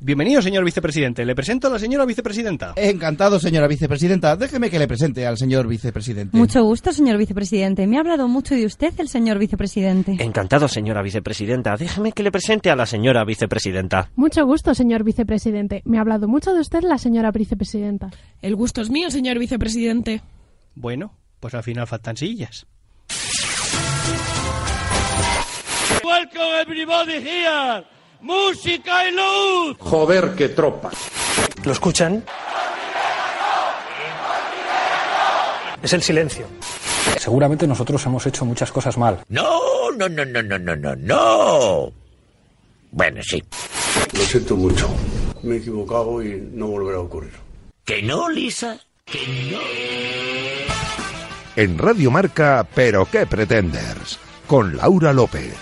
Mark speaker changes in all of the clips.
Speaker 1: Bienvenido, señor vicepresidente. Le presento a la señora vicepresidenta.
Speaker 2: Encantado, señora vicepresidenta. Déjeme que le presente al señor vicepresidente.
Speaker 3: Mucho gusto, señor vicepresidente. Me ha hablado mucho de usted el señor vicepresidente.
Speaker 4: Encantado, señora vicepresidenta. Déjeme que le presente a la señora vicepresidenta.
Speaker 5: Mucho gusto, señor vicepresidente. Me ha hablado mucho de usted la señora vicepresidenta.
Speaker 6: El gusto es mío, señor vicepresidente.
Speaker 1: Bueno, pues al final faltan sillas.
Speaker 7: Welcome everybody here. Música y luz.
Speaker 8: Joder, qué tropa.
Speaker 9: ¿Lo escuchan? Es el silencio.
Speaker 10: Seguramente nosotros hemos hecho muchas cosas mal.
Speaker 11: No, no, no, no, no, no, no, no. Bueno, sí.
Speaker 12: Lo siento mucho. Me he equivocado y no volverá a ocurrir.
Speaker 11: Que no, Lisa. Que no.
Speaker 13: En Radio Marca, pero qué pretenders. Con Laura López.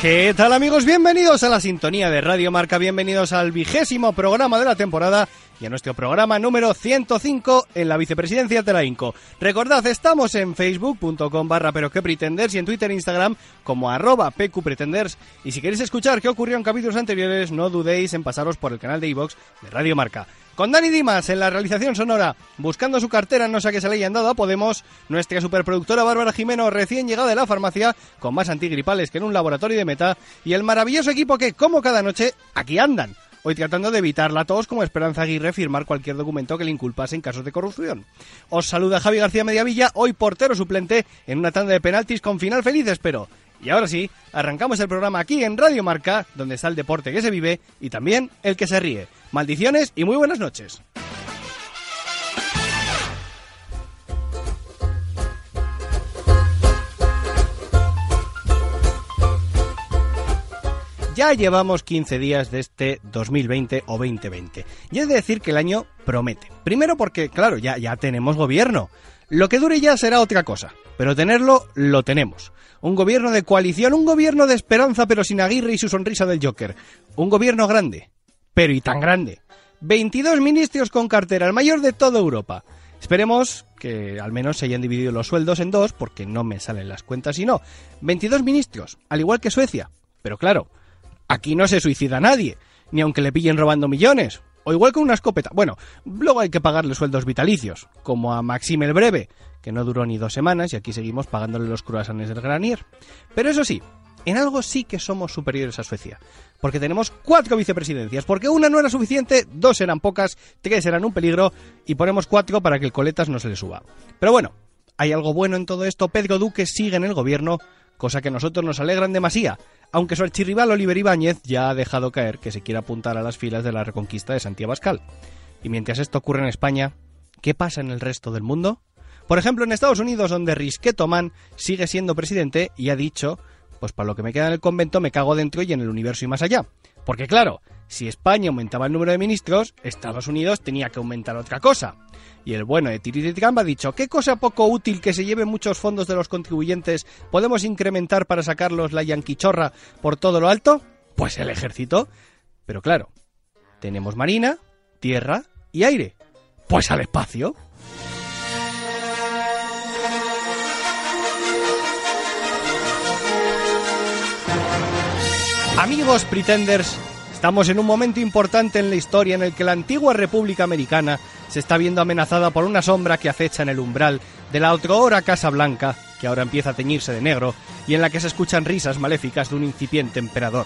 Speaker 1: ¿Qué tal amigos? Bienvenidos a la sintonía de Radio Marca, bienvenidos al vigésimo programa de la temporada y a nuestro programa número 105 en la vicepresidencia de la INCO. Recordad, estamos en facebook.com barra pero que pretenders y en Twitter e Instagram como arroba pqpretenders y si queréis escuchar qué ocurrió en capítulos anteriores no dudéis en pasaros por el canal de iVox de Radio Marca. Con Dani Dimas en la realización sonora, buscando su cartera no sé qué se le hayan dado a Podemos, nuestra superproductora Bárbara Jimeno recién llegada de la farmacia, con más antigripales que en un laboratorio de meta, y el maravilloso equipo que, como cada noche, aquí andan, hoy tratando de evitar la tos como Esperanza Aguirre firmar cualquier documento que le inculpase en casos de corrupción. Os saluda Javi García Mediavilla, hoy portero suplente en una tanda de penaltis con final feliz, espero. Y ahora sí, arrancamos el programa aquí en Radio Marca, donde está el deporte que se vive y también el que se ríe. Maldiciones y muy buenas noches. Ya llevamos 15 días de este 2020 o 2020. Y es de decir que el año promete. Primero porque, claro, ya, ya tenemos gobierno. Lo que dure ya será otra cosa, pero tenerlo lo tenemos. Un gobierno de coalición, un gobierno de esperanza pero sin Aguirre y su sonrisa del Joker. Un gobierno grande, pero y tan grande. 22 ministros con cartera, el mayor de toda Europa. Esperemos que al menos se hayan dividido los sueldos en dos, porque no me salen las cuentas y no. 22 ministros, al igual que Suecia. Pero claro, aquí no se suicida nadie, ni aunque le pillen robando millones, o igual con una escopeta. Bueno, luego hay que pagarle sueldos vitalicios, como a Maxime el Breve, que no duró ni dos semanas y aquí seguimos pagándole los croissants del Granier. Pero eso sí, en algo sí que somos superiores a Suecia, porque tenemos cuatro vicepresidencias, porque una no era suficiente, dos eran pocas, tres eran un peligro y ponemos cuatro para que el coletas no se le suba. Pero bueno, hay algo bueno en todo esto, Pedro Duque sigue en el gobierno, cosa que a nosotros nos alegran demasía, aunque su archirrival Oliver Ibáñez ya ha dejado caer que se quiere apuntar a las filas de la reconquista de Santiago Pascal. Y mientras esto ocurre en España, ¿qué pasa en el resto del mundo? Por ejemplo, en Estados Unidos, donde Risqueto Man sigue siendo presidente y ha dicho, pues para lo que me queda en el convento me cago dentro y en el universo y más allá. Porque claro, si España aumentaba el número de ministros, Estados Unidos tenía que aumentar otra cosa. Y el bueno de Tiriritricamba ha dicho, ¿qué cosa poco útil que se lleven muchos fondos de los contribuyentes podemos incrementar para sacarlos la yanquichorra por todo lo alto? Pues el ejército. Pero claro, tenemos marina, tierra y aire. Pues al espacio. Amigos pretenders, Estamos en un momento importante en la historia en el que la antigua República Americana se está viendo amenazada por una sombra que acecha en el umbral de la otrora Casa Blanca, que ahora empieza a teñirse de negro, y en la que se escuchan risas maléficas de un incipiente emperador.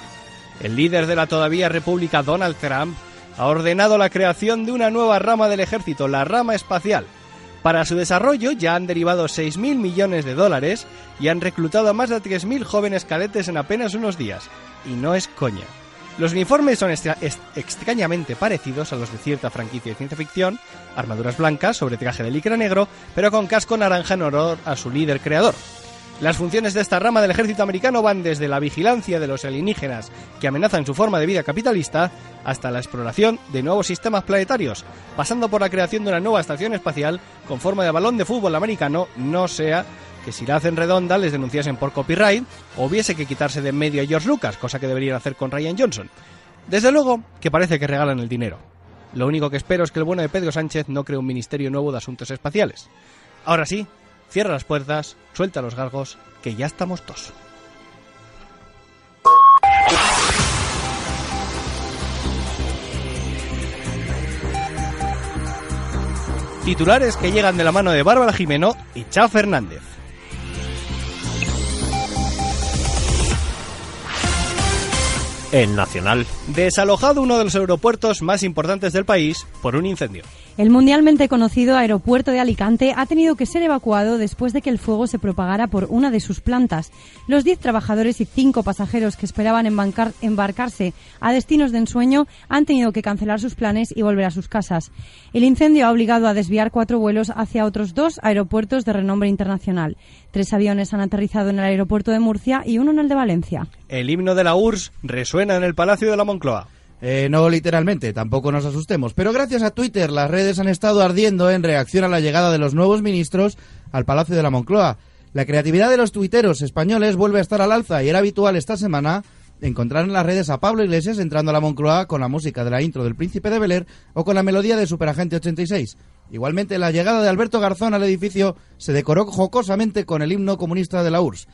Speaker 1: El líder de la todavía República, Donald Trump, ha ordenado la creación de una nueva rama del ejército, la rama espacial. Para su desarrollo ya han derivado 6.000 millones de dólares y han reclutado a más de 3.000 jóvenes cadetes en apenas unos días. Y no es coña. Los uniformes son extrañamente parecidos a los de cierta franquicia de ciencia ficción, armaduras blancas sobre traje de licra negro, pero con casco naranja en honor a su líder creador. Las funciones de esta rama del ejército americano van desde la vigilancia de los alienígenas que amenazan su forma de vida capitalista hasta la exploración de nuevos sistemas planetarios, pasando por la creación de una nueva estación espacial con forma de balón de fútbol americano, no sea que si la hacen redonda les denunciasen por copyright o hubiese que quitarse de en medio a George Lucas, cosa que deberían hacer con Ryan Johnson. Desde luego que parece que regalan el dinero. Lo único que espero es que el bueno de Pedro Sánchez no cree un ministerio nuevo de asuntos espaciales. Ahora sí, cierra las puertas, suelta los gargos, que ya estamos tos. Titulares que llegan de la mano de Bárbara Jimeno y Cha Fernández.
Speaker 4: En Nacional.
Speaker 1: Desalojado uno de los aeropuertos más importantes del país por un incendio.
Speaker 3: El mundialmente conocido aeropuerto de Alicante ha tenido que ser evacuado después de que el fuego se propagara por una de sus plantas. Los 10 trabajadores y 5 pasajeros que esperaban embancar- embarcarse a destinos de ensueño han tenido que cancelar sus planes y volver a sus casas. El incendio ha obligado a desviar cuatro vuelos hacia otros dos aeropuertos de renombre internacional. Tres aviones han aterrizado en el aeropuerto de Murcia y uno en el de Valencia.
Speaker 1: El himno de la URSS resuena en el Palacio de la Moncloa.
Speaker 2: Eh, no literalmente, tampoco nos asustemos, pero gracias a Twitter las redes han estado ardiendo en reacción a la llegada de los nuevos ministros al Palacio de la Moncloa. La creatividad de los tuiteros españoles vuelve a estar al alza y era habitual esta semana encontrar en las redes a Pablo Iglesias entrando a la Moncloa con la música de la intro del Príncipe de Bel Air o con la melodía de Superagente 86. Igualmente, la llegada de Alberto Garzón al edificio se decoró jocosamente con el himno comunista de la URSS.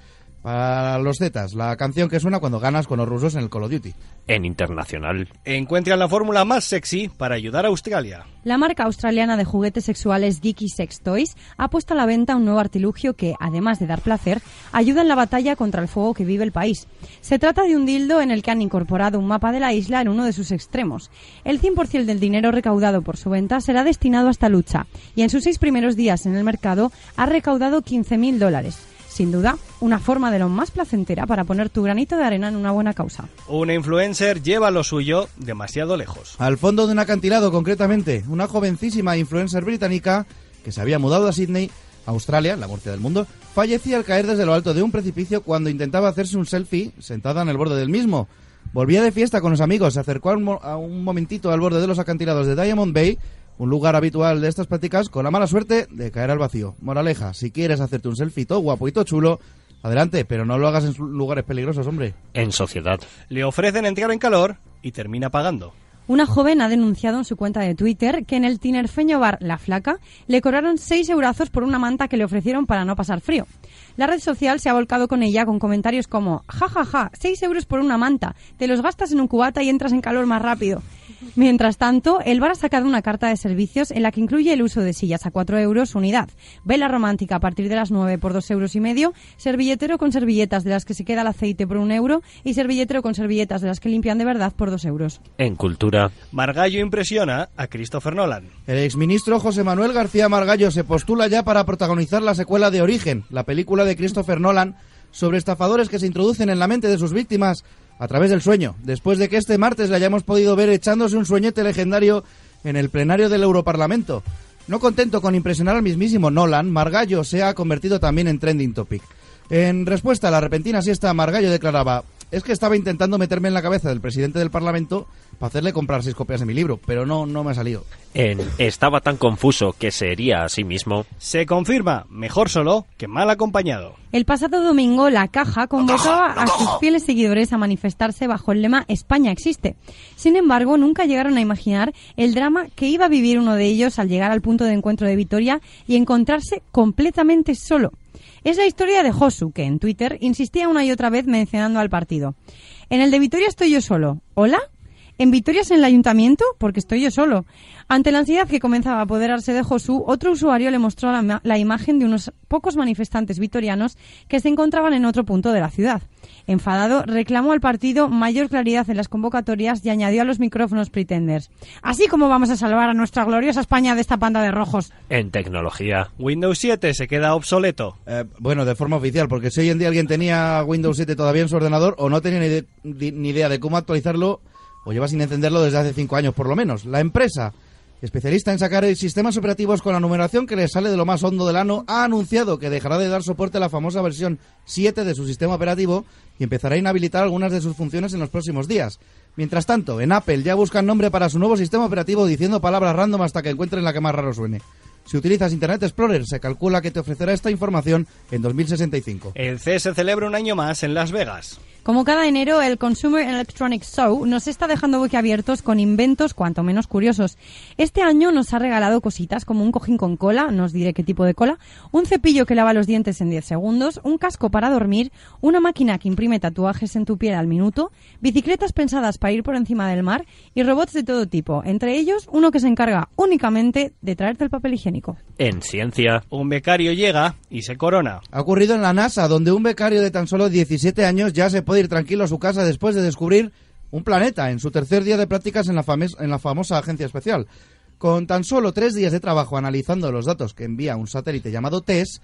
Speaker 2: Para los Zetas, la canción que suena cuando ganas con los rusos en el Call of Duty.
Speaker 4: En Internacional.
Speaker 1: Encuentran la fórmula más sexy para ayudar a Australia.
Speaker 3: La marca australiana de juguetes sexuales Geeky Sex Toys ha puesto a la venta un nuevo artilugio que, además de dar placer, ayuda en la batalla contra el fuego que vive el país. Se trata de un dildo en el que han incorporado un mapa de la isla en uno de sus extremos. El 100% del dinero recaudado por su venta será destinado a esta lucha y en sus seis primeros días en el mercado ha recaudado 15.000 dólares. Sin duda, una forma de lo más placentera para poner tu granito de arena en una buena causa.
Speaker 1: Una influencer lleva lo suyo demasiado lejos.
Speaker 2: Al fondo de un acantilado, concretamente, una jovencísima influencer británica que se había mudado a Sydney, Australia, la muerte del mundo, fallecía al caer desde lo alto de un precipicio cuando intentaba hacerse un selfie sentada en el borde del mismo. Volvía de fiesta con los amigos, se acercó a un, mo- a un momentito al borde de los acantilados de Diamond Bay, un lugar habitual de estas prácticas, con la mala suerte de caer al vacío. Moraleja, si quieres hacerte un selfie todo guapo y todo chulo, adelante, pero no lo hagas en su- lugares peligrosos, hombre.
Speaker 4: En Sociedad.
Speaker 1: Le ofrecen entrar en calor y termina pagando.
Speaker 3: Una joven ha denunciado en su cuenta de Twitter que en el tinerfeño bar La Flaca le cobraron seis eurazos por una manta que le ofrecieron para no pasar frío. La red social se ha volcado con ella con comentarios como ja ja ja, 6 euros por una manta, te los gastas en un cubata y entras en calor más rápido. Mientras tanto, el bar ha sacado una carta de servicios en la que incluye el uso de sillas a 4 euros unidad, vela romántica a partir de las 9 por 2 euros y medio, servilletero con servilletas de las que se queda el aceite por un euro y servilletero con servilletas de las que limpian de verdad por 2 euros.
Speaker 4: En Cultura.
Speaker 1: Margallo impresiona a Christopher Nolan.
Speaker 2: El exministro José Manuel García Margallo se postula ya para protagonizar la secuela de Origen, la película de Christopher Nolan sobre estafadores que se introducen en la mente de sus víctimas a través del sueño, después de que este martes le hayamos podido ver echándose un sueñete legendario en el plenario del Europarlamento. No contento con impresionar al mismísimo Nolan, Margallo se ha convertido también en trending topic. En respuesta a la repentina siesta, Margallo declaraba, es que estaba intentando meterme en la cabeza del presidente del Parlamento para hacerle comprar seis copias de mi libro, pero no, no me ha salido.
Speaker 4: En Estaba tan confuso que sería a sí mismo.
Speaker 1: Se confirma, mejor solo que mal acompañado.
Speaker 3: El pasado domingo, La Caja convocaba a sus fieles seguidores a manifestarse bajo el lema España existe. Sin embargo, nunca llegaron a imaginar el drama que iba a vivir uno de ellos al llegar al punto de encuentro de Vitoria y encontrarse completamente solo. Es la historia de Josu, que en Twitter insistía una y otra vez mencionando al partido. En el de Vitoria estoy yo solo. ¿Hola? En Vitorias en el ayuntamiento, porque estoy yo solo. Ante la ansiedad que comenzaba a apoderarse de Josu, otro usuario le mostró la, ma- la imagen de unos pocos manifestantes vitorianos que se encontraban en otro punto de la ciudad. Enfadado, reclamó al partido mayor claridad en las convocatorias y añadió a los micrófonos pretenders. Así como vamos a salvar a nuestra gloriosa España de esta panda de rojos.
Speaker 4: En Tecnología.
Speaker 1: Windows 7 se queda obsoleto.
Speaker 2: Eh, bueno, de forma oficial, porque si hoy en día alguien tenía Windows 7 todavía en su ordenador o no tenía ni, de- di- ni idea de cómo actualizarlo o lleva sin encenderlo desde hace cinco años por lo menos. La empresa, especialista en sacar eh, sistemas operativos con la numeración que le sale de lo más hondo del ano, ha anunciado que dejará de dar soporte a la famosa versión 7 de su sistema operativo y empezará a inhabilitar algunas de sus funciones en los próximos días. Mientras tanto, en Apple ya buscan nombre para su nuevo sistema operativo diciendo palabras random hasta que encuentren la que más raro suene. Si utilizas Internet Explorer, se calcula que te ofrecerá esta información en 2065.
Speaker 1: El CES se celebra un año más en Las Vegas.
Speaker 3: Como cada enero, el Consumer Electronics Show nos está dejando boquiabiertos con inventos cuanto menos curiosos. Este año nos ha regalado cositas como un cojín con cola, no os diré qué tipo de cola, un cepillo que lava los dientes en 10 segundos, un casco para dormir, una máquina que imprime tatuajes en tu piel al minuto, bicicletas pensadas para ir por encima del mar y robots de todo tipo, entre ellos uno que se encarga únicamente de traerte el papel higiénico.
Speaker 4: En ciencia.
Speaker 1: Un becario llega y se corona.
Speaker 2: Ha ocurrido en la NASA, donde un becario de tan solo 17 años ya se puede ir tranquilo a su casa después de descubrir un planeta en su tercer día de prácticas en la, fames- en la famosa agencia espacial. Con tan solo tres días de trabajo analizando los datos que envía un satélite llamado TESS,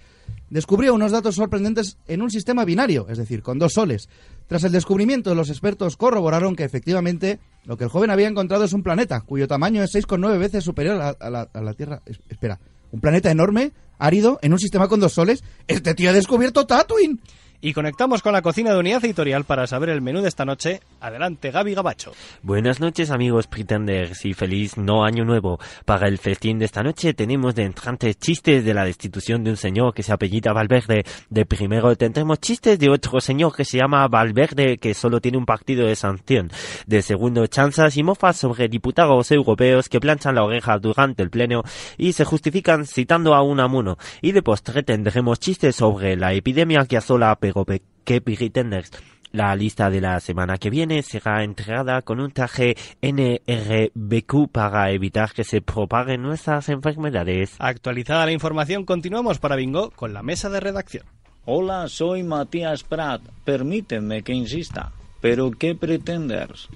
Speaker 2: descubrió unos datos sorprendentes en un sistema binario, es decir, con dos soles. Tras el descubrimiento, los expertos corroboraron que efectivamente lo que el joven había encontrado es un planeta, cuyo tamaño es 6,9 veces superior a, a la, a la Tierra. Es- espera, un planeta enorme, árido, en un sistema con dos soles. Este tío ha descubierto Tatooine.
Speaker 1: Y conectamos con la cocina de unidad editorial para saber el menú de esta noche. Adelante, Gaby Gabacho.
Speaker 4: Buenas noches amigos pretenders y feliz no año nuevo. Para el festín de esta noche tenemos de entrantes chistes de la destitución de un señor que se apellida Valverde. De primero tendremos chistes de otro señor que se llama Valverde que solo tiene un partido de sanción. De segundo chanzas y mofas sobre diputados europeos que planchan la oreja durante el pleno y se justifican citando a un amuno. Y de postre tendremos chistes sobre la epidemia que asola pero pe- que pretenders. La lista de la semana que viene será entregada con un traje NRBQ para evitar que se propaguen nuestras enfermedades.
Speaker 1: Actualizada la información, continuamos para Bingo con la mesa de redacción.
Speaker 8: Hola, soy Matías Prat. Permíteme que insista. ¿Pero qué pretenders?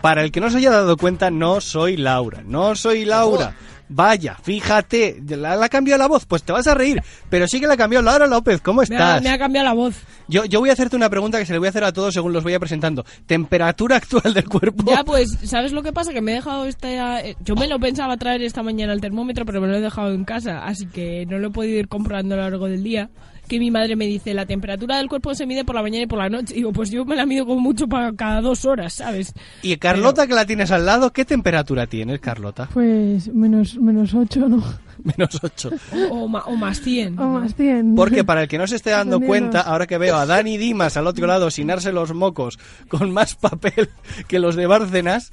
Speaker 1: Para el que no se haya dado cuenta, no soy Laura. No soy Laura. Vaya, fíjate, la, la ha cambiado la voz, pues te vas a reír. Pero sí que la ha cambiado Laura López, ¿cómo
Speaker 6: Me ha,
Speaker 1: estás?
Speaker 6: me ha cambiado la voz.
Speaker 1: Yo, yo voy a hacerte una pregunta que se le voy a hacer a todos según los voy a presentando. Temperatura actual del cuerpo.
Speaker 6: Ya, pues, ¿sabes lo que pasa? Que me he dejado este... Yo me lo pensaba traer esta mañana al termómetro, pero me lo he dejado en casa, así que no lo he podido ir comprobando a lo largo del día. Que mi madre me dice, la temperatura del cuerpo se mide por la mañana y por la noche. Y digo, pues yo me la mido como mucho para cada dos horas, ¿sabes?
Speaker 1: Y Carlota, que la tienes al lado, ¿qué temperatura tienes, Carlota?
Speaker 5: Pues menos, menos 8, ¿no?
Speaker 1: Menos 8.
Speaker 6: O, ma- o más 100.
Speaker 5: O más 100.
Speaker 1: Porque para el que no se esté dando
Speaker 5: Menos.
Speaker 1: cuenta, ahora que veo a Dani Dimas al otro lado sinarse los mocos con más papel que los de Bárcenas,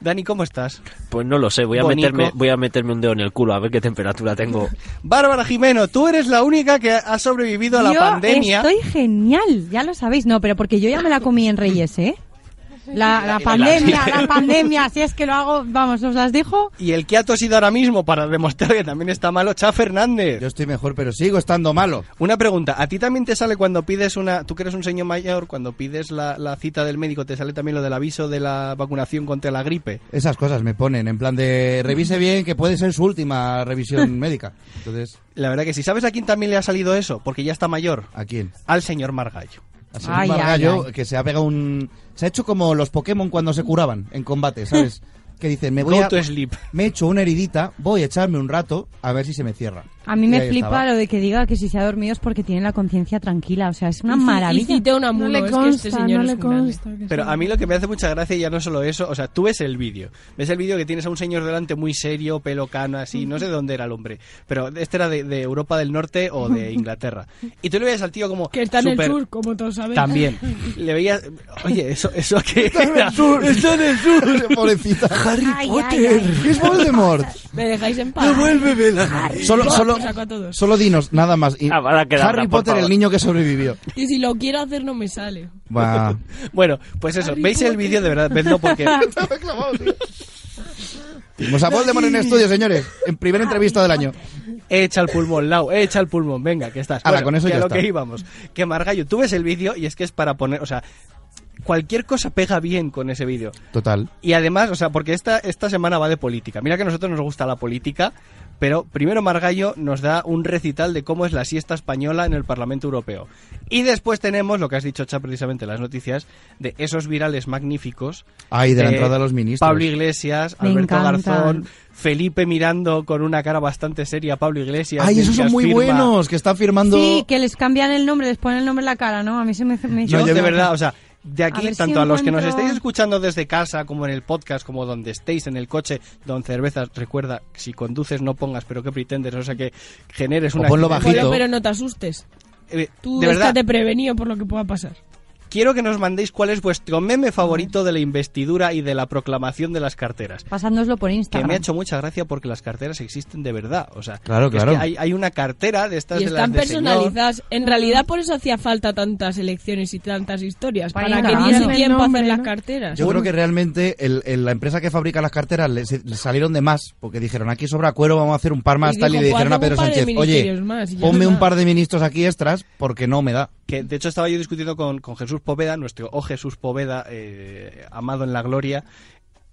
Speaker 1: Dani, ¿cómo estás?
Speaker 4: Pues no lo sé, voy a,
Speaker 1: Bonico.
Speaker 4: meterme, voy a meterme un dedo en el culo a ver qué temperatura tengo.
Speaker 1: Bárbara Jimeno, tú eres la única que ha sobrevivido a la
Speaker 3: yo
Speaker 1: pandemia.
Speaker 3: estoy genial, ya lo sabéis. No, pero porque yo ya me la comí en Reyes, ¿eh? La, la pandemia, la pandemia, si es que lo hago, vamos, os las dejo.
Speaker 1: Y el que ha tosido ahora mismo para demostrar que también está malo, Cha Fernández. Yo
Speaker 2: estoy mejor, pero sigo estando malo.
Speaker 1: Una pregunta, ¿a ti también te sale cuando pides una... Tú que eres un señor mayor, cuando pides la, la cita del médico, ¿te sale también lo del aviso de la vacunación contra la gripe?
Speaker 2: Esas cosas me ponen, en plan de revise bien que puede ser su última revisión médica. Entonces,
Speaker 1: La verdad que sí. ¿Sabes a quién también le ha salido eso? Porque ya está mayor.
Speaker 2: ¿a quién?
Speaker 1: Al señor Margallo.
Speaker 2: Al señor Margallo, que se ha pegado un... Se ha hecho como los Pokémon cuando se curaban en combate, ¿sabes? que dicen, me voy
Speaker 1: Go
Speaker 2: a...
Speaker 1: to sleep.
Speaker 2: Me he hecho una heridita, voy a echarme un rato a ver si se me cierra.
Speaker 3: A mí
Speaker 2: Y
Speaker 3: me
Speaker 2: ahí
Speaker 3: flipa
Speaker 2: estaba.
Speaker 3: lo de que diga que si se ha dormido es porque tiene la conciencia tranquila. O sea, es una
Speaker 6: Y ci- y
Speaker 3: maravilla.
Speaker 6: cité una No le muro, es que este consta, señor no es le un grande.
Speaker 1: Pero a mí lo que me hace mucha gracia ya no es solo eso, o sea, tú ves el vídeo, ves el vídeo que tienes a un señor delante muy serio, pelo cano, así, no sé de dónde era el hombre, pero este era de, de Europa del Norte o de Inglaterra. Y tú le veías al tío como...
Speaker 6: Que está en
Speaker 1: súper-
Speaker 6: el sur, como todos sabéis.
Speaker 1: También. Le veías... Oye, eso, eso que...
Speaker 2: Está en el sur, está en el sur, pobrecita. Harry
Speaker 6: Potter.
Speaker 2: Es Voldemort.
Speaker 6: Me dejáis en paz.
Speaker 2: Solo, solo,
Speaker 6: Os saco a todos.
Speaker 2: solo dinos, nada más.
Speaker 1: Ah,
Speaker 2: Y
Speaker 1: quedarla,
Speaker 2: Harry
Speaker 1: por
Speaker 2: Potter, el
Speaker 1: favor.
Speaker 2: niño que sobrevivió.
Speaker 6: Y si lo quiero hacer, no me sale.
Speaker 2: Va.
Speaker 1: Bueno, pues eso, veis el vídeo de verdad, vedlo porque...
Speaker 2: Tenemos Pues a Voldemort en estudio, señores. En primera entrevista del año.
Speaker 1: Ah, Echa el pulmón, Lau, echa el pulmón, venga, que estás.
Speaker 2: Ala,
Speaker 1: Bueno,
Speaker 2: con eso
Speaker 1: que
Speaker 2: ya
Speaker 1: a lo
Speaker 2: está.
Speaker 1: que íbamos. Que Margallo, tú ves el vídeo y es que es para poner, o sea, cualquier cosa pega bien con ese vídeo.
Speaker 2: Total.
Speaker 1: Y además, o sea, porque esta, esta semana va de política. Mira que a nosotros nos gusta la política, pero primero Margallo nos da un recital de cómo es la siesta española en el Parlamento Europeo. Y después tenemos lo que has dicho, Cha, precisamente en las noticias, de esos virales magníficos.
Speaker 2: Ay, de la entrada de los ministros.
Speaker 1: Pablo Iglesias,
Speaker 2: Me
Speaker 1: Alberto
Speaker 2: encantan.
Speaker 1: Garzón, Felipe mirando con una cara bastante seria a Pablo Iglesias.
Speaker 2: Ay, esos son
Speaker 1: mientras
Speaker 2: muy
Speaker 1: firma.
Speaker 2: buenos, que están firmando...
Speaker 3: Sí, que les cambian el nombre, les ponen el nombre en la cara, ¿no? A mí se me... me
Speaker 1: Yo, de verdad, o sea, de
Speaker 3: A
Speaker 1: aquí,
Speaker 3: ver si
Speaker 1: tanto a los que nos
Speaker 3: encuentro-
Speaker 1: estéis escuchando desde casa, como en el podcast, como donde estéis en el coche, don Cervezas, recuerda, si conduces no pongas, pero que pretendes, o sea que generes
Speaker 2: O
Speaker 1: una...
Speaker 2: ponlo
Speaker 1: actividad-
Speaker 6: Bueno, pero no te asustes.
Speaker 1: Eh,
Speaker 6: Tú
Speaker 1: de verdad,
Speaker 6: estás de prevenido por lo que pueda pasar.
Speaker 1: quiero que nos mandéis cuál es vuestro meme favorito de la investidura y de la proclamación de las carteras.
Speaker 3: Pasándoslo por
Speaker 1: Que
Speaker 3: Instagram.
Speaker 1: me ha hecho mucha gracia porque las carteras existen de verdad. O sea,
Speaker 2: Claro,
Speaker 1: es que
Speaker 2: claro.
Speaker 1: hay, hay una cartera de estas
Speaker 6: Y
Speaker 1: de las
Speaker 6: están
Speaker 1: de señor.
Speaker 6: personalizadas. En realidad por eso hacía falta tantas elecciones y tantas historias.
Speaker 3: Para
Speaker 6: Para, que
Speaker 3: ir
Speaker 6: diese
Speaker 3: ganando.
Speaker 6: tiempo a
Speaker 3: Nombre,
Speaker 6: hacer las
Speaker 3: ¿no?
Speaker 6: carteras.
Speaker 2: Yo creo que realmente el- el- la empresa que fabrica las carteras le, se- le salieron de más, porque dijeron aquí sobra cuero, vamos a hacer un par más
Speaker 6: Y
Speaker 2: tal, y
Speaker 6: dijo,
Speaker 2: le dijeron a
Speaker 6: "Pues
Speaker 2: Pedro
Speaker 6: hazme un par de
Speaker 2: Sánchez, oye,
Speaker 6: ministerios más", y ya
Speaker 2: ponme
Speaker 6: está.
Speaker 2: un par de ministros aquí extras, porque no me da.
Speaker 1: Que de hecho estaba yo discutiendo con, con Jesús Poveda, nuestro O Jesús Poveda, eh, amado en la gloria,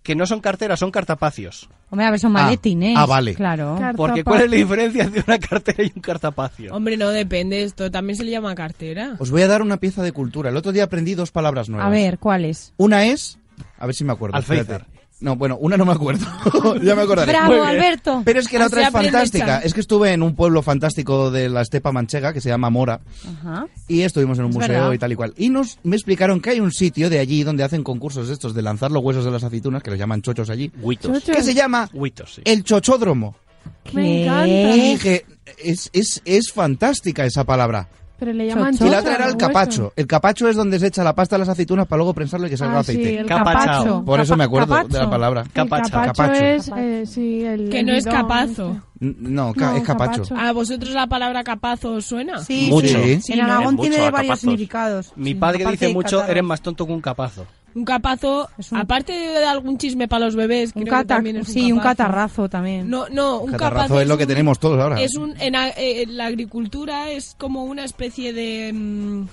Speaker 1: que no son carteras, son cartapacios.
Speaker 3: Hombre, a ver, son
Speaker 1: Ah,
Speaker 3: maletines.
Speaker 1: ah, vale.
Speaker 3: Claro.
Speaker 1: Porque ¿cuál es la diferencia entre una cartera y un cartapacio?
Speaker 6: Hombre, no depende esto. También se le llama cartera.
Speaker 2: Os voy a dar una pieza de cultura. El otro día aprendí dos palabras nuevas.
Speaker 3: A ver, ¿cuál es?
Speaker 2: Una es, a ver si me acuerdo.
Speaker 1: Alféizar.
Speaker 2: espérate. No, bueno, una no me acuerdo. ya me acordaré.
Speaker 3: Bravo,
Speaker 2: Muy bien.
Speaker 3: Alberto.
Speaker 2: Pero es que la
Speaker 3: Así
Speaker 2: otra es
Speaker 3: aprende
Speaker 2: fantástica.
Speaker 3: Chan.
Speaker 2: Es que estuve en un pueblo fantástico de la estepa manchega que se llama Mora.
Speaker 3: Ajá.
Speaker 2: Y estuvimos en un
Speaker 3: Es
Speaker 2: museo
Speaker 3: verdad.
Speaker 2: y tal y cual. Y nos me explicaron que hay un sitio de allí donde hacen concursos estos de lanzar los huesos de las aceitunas, que los llaman chochos allí.
Speaker 4: Huitos.
Speaker 2: Que se llama
Speaker 1: Huitos, sí.
Speaker 2: el chochódromo.
Speaker 5: Me
Speaker 2: Y
Speaker 5: encanta.
Speaker 2: dije, es, es, es fantástica esa palabra.
Speaker 5: Pero le llaman
Speaker 2: Y la
Speaker 5: chocha
Speaker 2: otra era el
Speaker 5: al
Speaker 2: capacho.
Speaker 5: hueso.
Speaker 2: El capacho es donde se echa la pasta de las aceitunas para luego prensarlo y que salga
Speaker 5: Ah, sí,
Speaker 2: aceite.
Speaker 5: el Capachao. capacho.
Speaker 2: Por eso me acuerdo
Speaker 5: Capacho.
Speaker 2: de la palabra.
Speaker 5: El capacho, es... eh, sí, el,
Speaker 6: Que
Speaker 5: el
Speaker 6: no es
Speaker 5: bidón
Speaker 6: capazo.
Speaker 5: este.
Speaker 2: N- No, ca-
Speaker 5: No,
Speaker 2: es capacho.
Speaker 5: capacho.
Speaker 6: ¿A vosotros la palabra capazo os suena?
Speaker 3: Sí,
Speaker 2: Mucho. sí.
Speaker 3: En
Speaker 6: ¿no?
Speaker 3: Aragón
Speaker 1: Mucho,
Speaker 3: tiene
Speaker 1: a
Speaker 3: varios
Speaker 1: capazos.
Speaker 3: significados.
Speaker 1: Mi
Speaker 3: Sí,
Speaker 1: padre
Speaker 3: aparte
Speaker 1: dice
Speaker 3: de
Speaker 1: mucho,
Speaker 3: catarro.
Speaker 1: eres más tonto que un capazo.
Speaker 6: Un capazo, aparte de algún chisme para los bebés,
Speaker 3: Un
Speaker 6: creo que
Speaker 3: cata-
Speaker 6: también es un
Speaker 3: sí, un
Speaker 6: capazo.
Speaker 3: catarrazo también.
Speaker 6: No, no, un
Speaker 2: Catarrazo
Speaker 6: capazo
Speaker 2: es lo que
Speaker 6: un-
Speaker 2: tenemos todos ahora.
Speaker 6: Es un, en, a- eh, en la agricultura es como una especie de mm,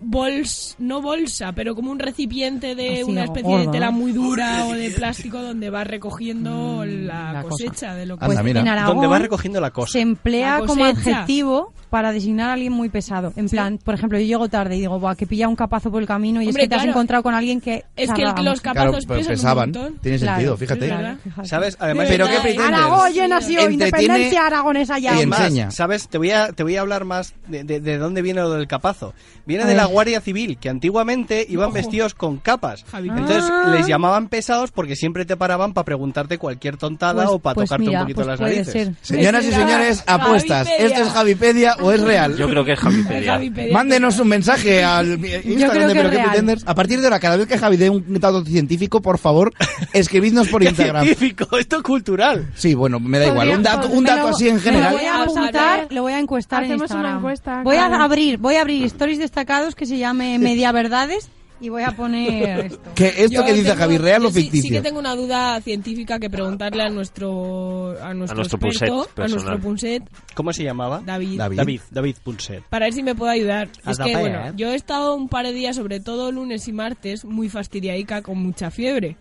Speaker 6: bols, no bolsa, pero como un recipiente de
Speaker 3: Así,
Speaker 6: una
Speaker 3: o
Speaker 6: especie
Speaker 3: gordo,
Speaker 6: de tela
Speaker 3: ¿no?
Speaker 6: muy dura o de plástico donde vas recogiendo la,
Speaker 3: Mm, la cosa.
Speaker 6: cosecha de lo que
Speaker 2: Anda,
Speaker 6: sea.
Speaker 2: mira.
Speaker 3: en Aragón
Speaker 1: Donde va recogiendo la cosa.
Speaker 3: se emplea
Speaker 6: La
Speaker 3: como
Speaker 6: cosecha.
Speaker 3: adjetivo para designar a alguien muy pesado. En plan, por ejemplo, yo llego tarde y digo, Buah, que pilla un capazo por el camino y
Speaker 6: Hombre,
Speaker 3: es que te has
Speaker 6: claro.
Speaker 3: encontrado con alguien que...
Speaker 6: Es que
Speaker 3: charlaba
Speaker 6: los
Speaker 3: mucho.
Speaker 6: capazos
Speaker 2: Claro, pero
Speaker 6: pesan
Speaker 2: pesaban.
Speaker 6: un montón.
Speaker 2: Tiene
Speaker 3: Claro,
Speaker 2: sentido, fíjate.
Speaker 6: claro, fíjate.
Speaker 1: ¿Sabes? Además,
Speaker 6: Pero
Speaker 2: qué pretendes?
Speaker 3: Aragón ha sido
Speaker 2: Entretiene-
Speaker 3: independencia aragonesa ya.
Speaker 2: Y
Speaker 1: Más,
Speaker 2: enseña.
Speaker 1: ¿Sabes? Te voy a, te voy a hablar más de, de- de dónde viene lo del capazo. Viene
Speaker 3: A
Speaker 1: de la
Speaker 3: ver.
Speaker 1: Guardia Civil, que antiguamente iban
Speaker 6: Ojo.
Speaker 1: vestidos con capas.
Speaker 6: Javi.
Speaker 1: Entonces
Speaker 3: Ah.
Speaker 1: les llamaban pesados porque siempre te paraban para preguntarte cualquier tontada
Speaker 3: Pues-
Speaker 1: o para
Speaker 3: pues
Speaker 1: tocarte
Speaker 3: mira,
Speaker 1: un poquito
Speaker 3: pues
Speaker 1: las
Speaker 3: puede
Speaker 1: narices.
Speaker 3: ser.
Speaker 2: Señoras y
Speaker 6: Será
Speaker 2: señores,
Speaker 6: Javipedia.
Speaker 2: apuestas. ¿Esto es Javipedia o es real?
Speaker 4: Yo creo que es Javi
Speaker 6: El
Speaker 4: Perea.
Speaker 6: Javi Pérez.
Speaker 2: Mándenos un mensaje al Instagram
Speaker 3: creo que
Speaker 2: de Pero
Speaker 3: es
Speaker 2: qué
Speaker 3: real.
Speaker 2: pretenders. A partir de ahora, cada vez que Javi dé un dato científico, por favor, escribidnos por
Speaker 1: ¿Qué
Speaker 2: Instagram.
Speaker 1: científico? Esto es cultural.
Speaker 2: Sí, bueno, me da igual. Un dato, un
Speaker 5: Me
Speaker 2: dato
Speaker 5: lo-
Speaker 2: así en
Speaker 5: me lo
Speaker 3: Lo
Speaker 2: general.
Speaker 3: voy a
Speaker 6: Vamos a
Speaker 3: apuntar,
Speaker 6: ver.
Speaker 3: lo voy a encuestar en
Speaker 5: Hacemos una
Speaker 3: Instagram.
Speaker 5: encuesta,
Speaker 3: voy a
Speaker 5: claro.
Speaker 3: abrir, voy a abrir stories destacados que se llame Media Verdades y voy a poner esto.
Speaker 2: Que esto
Speaker 6: Yo
Speaker 2: que dice
Speaker 6: tengo-
Speaker 2: Javi, ¿real
Speaker 6: yo
Speaker 2: o
Speaker 6: sí- Sí,
Speaker 2: ficticio?
Speaker 6: que tengo una duda científica que preguntarle a nuestro a nuestro,
Speaker 4: A
Speaker 6: experto,
Speaker 4: nuestro Punset
Speaker 6: a nuestro
Speaker 4: personal.
Speaker 6: Punset,
Speaker 1: ¿Cómo se llamaba?
Speaker 6: David.
Speaker 2: David.
Speaker 1: David, David Punset.
Speaker 6: Para ver si me puede ayudar.
Speaker 1: Haz
Speaker 6: es
Speaker 1: la
Speaker 6: que,
Speaker 1: paella,
Speaker 6: bueno,
Speaker 1: ¿eh?
Speaker 6: yo he estado un par de días, sobre todo lunes y martes, muy fastidiaica, con mucha fiebre.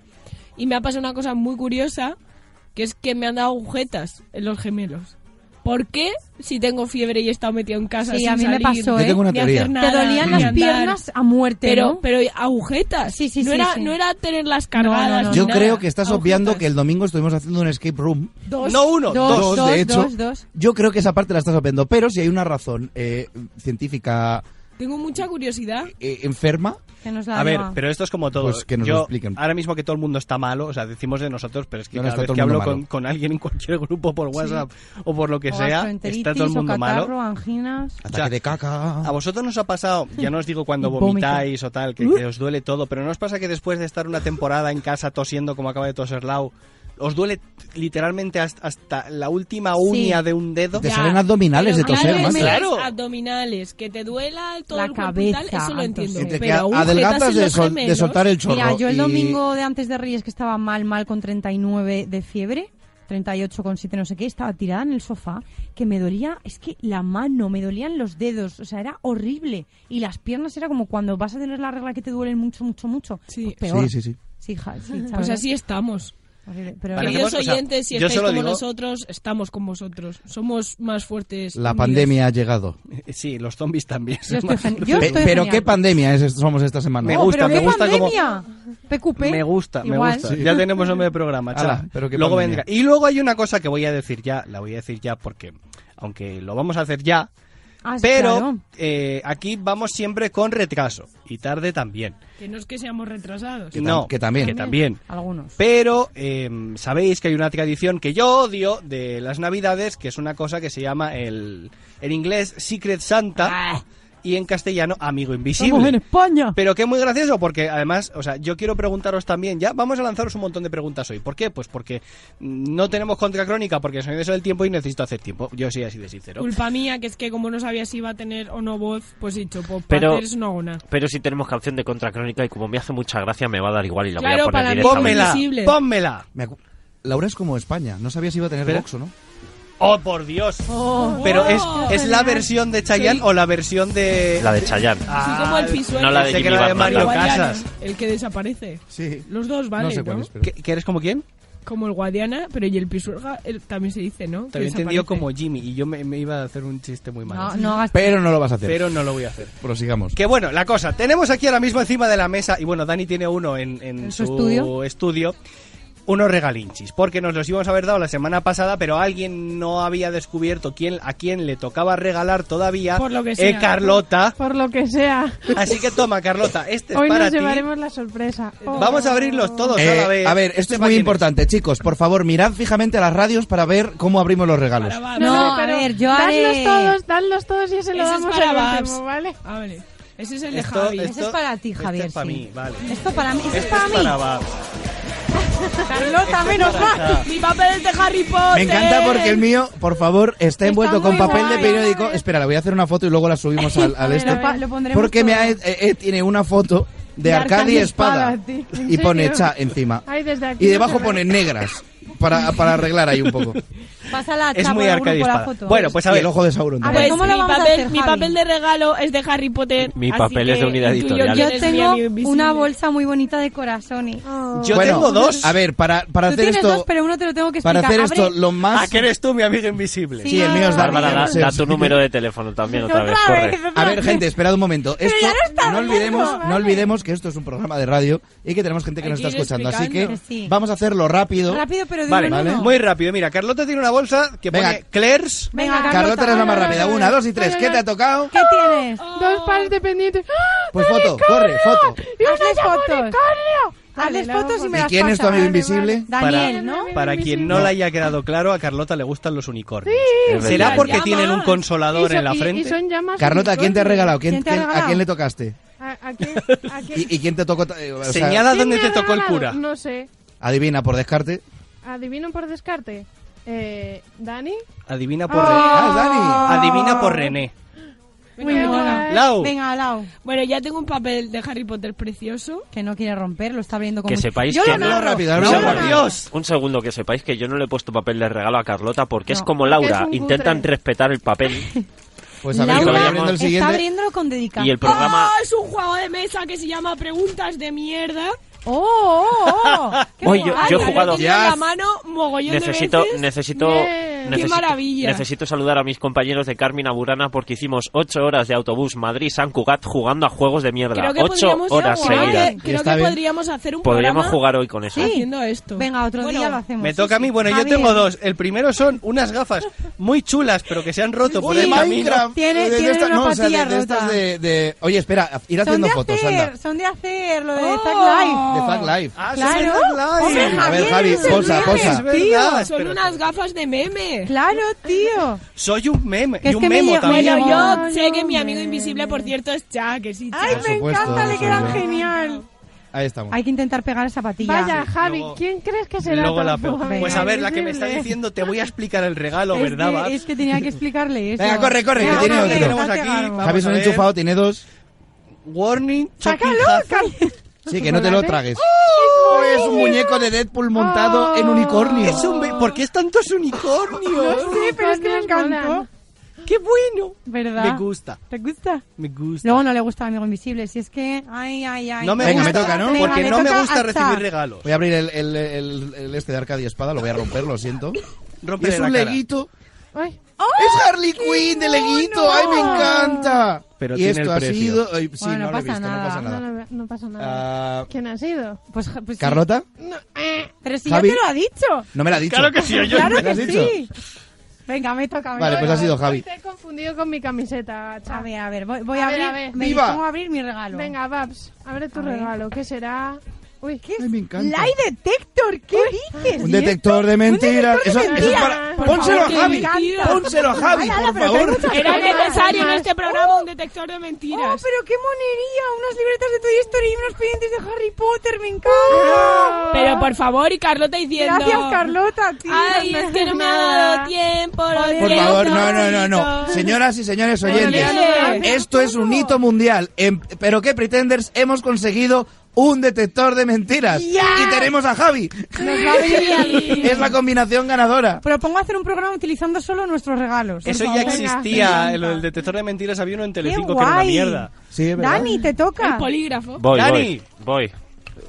Speaker 6: Y me ha pasado una cosa muy curiosa, que es que me han dado agujetas en los gemelos. ¿Por qué? Si tengo fiebre y he estado metido en casa
Speaker 3: Sí,
Speaker 6: sin
Speaker 3: a mí me
Speaker 6: salir,
Speaker 3: pasó,
Speaker 2: Yo ¿eh? tengo una
Speaker 6: ni hacer
Speaker 2: teoría. Te
Speaker 3: Te
Speaker 6: nada,
Speaker 3: dolían
Speaker 6: ni
Speaker 3: las
Speaker 6: andar.
Speaker 3: piernas a muerte,
Speaker 6: Pero,
Speaker 3: ¿no?
Speaker 6: pero agujetas.
Speaker 3: Sí, sí,
Speaker 6: no
Speaker 3: sí,
Speaker 6: era,
Speaker 3: sí.
Speaker 6: No era tenerlas cargadas.
Speaker 3: No, no, no.
Speaker 6: ni
Speaker 2: Yo
Speaker 6: nada.
Speaker 2: creo que estás
Speaker 6: Agujetas.
Speaker 2: obviando que el domingo estuvimos haciendo un escape room.
Speaker 6: Dos.
Speaker 1: No uno, dos.
Speaker 3: Dos.
Speaker 2: de hecho.
Speaker 3: dos, dos.
Speaker 2: Yo creo que esa parte la estás obviando. Pero si hay una razón eh, científica
Speaker 6: Tengo mucha curiosidad.
Speaker 2: eh, enferma,
Speaker 3: Que nos la
Speaker 1: A ver,
Speaker 3: diga. Ah,
Speaker 1: pero esto es como todo.
Speaker 2: Pues que nos
Speaker 1: Yo,
Speaker 2: lo expliquen.
Speaker 1: Ahora mismo que todo el mundo está malo, o sea, decimos de nosotros, pero es que
Speaker 2: No, no está
Speaker 1: cada vez
Speaker 2: todo el
Speaker 1: que hablo
Speaker 2: mundo
Speaker 1: con,
Speaker 2: malo.
Speaker 1: con alguien en cualquier grupo por WhatsApp o por lo que
Speaker 3: O
Speaker 1: sea,
Speaker 3: gastroenteritis,
Speaker 1: está todo el
Speaker 3: o
Speaker 1: mundo malo.
Speaker 3: catarro, anginas.
Speaker 2: ataque
Speaker 1: sea,
Speaker 2: de caca.
Speaker 1: A vosotros nos ha pasado, ya no os digo cuando
Speaker 3: Vómito. Uh.
Speaker 1: vomitáis o tal, que, que os duele todo, pero ¿no os pasa que después de estar una temporada en casa tosiendo como acaba de toser Lau, os duele literalmente hasta, hasta la última uña de un dedo?
Speaker 2: Te salen abdominales de
Speaker 6: Pero
Speaker 2: toser,
Speaker 6: claro,
Speaker 2: macho.
Speaker 6: me-
Speaker 1: Claro.
Speaker 6: abdominales, que te duela todo
Speaker 3: La
Speaker 6: el cuerpo y tal,
Speaker 3: cabeza,
Speaker 6: eso lo entiendo.
Speaker 3: entonces.
Speaker 2: Entre que
Speaker 6: pero agujetas
Speaker 2: adelgazas
Speaker 6: en
Speaker 2: de,
Speaker 6: los
Speaker 2: sol- de
Speaker 6: gemelos,
Speaker 2: soltar el chorro.
Speaker 3: Mira, yo el
Speaker 2: y-
Speaker 3: domingo de antes de Reyes que estaba mal, mal con 39 de fiebre, 38,7 no sé qué, estaba tirada en el sofá, que me dolía, es que la mano, me dolían los dedos, o sea, era horrible. Y las piernas era como cuando vas a tener la regla que te duelen mucho, mucho, mucho.
Speaker 6: Sí.
Speaker 3: Pues peor.
Speaker 2: Sí, sí, sí.
Speaker 3: Sí, ja- sí, chaval.
Speaker 6: Pues así estamos.
Speaker 3: Horrible, pero-
Speaker 1: Vale,
Speaker 6: Queridos
Speaker 1: hacemos- o sea,
Speaker 6: oyentes, si
Speaker 1: yo
Speaker 6: estáis
Speaker 1: solo
Speaker 6: como
Speaker 1: digo-
Speaker 6: nosotros, estamos con vosotros. Somos más fuertes.
Speaker 2: La
Speaker 6: unidos.
Speaker 2: pandemia ha llegado.
Speaker 1: Sí, los zombies también.
Speaker 3: Yo estoy gen- yo
Speaker 2: Pe-
Speaker 3: estoy
Speaker 2: pero
Speaker 3: genial.
Speaker 2: ¿qué pandemia es, somos esta semana?
Speaker 1: Me
Speaker 3: Oh,
Speaker 1: gusta,
Speaker 3: pero
Speaker 1: me
Speaker 3: qué
Speaker 1: gusta como-
Speaker 3: pandemia. PQP.
Speaker 1: Me gusta, me
Speaker 3: Igual.
Speaker 1: gusta. Ya tenemos nombre de programa,
Speaker 2: Ala,
Speaker 1: chala.
Speaker 2: pero qué
Speaker 1: luego
Speaker 2: pandemia.
Speaker 1: vendrá. Y luego hay una cosa que voy a decir ya, la voy a decir ya porque, aunque lo vamos a hacer ya,
Speaker 3: Ah, sí,
Speaker 1: Pero
Speaker 3: claro.
Speaker 1: eh, aquí vamos siempre con retraso y tarde también.
Speaker 6: Que no es que seamos retrasados.
Speaker 1: no, Que también.
Speaker 3: Algunos.
Speaker 1: Pero eh, sabéis que hay una tradición que yo odio de las Navidades, que es una cosa que se llama el, en inglés Secret Santa. Y en castellano, amigo invisible.
Speaker 3: Ah. Estamos en España!
Speaker 1: Pero que es muy gracioso, porque además, o sea, yo quiero preguntaros también, ya vamos a lanzaros un montón de preguntas hoy. ¿Por qué? Pues porque mm, no tenemos contracrónica, porque soy de eso del tiempo y necesito hacer tiempo. Yo soy así de sincero.
Speaker 6: Culpa mía, que es que como no sabía si iba a tener o no voz, pues he dicho, pues
Speaker 4: Pero-
Speaker 6: para hacer es una una.
Speaker 4: Pero si tenemos canción de contracrónica y como me hace mucha gracia me va a dar igual y la
Speaker 6: Claro,
Speaker 4: voy a
Speaker 6: para
Speaker 4: poner
Speaker 6: mí
Speaker 4: directamente.
Speaker 6: invisible.
Speaker 1: ¡Pónmela!
Speaker 2: Laura es como España. No sabía si iba a tener
Speaker 1: Espera.
Speaker 2: box o no.
Speaker 1: ¡Oh, por Dios! Pero es, ¿es la versión de Chayanne o la versión de...?
Speaker 4: La de Chayanne.
Speaker 1: Ah,
Speaker 6: Soy como el pisuelo.
Speaker 4: no la de
Speaker 1: pensé que
Speaker 4: Jimmy
Speaker 1: era de
Speaker 4: Van Mario
Speaker 1: Mario
Speaker 6: Guadiana,
Speaker 1: Casas.
Speaker 6: El que desaparece.
Speaker 2: Sí.
Speaker 6: Los dos valen, ¿no?
Speaker 1: ¿Que, que eres como quién?
Speaker 6: Como el Guadiana, pero y el Pisuerga él también se dice, ¿no? Que
Speaker 1: También entendido
Speaker 6: desaparece.
Speaker 1: como Jimmy y yo me, me iba a hacer un chiste muy malo.
Speaker 2: Pero no lo vas a hacer.
Speaker 1: Pero no lo voy a hacer.
Speaker 2: Prosigamos.
Speaker 1: Que bueno, la cosa, tenemos aquí ahora mismo encima de la mesa, y bueno, Dani tiene uno en, en
Speaker 2: su estudio?
Speaker 1: estudio, unos regalinchis, porque nos los íbamos a haber dado la semana pasada, pero alguien no había descubierto quién, a quién le tocaba regalar todavía.
Speaker 5: Por lo que
Speaker 1: Eh,
Speaker 5: sea.
Speaker 1: Carlota.
Speaker 5: Por lo que sea.
Speaker 1: Así que toma, Carlota, este es
Speaker 5: Hoy
Speaker 1: para
Speaker 5: nos
Speaker 1: ti.
Speaker 5: llevaremos la sorpresa. Oh.
Speaker 1: Vamos a abrirlos todos a la
Speaker 2: Eh,
Speaker 1: vez.
Speaker 2: a ver, esto es muy importante, chicos. Por favor, mirad fijamente a las radios para ver cómo abrimos los regalos.
Speaker 3: No, a ver, yo haré...
Speaker 5: Dadlos todos, dadlos todos y se lo
Speaker 6: Ese
Speaker 5: damos
Speaker 6: es para
Speaker 5: al
Speaker 6: Babs.
Speaker 5: último, ¿vale?
Speaker 6: Ah, vale. Ese es el
Speaker 1: Esto-
Speaker 6: de Javi.
Speaker 1: esto-
Speaker 3: Ese es para ti,
Speaker 1: este
Speaker 3: Javier,
Speaker 1: es para
Speaker 3: sí.
Speaker 1: mí, vale.
Speaker 3: Esto para mí, ese
Speaker 1: Este
Speaker 3: es para mí.
Speaker 1: para Babs.
Speaker 5: Carlota, menos
Speaker 1: para
Speaker 5: mal.
Speaker 6: Mi papel de Harry Potter.
Speaker 2: Me encanta porque el mío, por favor, está envuelto con
Speaker 5: muy
Speaker 2: papel de
Speaker 5: guay.
Speaker 2: periódico. Espera, le voy a hacer una foto y luego la subimos al, al
Speaker 5: A ver,
Speaker 2: este.
Speaker 5: a ver, lo pondremos
Speaker 2: porque me
Speaker 5: todo.
Speaker 2: ha- eh, eh, tiene una foto de,
Speaker 5: De
Speaker 2: Arcadia
Speaker 5: Arcadia
Speaker 2: Espada,
Speaker 5: Espada, tío. ¿En
Speaker 2: y pone
Speaker 5: serio?
Speaker 2: cha encima.
Speaker 5: Ay, desde aquí
Speaker 2: Y
Speaker 5: no
Speaker 2: debajo
Speaker 5: se ve.
Speaker 2: pone negras para, para arreglar ahí un poco.
Speaker 3: Pásala a
Speaker 1: Es
Speaker 3: Chapa
Speaker 1: muy
Speaker 3: en el grupo
Speaker 1: Arcadia
Speaker 3: la
Speaker 1: Espada.
Speaker 3: foto.
Speaker 1: Bueno, pues a
Speaker 2: Y
Speaker 1: ver.
Speaker 2: el ojo de Sauron.
Speaker 3: A
Speaker 2: también.
Speaker 3: ver, ¿cómo lo
Speaker 6: mi
Speaker 3: vamos a
Speaker 6: papel,
Speaker 3: hacer,
Speaker 6: mi
Speaker 3: Javi?
Speaker 6: papel de regalo es de Harry Potter.
Speaker 4: Mi
Speaker 6: así
Speaker 4: papel es de
Speaker 6: que
Speaker 4: unidad
Speaker 6: tú y yo
Speaker 4: editorial.
Speaker 3: Yo
Speaker 6: eres mi
Speaker 3: tengo
Speaker 6: amigo invisible.
Speaker 3: una bolsa muy bonita de corazones.
Speaker 6: Oh.
Speaker 1: Yo
Speaker 2: Bueno,
Speaker 1: tengo dos.
Speaker 2: A ver, para, para
Speaker 3: Tú
Speaker 2: hacer
Speaker 3: tienes
Speaker 2: esto.
Speaker 3: dos, pero uno te lo tengo que
Speaker 2: para
Speaker 3: explicar.
Speaker 2: hacer esto
Speaker 3: Abre-
Speaker 2: lo más.
Speaker 1: Ah, que eres tú, mi amigo invisible.
Speaker 2: Sí, el mío es Dani,
Speaker 4: Bárbara,
Speaker 2: ya
Speaker 4: da,
Speaker 2: lo sé.
Speaker 4: da tu número de teléfono también otra vez, corre.
Speaker 2: A ver, gente, esperad un momento.
Speaker 5: Pero
Speaker 2: Esto,
Speaker 5: ya lo está
Speaker 2: no olvidemos,
Speaker 5: hablando,
Speaker 2: no
Speaker 5: vale.
Speaker 2: olvidemos que esto es un programa de radio y que tenemos gente que
Speaker 6: Hay
Speaker 2: nos
Speaker 6: que
Speaker 2: está
Speaker 6: ir
Speaker 2: escuchando. Así que
Speaker 6: explicando.
Speaker 3: Sí.
Speaker 2: vamos a hacerlo rápido.
Speaker 3: Rápido, pero de
Speaker 1: Vale,
Speaker 3: uno en uno.
Speaker 1: muy rápido. Mira, Carlota tiene una bolsa que
Speaker 2: Venga.
Speaker 1: pone Claire's.
Speaker 3: Venga, Carlota.
Speaker 2: Carlota eres la más rápida. Una, dos y tres.
Speaker 5: Vale,
Speaker 2: ¿Qué te
Speaker 5: vale.
Speaker 2: ha tocado?
Speaker 3: ¿Qué tienes?
Speaker 5: Dos pares de pendientes. ¡Ah!
Speaker 2: Pues foto, corre, foto.
Speaker 5: ¡Y una
Speaker 3: Hazles
Speaker 5: llama
Speaker 3: fotos.
Speaker 5: unicornio!
Speaker 3: Hazles
Speaker 5: luego
Speaker 3: fotos y me
Speaker 2: ¿Y
Speaker 3: las
Speaker 2: quién es tu
Speaker 3: pasa.
Speaker 2: amigo invisible?
Speaker 3: Daniel,
Speaker 1: para,
Speaker 3: ¿no?
Speaker 1: Para quien no
Speaker 2: No.
Speaker 1: le haya quedado claro, a Carlota le gustan los unicornios.
Speaker 4: Es
Speaker 1: ¿Será
Speaker 4: verdad.
Speaker 1: porque
Speaker 6: Llamas.
Speaker 1: tienen un consolador
Speaker 5: Y so-
Speaker 1: en la
Speaker 5: y- Y,
Speaker 1: frente?
Speaker 5: son llamas
Speaker 2: Carlota, ¿quién te ha
Speaker 5: unicornio.
Speaker 2: regalado? ¿Quién,
Speaker 3: ¿Quién te ha
Speaker 2: quién- ¿A
Speaker 3: regalado?
Speaker 2: quién le tocaste?
Speaker 5: ¿A, a quién? ¿A quién?
Speaker 2: ¿Y, y quién te tocó? eh, o sea,
Speaker 1: Señala
Speaker 5: ¿Quién
Speaker 1: dónde
Speaker 5: me
Speaker 1: te
Speaker 5: ha
Speaker 1: tocó el
Speaker 5: regalado?
Speaker 1: cura.
Speaker 5: No sé.
Speaker 2: adivina por descarte.
Speaker 5: Adivino por descarte. Eh, ¿Dani?
Speaker 1: Adivina por
Speaker 2: Ah,
Speaker 1: René.
Speaker 2: es Dani.
Speaker 1: Adivina por René.
Speaker 5: Muy
Speaker 6: Venga,
Speaker 5: mola.
Speaker 6: hola.
Speaker 1: Lau.
Speaker 3: Venga, Lau.
Speaker 6: Bueno, ya tengo un papel de Harry Potter precioso.
Speaker 3: Que no quiere romper, lo está abriendo como...
Speaker 4: Que sepáis
Speaker 3: Yo
Speaker 4: que
Speaker 3: lo
Speaker 4: no-
Speaker 3: narro.
Speaker 2: rápido,
Speaker 3: Yo
Speaker 2: no,
Speaker 3: lo
Speaker 2: por
Speaker 3: narro.
Speaker 1: Dios.
Speaker 4: Un segundo, que sepáis que yo no le he puesto papel de regalo a Carlota porque es
Speaker 3: No,
Speaker 4: como
Speaker 5: porque es
Speaker 4: Laura,
Speaker 5: un
Speaker 4: intentan
Speaker 5: cutre.
Speaker 4: respetar el papel
Speaker 2: Pues a ver,
Speaker 4: Laura
Speaker 2: que vaya abriendo el
Speaker 3: Está
Speaker 2: siguiente.
Speaker 3: abriéndolo con dedicación.
Speaker 4: y el programa...
Speaker 6: ¡Oh, es un juego de mesa que se llama Preguntas de mierda.
Speaker 3: ¡Oh, oh, oh! ¡Qué
Speaker 4: Oye, yo-
Speaker 3: guay!
Speaker 4: yo he
Speaker 6: Lo
Speaker 4: jugado-
Speaker 6: he tenido en
Speaker 2: Yes.
Speaker 6: la mano mogollón
Speaker 4: Necesito,
Speaker 6: de veces.
Speaker 4: necesito,
Speaker 5: Bien.
Speaker 4: necesito,
Speaker 6: Qué maravilla.
Speaker 4: necesito saludar a mis compañeros de Carmina Burana porque hicimos ocho horas de autobús Madrid-San Cugat jugando a juegos de mierda.
Speaker 6: Creo que
Speaker 4: Ocho
Speaker 6: podríamos,
Speaker 4: horas
Speaker 6: ¿eh? creo que-
Speaker 4: seguidas.
Speaker 2: Y
Speaker 6: creo
Speaker 2: está
Speaker 6: que
Speaker 2: bien.
Speaker 6: podríamos hacer un
Speaker 4: Podríamos
Speaker 6: programa
Speaker 4: jugar hoy con eso.
Speaker 3: Sí.
Speaker 6: haciendo esto.
Speaker 3: Venga, otro
Speaker 6: Bueno,
Speaker 3: día lo hacemos.
Speaker 1: Me
Speaker 3: sí,
Speaker 1: toca a
Speaker 3: sí.
Speaker 1: mí. Bueno, yo
Speaker 3: Javier,
Speaker 1: tengo dos. El primero son unas gafas muy chulas, pero que se han roto por
Speaker 2: Uy,
Speaker 1: el camino.
Speaker 2: Minecraft.
Speaker 3: Tiene-
Speaker 2: De- de
Speaker 3: tiene
Speaker 2: estas-
Speaker 3: una
Speaker 2: no, o sea, de-
Speaker 3: patilla
Speaker 2: de estas
Speaker 3: rota.
Speaker 2: de- de- Oye, espera, ir
Speaker 3: Son
Speaker 2: haciendo
Speaker 3: de
Speaker 2: fotos,
Speaker 3: hacer,
Speaker 2: anda.
Speaker 3: son de hacer, lo de
Speaker 6: Oh.
Speaker 3: Zack Life.
Speaker 2: De Fact Life.
Speaker 1: Ah, son
Speaker 3: Claro.
Speaker 1: unas
Speaker 3: Hombre,
Speaker 1: live.
Speaker 2: A ver, Javi,
Speaker 3: es el
Speaker 2: posa,
Speaker 3: meme,
Speaker 2: posa.
Speaker 1: eh. Es verdad.
Speaker 6: Son
Speaker 1: Espérate.
Speaker 6: unas gafas de meme.
Speaker 3: Claro, tío.
Speaker 1: Soy un meme.
Speaker 3: Que
Speaker 1: Y
Speaker 3: es
Speaker 1: un
Speaker 3: que me
Speaker 1: memo
Speaker 3: lle- me
Speaker 1: también.
Speaker 6: Bueno,
Speaker 3: Ay,
Speaker 6: yo
Speaker 3: no,
Speaker 6: sé que mi
Speaker 3: hombre.
Speaker 6: amigo invisible, por cierto, es Chuck, que sí, Chuck.
Speaker 3: Ay,
Speaker 2: Por
Speaker 3: me
Speaker 2: supuesto,
Speaker 3: encanta, le
Speaker 2: soy
Speaker 3: quedan
Speaker 2: yo.
Speaker 3: genial.
Speaker 2: Ahí estamos.
Speaker 3: Hay que intentar pegar esa patilla.
Speaker 5: Vaya, Javi,
Speaker 1: luego-
Speaker 5: ¿quién crees que será?
Speaker 1: Luego
Speaker 5: tu
Speaker 1: la
Speaker 5: amigo
Speaker 1: pego. Pues a ver, la que me está
Speaker 5: invisible?
Speaker 1: diciendo, te voy a explicar el regalo,
Speaker 3: es,
Speaker 1: ¿verdad, Babs?
Speaker 3: que, es que tenía que explicarle eso.
Speaker 2: Venga, corre, corre, que
Speaker 3: Venga,
Speaker 2: tiene
Speaker 3: va,
Speaker 2: otro.
Speaker 3: que
Speaker 1: Tenemos
Speaker 3: está
Speaker 1: aquí,
Speaker 3: pegado.
Speaker 1: vamos.
Speaker 2: Javi,
Speaker 1: a
Speaker 2: son
Speaker 1: ver.
Speaker 2: enchufado, tiene dos.
Speaker 1: Warning, choking
Speaker 3: ¡Sácalo,
Speaker 1: hazard.
Speaker 3: Carlos!
Speaker 2: Sí, que no te lo
Speaker 5: ¿Chocolate?
Speaker 2: tragues.
Speaker 5: ¡Oh,
Speaker 2: es un muñeco de Deadpool montado
Speaker 5: Oh.
Speaker 2: en unicornio.
Speaker 1: Es un be- ¿Por qué es tantos unicornios?
Speaker 3: Sí, pero es que me encantó.
Speaker 1: ¡Qué bueno!
Speaker 3: ¿Verdad?
Speaker 1: Me gusta,
Speaker 3: ¿Te gusta?
Speaker 1: me gusta.
Speaker 3: Luego no le gusta Amigo Invisible, si es que... Ah, Ay, ay, ay.
Speaker 1: No me
Speaker 2: Venga,
Speaker 1: gusta,
Speaker 2: me toca, ¿no?
Speaker 3: Venga,
Speaker 1: Porque
Speaker 3: le
Speaker 1: no me
Speaker 3: toca
Speaker 1: gusta
Speaker 3: a
Speaker 1: recibir
Speaker 3: Zach.
Speaker 1: regalos.
Speaker 2: Voy a abrir el, el- el- el este de Arcadia Espada, lo voy a romper, lo siento. Y
Speaker 1: Rómpele
Speaker 2: es un
Speaker 1: la cara.
Speaker 2: leguito.
Speaker 5: Ay,
Speaker 3: ¡Oh!
Speaker 2: ¡Es Harley Quinn de leguito! ¡Ay, me encanta!
Speaker 1: Pero
Speaker 2: y
Speaker 1: tiene
Speaker 2: esto
Speaker 1: el
Speaker 2: ha
Speaker 1: precio.
Speaker 2: sido... ay, sí,
Speaker 3: Bueno,
Speaker 2: no lo he
Speaker 3: pasa
Speaker 2: visto,
Speaker 3: nada.
Speaker 2: no pasa
Speaker 5: no,
Speaker 2: nada.
Speaker 5: no, no pasa nada.
Speaker 2: Ah,
Speaker 5: ¿Quién ha sido?
Speaker 3: Pues, ja- pues sí.
Speaker 2: ¿Carlota?
Speaker 5: No, eh,
Speaker 3: Pero si
Speaker 2: Javi.
Speaker 3: ya te lo ha dicho.
Speaker 2: No me la ha dicho.
Speaker 1: Claro que sí, oye.
Speaker 2: ¿Me
Speaker 3: Claro
Speaker 2: lo has
Speaker 3: que
Speaker 2: dicho?
Speaker 3: sí. Venga, me toca. me
Speaker 2: Vale,
Speaker 3: toca.
Speaker 2: pues ha sido Javi.
Speaker 5: Te he confundido con mi camiseta,
Speaker 3: A ver, a ver, voy, voy a,
Speaker 5: ver,
Speaker 3: abrir,
Speaker 5: a ver.
Speaker 3: me
Speaker 5: Viva.
Speaker 3: dispongo a abrir mi regalo.
Speaker 5: Venga, Babs, abre tu
Speaker 3: A ver.
Speaker 5: regalo. ¿Qué será? Uy, ¿qué
Speaker 2: es? Me
Speaker 3: Lie detector, ¿qué dices?
Speaker 2: Un detector de mentiras.
Speaker 3: detector de
Speaker 2: Eso- eso es
Speaker 3: mentiras.
Speaker 2: para-
Speaker 3: Por
Speaker 2: pónselo
Speaker 3: favor,
Speaker 2: a Javi.
Speaker 3: que me encanta.
Speaker 2: Pónselo a Javi,
Speaker 3: Ala, pero
Speaker 2: por
Speaker 3: que hay
Speaker 2: favor.
Speaker 3: muchas
Speaker 6: Era
Speaker 3: cosas
Speaker 6: necesario en
Speaker 3: más.
Speaker 6: este programa
Speaker 3: Oh,
Speaker 6: un detector de
Speaker 3: Oh,
Speaker 6: mentiras.
Speaker 3: pero qué monería, unas libretas de Toy Story y unos pendientes de Harry Potter, me encanta.
Speaker 6: Pero por favor, y Carlota diciendo.
Speaker 3: Gracias, Carlota, tío.
Speaker 6: Ay, es que no me ha dado tiempo. lo
Speaker 3: Joder.
Speaker 2: Por
Speaker 6: siento,
Speaker 2: favor, no, no, no, no.
Speaker 6: chicos.
Speaker 2: Señoras y señores
Speaker 6: Bueno,
Speaker 2: oyentes,
Speaker 6: mira,
Speaker 2: esto es un hito mundial. En- pero qué pretenders, hemos conseguido un detector de mentiras. Y tenemos a Javi.
Speaker 3: Nos va a venir bien.
Speaker 2: Es la combinación ganadora.
Speaker 3: Propongo hacer un programa utilizando solo nuestros regalos. por
Speaker 1: Eso ya
Speaker 3: favor.
Speaker 1: existía, el, el detector de mentiras había uno en Telecinco que era una
Speaker 3: guay.
Speaker 1: mierda.
Speaker 2: Sí,
Speaker 3: Dani, te toca.
Speaker 6: El polígrafo.
Speaker 4: Voy,
Speaker 1: Dani.
Speaker 4: voy, voy.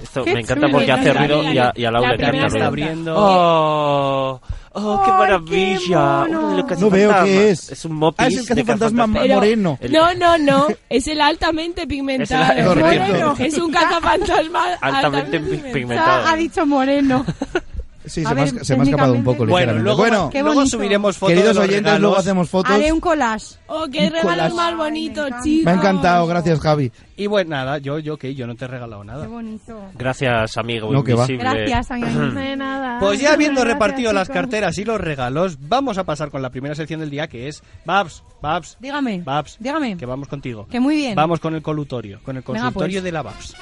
Speaker 4: Esto
Speaker 3: Qué
Speaker 4: me encanta porque
Speaker 3: chulo.
Speaker 4: hace
Speaker 3: Venga,
Speaker 4: ruido
Speaker 3: dale,
Speaker 4: y a, y a Laura
Speaker 6: la
Speaker 4: le encanta
Speaker 6: primera
Speaker 4: ruido.
Speaker 6: está
Speaker 1: abriendo.
Speaker 4: ¡Oh! ¡Oh, qué maravilla! Uno de los
Speaker 2: No veo
Speaker 4: cazafantasmas.
Speaker 2: qué es.
Speaker 4: Es un mopis
Speaker 2: Ah, es el
Speaker 4: de
Speaker 2: cazafantasma
Speaker 4: cazafantasmas.
Speaker 2: moreno.
Speaker 4: El-
Speaker 6: No, no, no. Es el altamente pigmentado.
Speaker 4: Es el- Correcto.
Speaker 6: Moreno. Es un cazafantasma
Speaker 4: Altamente
Speaker 6: altamente
Speaker 4: pi-
Speaker 6: pigmentado.
Speaker 4: pigmentado.
Speaker 3: Ha dicho Moreno.
Speaker 2: Sí,
Speaker 3: A
Speaker 2: se, me ha-
Speaker 3: ver,
Speaker 2: se me ha escapado un
Speaker 3: técnicamente-
Speaker 2: poco,
Speaker 1: Bueno,
Speaker 2: ligeramente.
Speaker 1: luego,
Speaker 2: Bueno,
Speaker 3: Qué
Speaker 1: luego
Speaker 3: bonito.
Speaker 1: subiremos fotos de
Speaker 2: queridos
Speaker 1: los
Speaker 2: oyentes,
Speaker 1: regalos.
Speaker 2: luego hacemos fotos.
Speaker 3: Haré un collage.
Speaker 6: Oh, qué regalos
Speaker 2: Nicolás.
Speaker 6: más bonitos,
Speaker 3: Ay, me
Speaker 6: chicos.
Speaker 2: Me ha encantado, gracias, Javi.
Speaker 1: Y bueno, nada, yo, yo, que yo no te he regalado
Speaker 3: Qué
Speaker 1: nada.
Speaker 3: bonito.
Speaker 4: Gracias, amigo
Speaker 2: No, que va.
Speaker 4: invisible.
Speaker 3: Gracias, amigo.
Speaker 5: No hay nada.
Speaker 1: Pues ya habiendo
Speaker 5: Gracias,
Speaker 1: repartido las
Speaker 5: chicos.
Speaker 1: carteras y los regalos, vamos a pasar con la primera sección del día que es Babs, Babs,
Speaker 3: Dígame.
Speaker 1: Babs,
Speaker 3: Dígame.
Speaker 1: que vamos contigo.
Speaker 3: Que muy bien.
Speaker 1: Vamos con el colutorio, con el
Speaker 3: Venga,
Speaker 1: consultorio
Speaker 3: pues.
Speaker 1: de la Babs.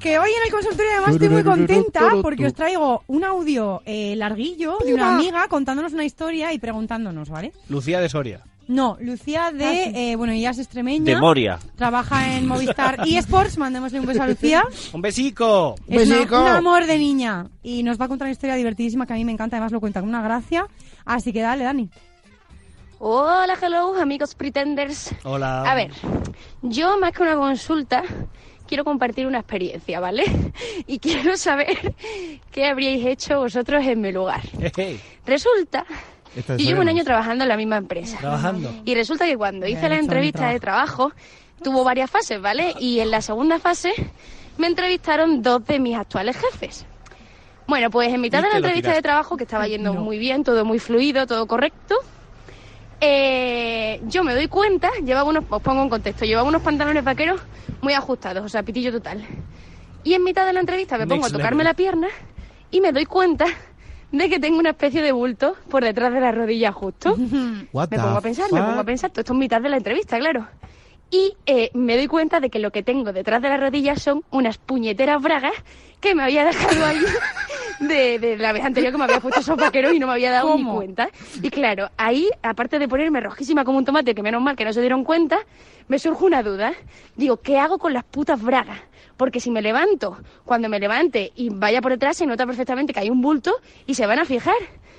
Speaker 3: Que hoy en el consultorio además estoy muy contenta porque os traigo un audio eh, larguillo de una amiga contándonos una historia y preguntándonos, ¿vale?
Speaker 1: Lucía de Soria.
Speaker 3: No, Lucía de,
Speaker 14: Ah,
Speaker 3: eh, bueno, ella es extremeña.
Speaker 4: De Moria.
Speaker 3: Trabaja en Movistar eSports, mandémosle un beso a Lucía.
Speaker 1: ¡Un besico!
Speaker 3: Es una-
Speaker 2: Besico.
Speaker 3: un amor de niña. Y nos va a contar una historia divertidísima que a mí me encanta, además lo cuenta con una gracia. Así que dale, Dani.
Speaker 14: Hola, hello, amigos pretenders.
Speaker 1: Hola.
Speaker 14: A ver, yo más que una consulta, quiero compartir una experiencia, ¿vale? Y quiero saber qué habríais hecho vosotros en mi lugar.
Speaker 1: Jeje,
Speaker 14: Resulta,
Speaker 2: Esta
Speaker 14: yo
Speaker 2: es
Speaker 14: llevo un
Speaker 2: Soria.
Speaker 14: año trabajando en la misma empresa.
Speaker 1: Trabajando.
Speaker 14: Y resulta que cuando
Speaker 3: Bien
Speaker 14: hice
Speaker 3: hecho,
Speaker 14: la
Speaker 3: mi
Speaker 14: entrevista de trabajo, tuvo varias fases, ¿vale? Y en la segunda fase me entrevistaron dos de mis actuales jefes. Bueno, pues en mitad
Speaker 1: Y
Speaker 14: de
Speaker 1: te
Speaker 14: la
Speaker 1: lo
Speaker 14: entrevista de
Speaker 1: tiraste.
Speaker 14: trabajo, que estaba yendo muy bien, todo muy fluido, todo correcto, eh, yo me doy cuenta, llevaba unos, os pongo en contexto, llevaba unos pantalones vaqueros muy ajustados, o sea, pitillo total. Y en mitad de la entrevista me pongo
Speaker 1: Next
Speaker 14: a tocarme
Speaker 1: level.
Speaker 14: la pierna y me doy cuenta de que tengo una especie de bulto por detrás de la rodilla justo.
Speaker 2: What
Speaker 14: Me
Speaker 2: the
Speaker 14: pongo a pensar, me
Speaker 2: fuck?
Speaker 14: pongo a pensar, todo esto es mitad de la entrevista, claro. Y eh, me doy cuenta de que lo que tengo detrás de la rodilla son unas puñeteras bragas que me había dejado ahí de, de la vez anterior que me había puesto esos vaqueros y no me había dado ni
Speaker 3: ¿Cómo?
Speaker 14: cuenta. Y claro, ahí, aparte de ponerme rojísima como un tomate, que menos mal que no se dieron cuenta, me surge una duda. Digo, ¿qué hago con las putas bragas? Porque si me levanto, cuando me levante y vaya por detrás, se nota perfectamente que hay un bulto y se van a fijar.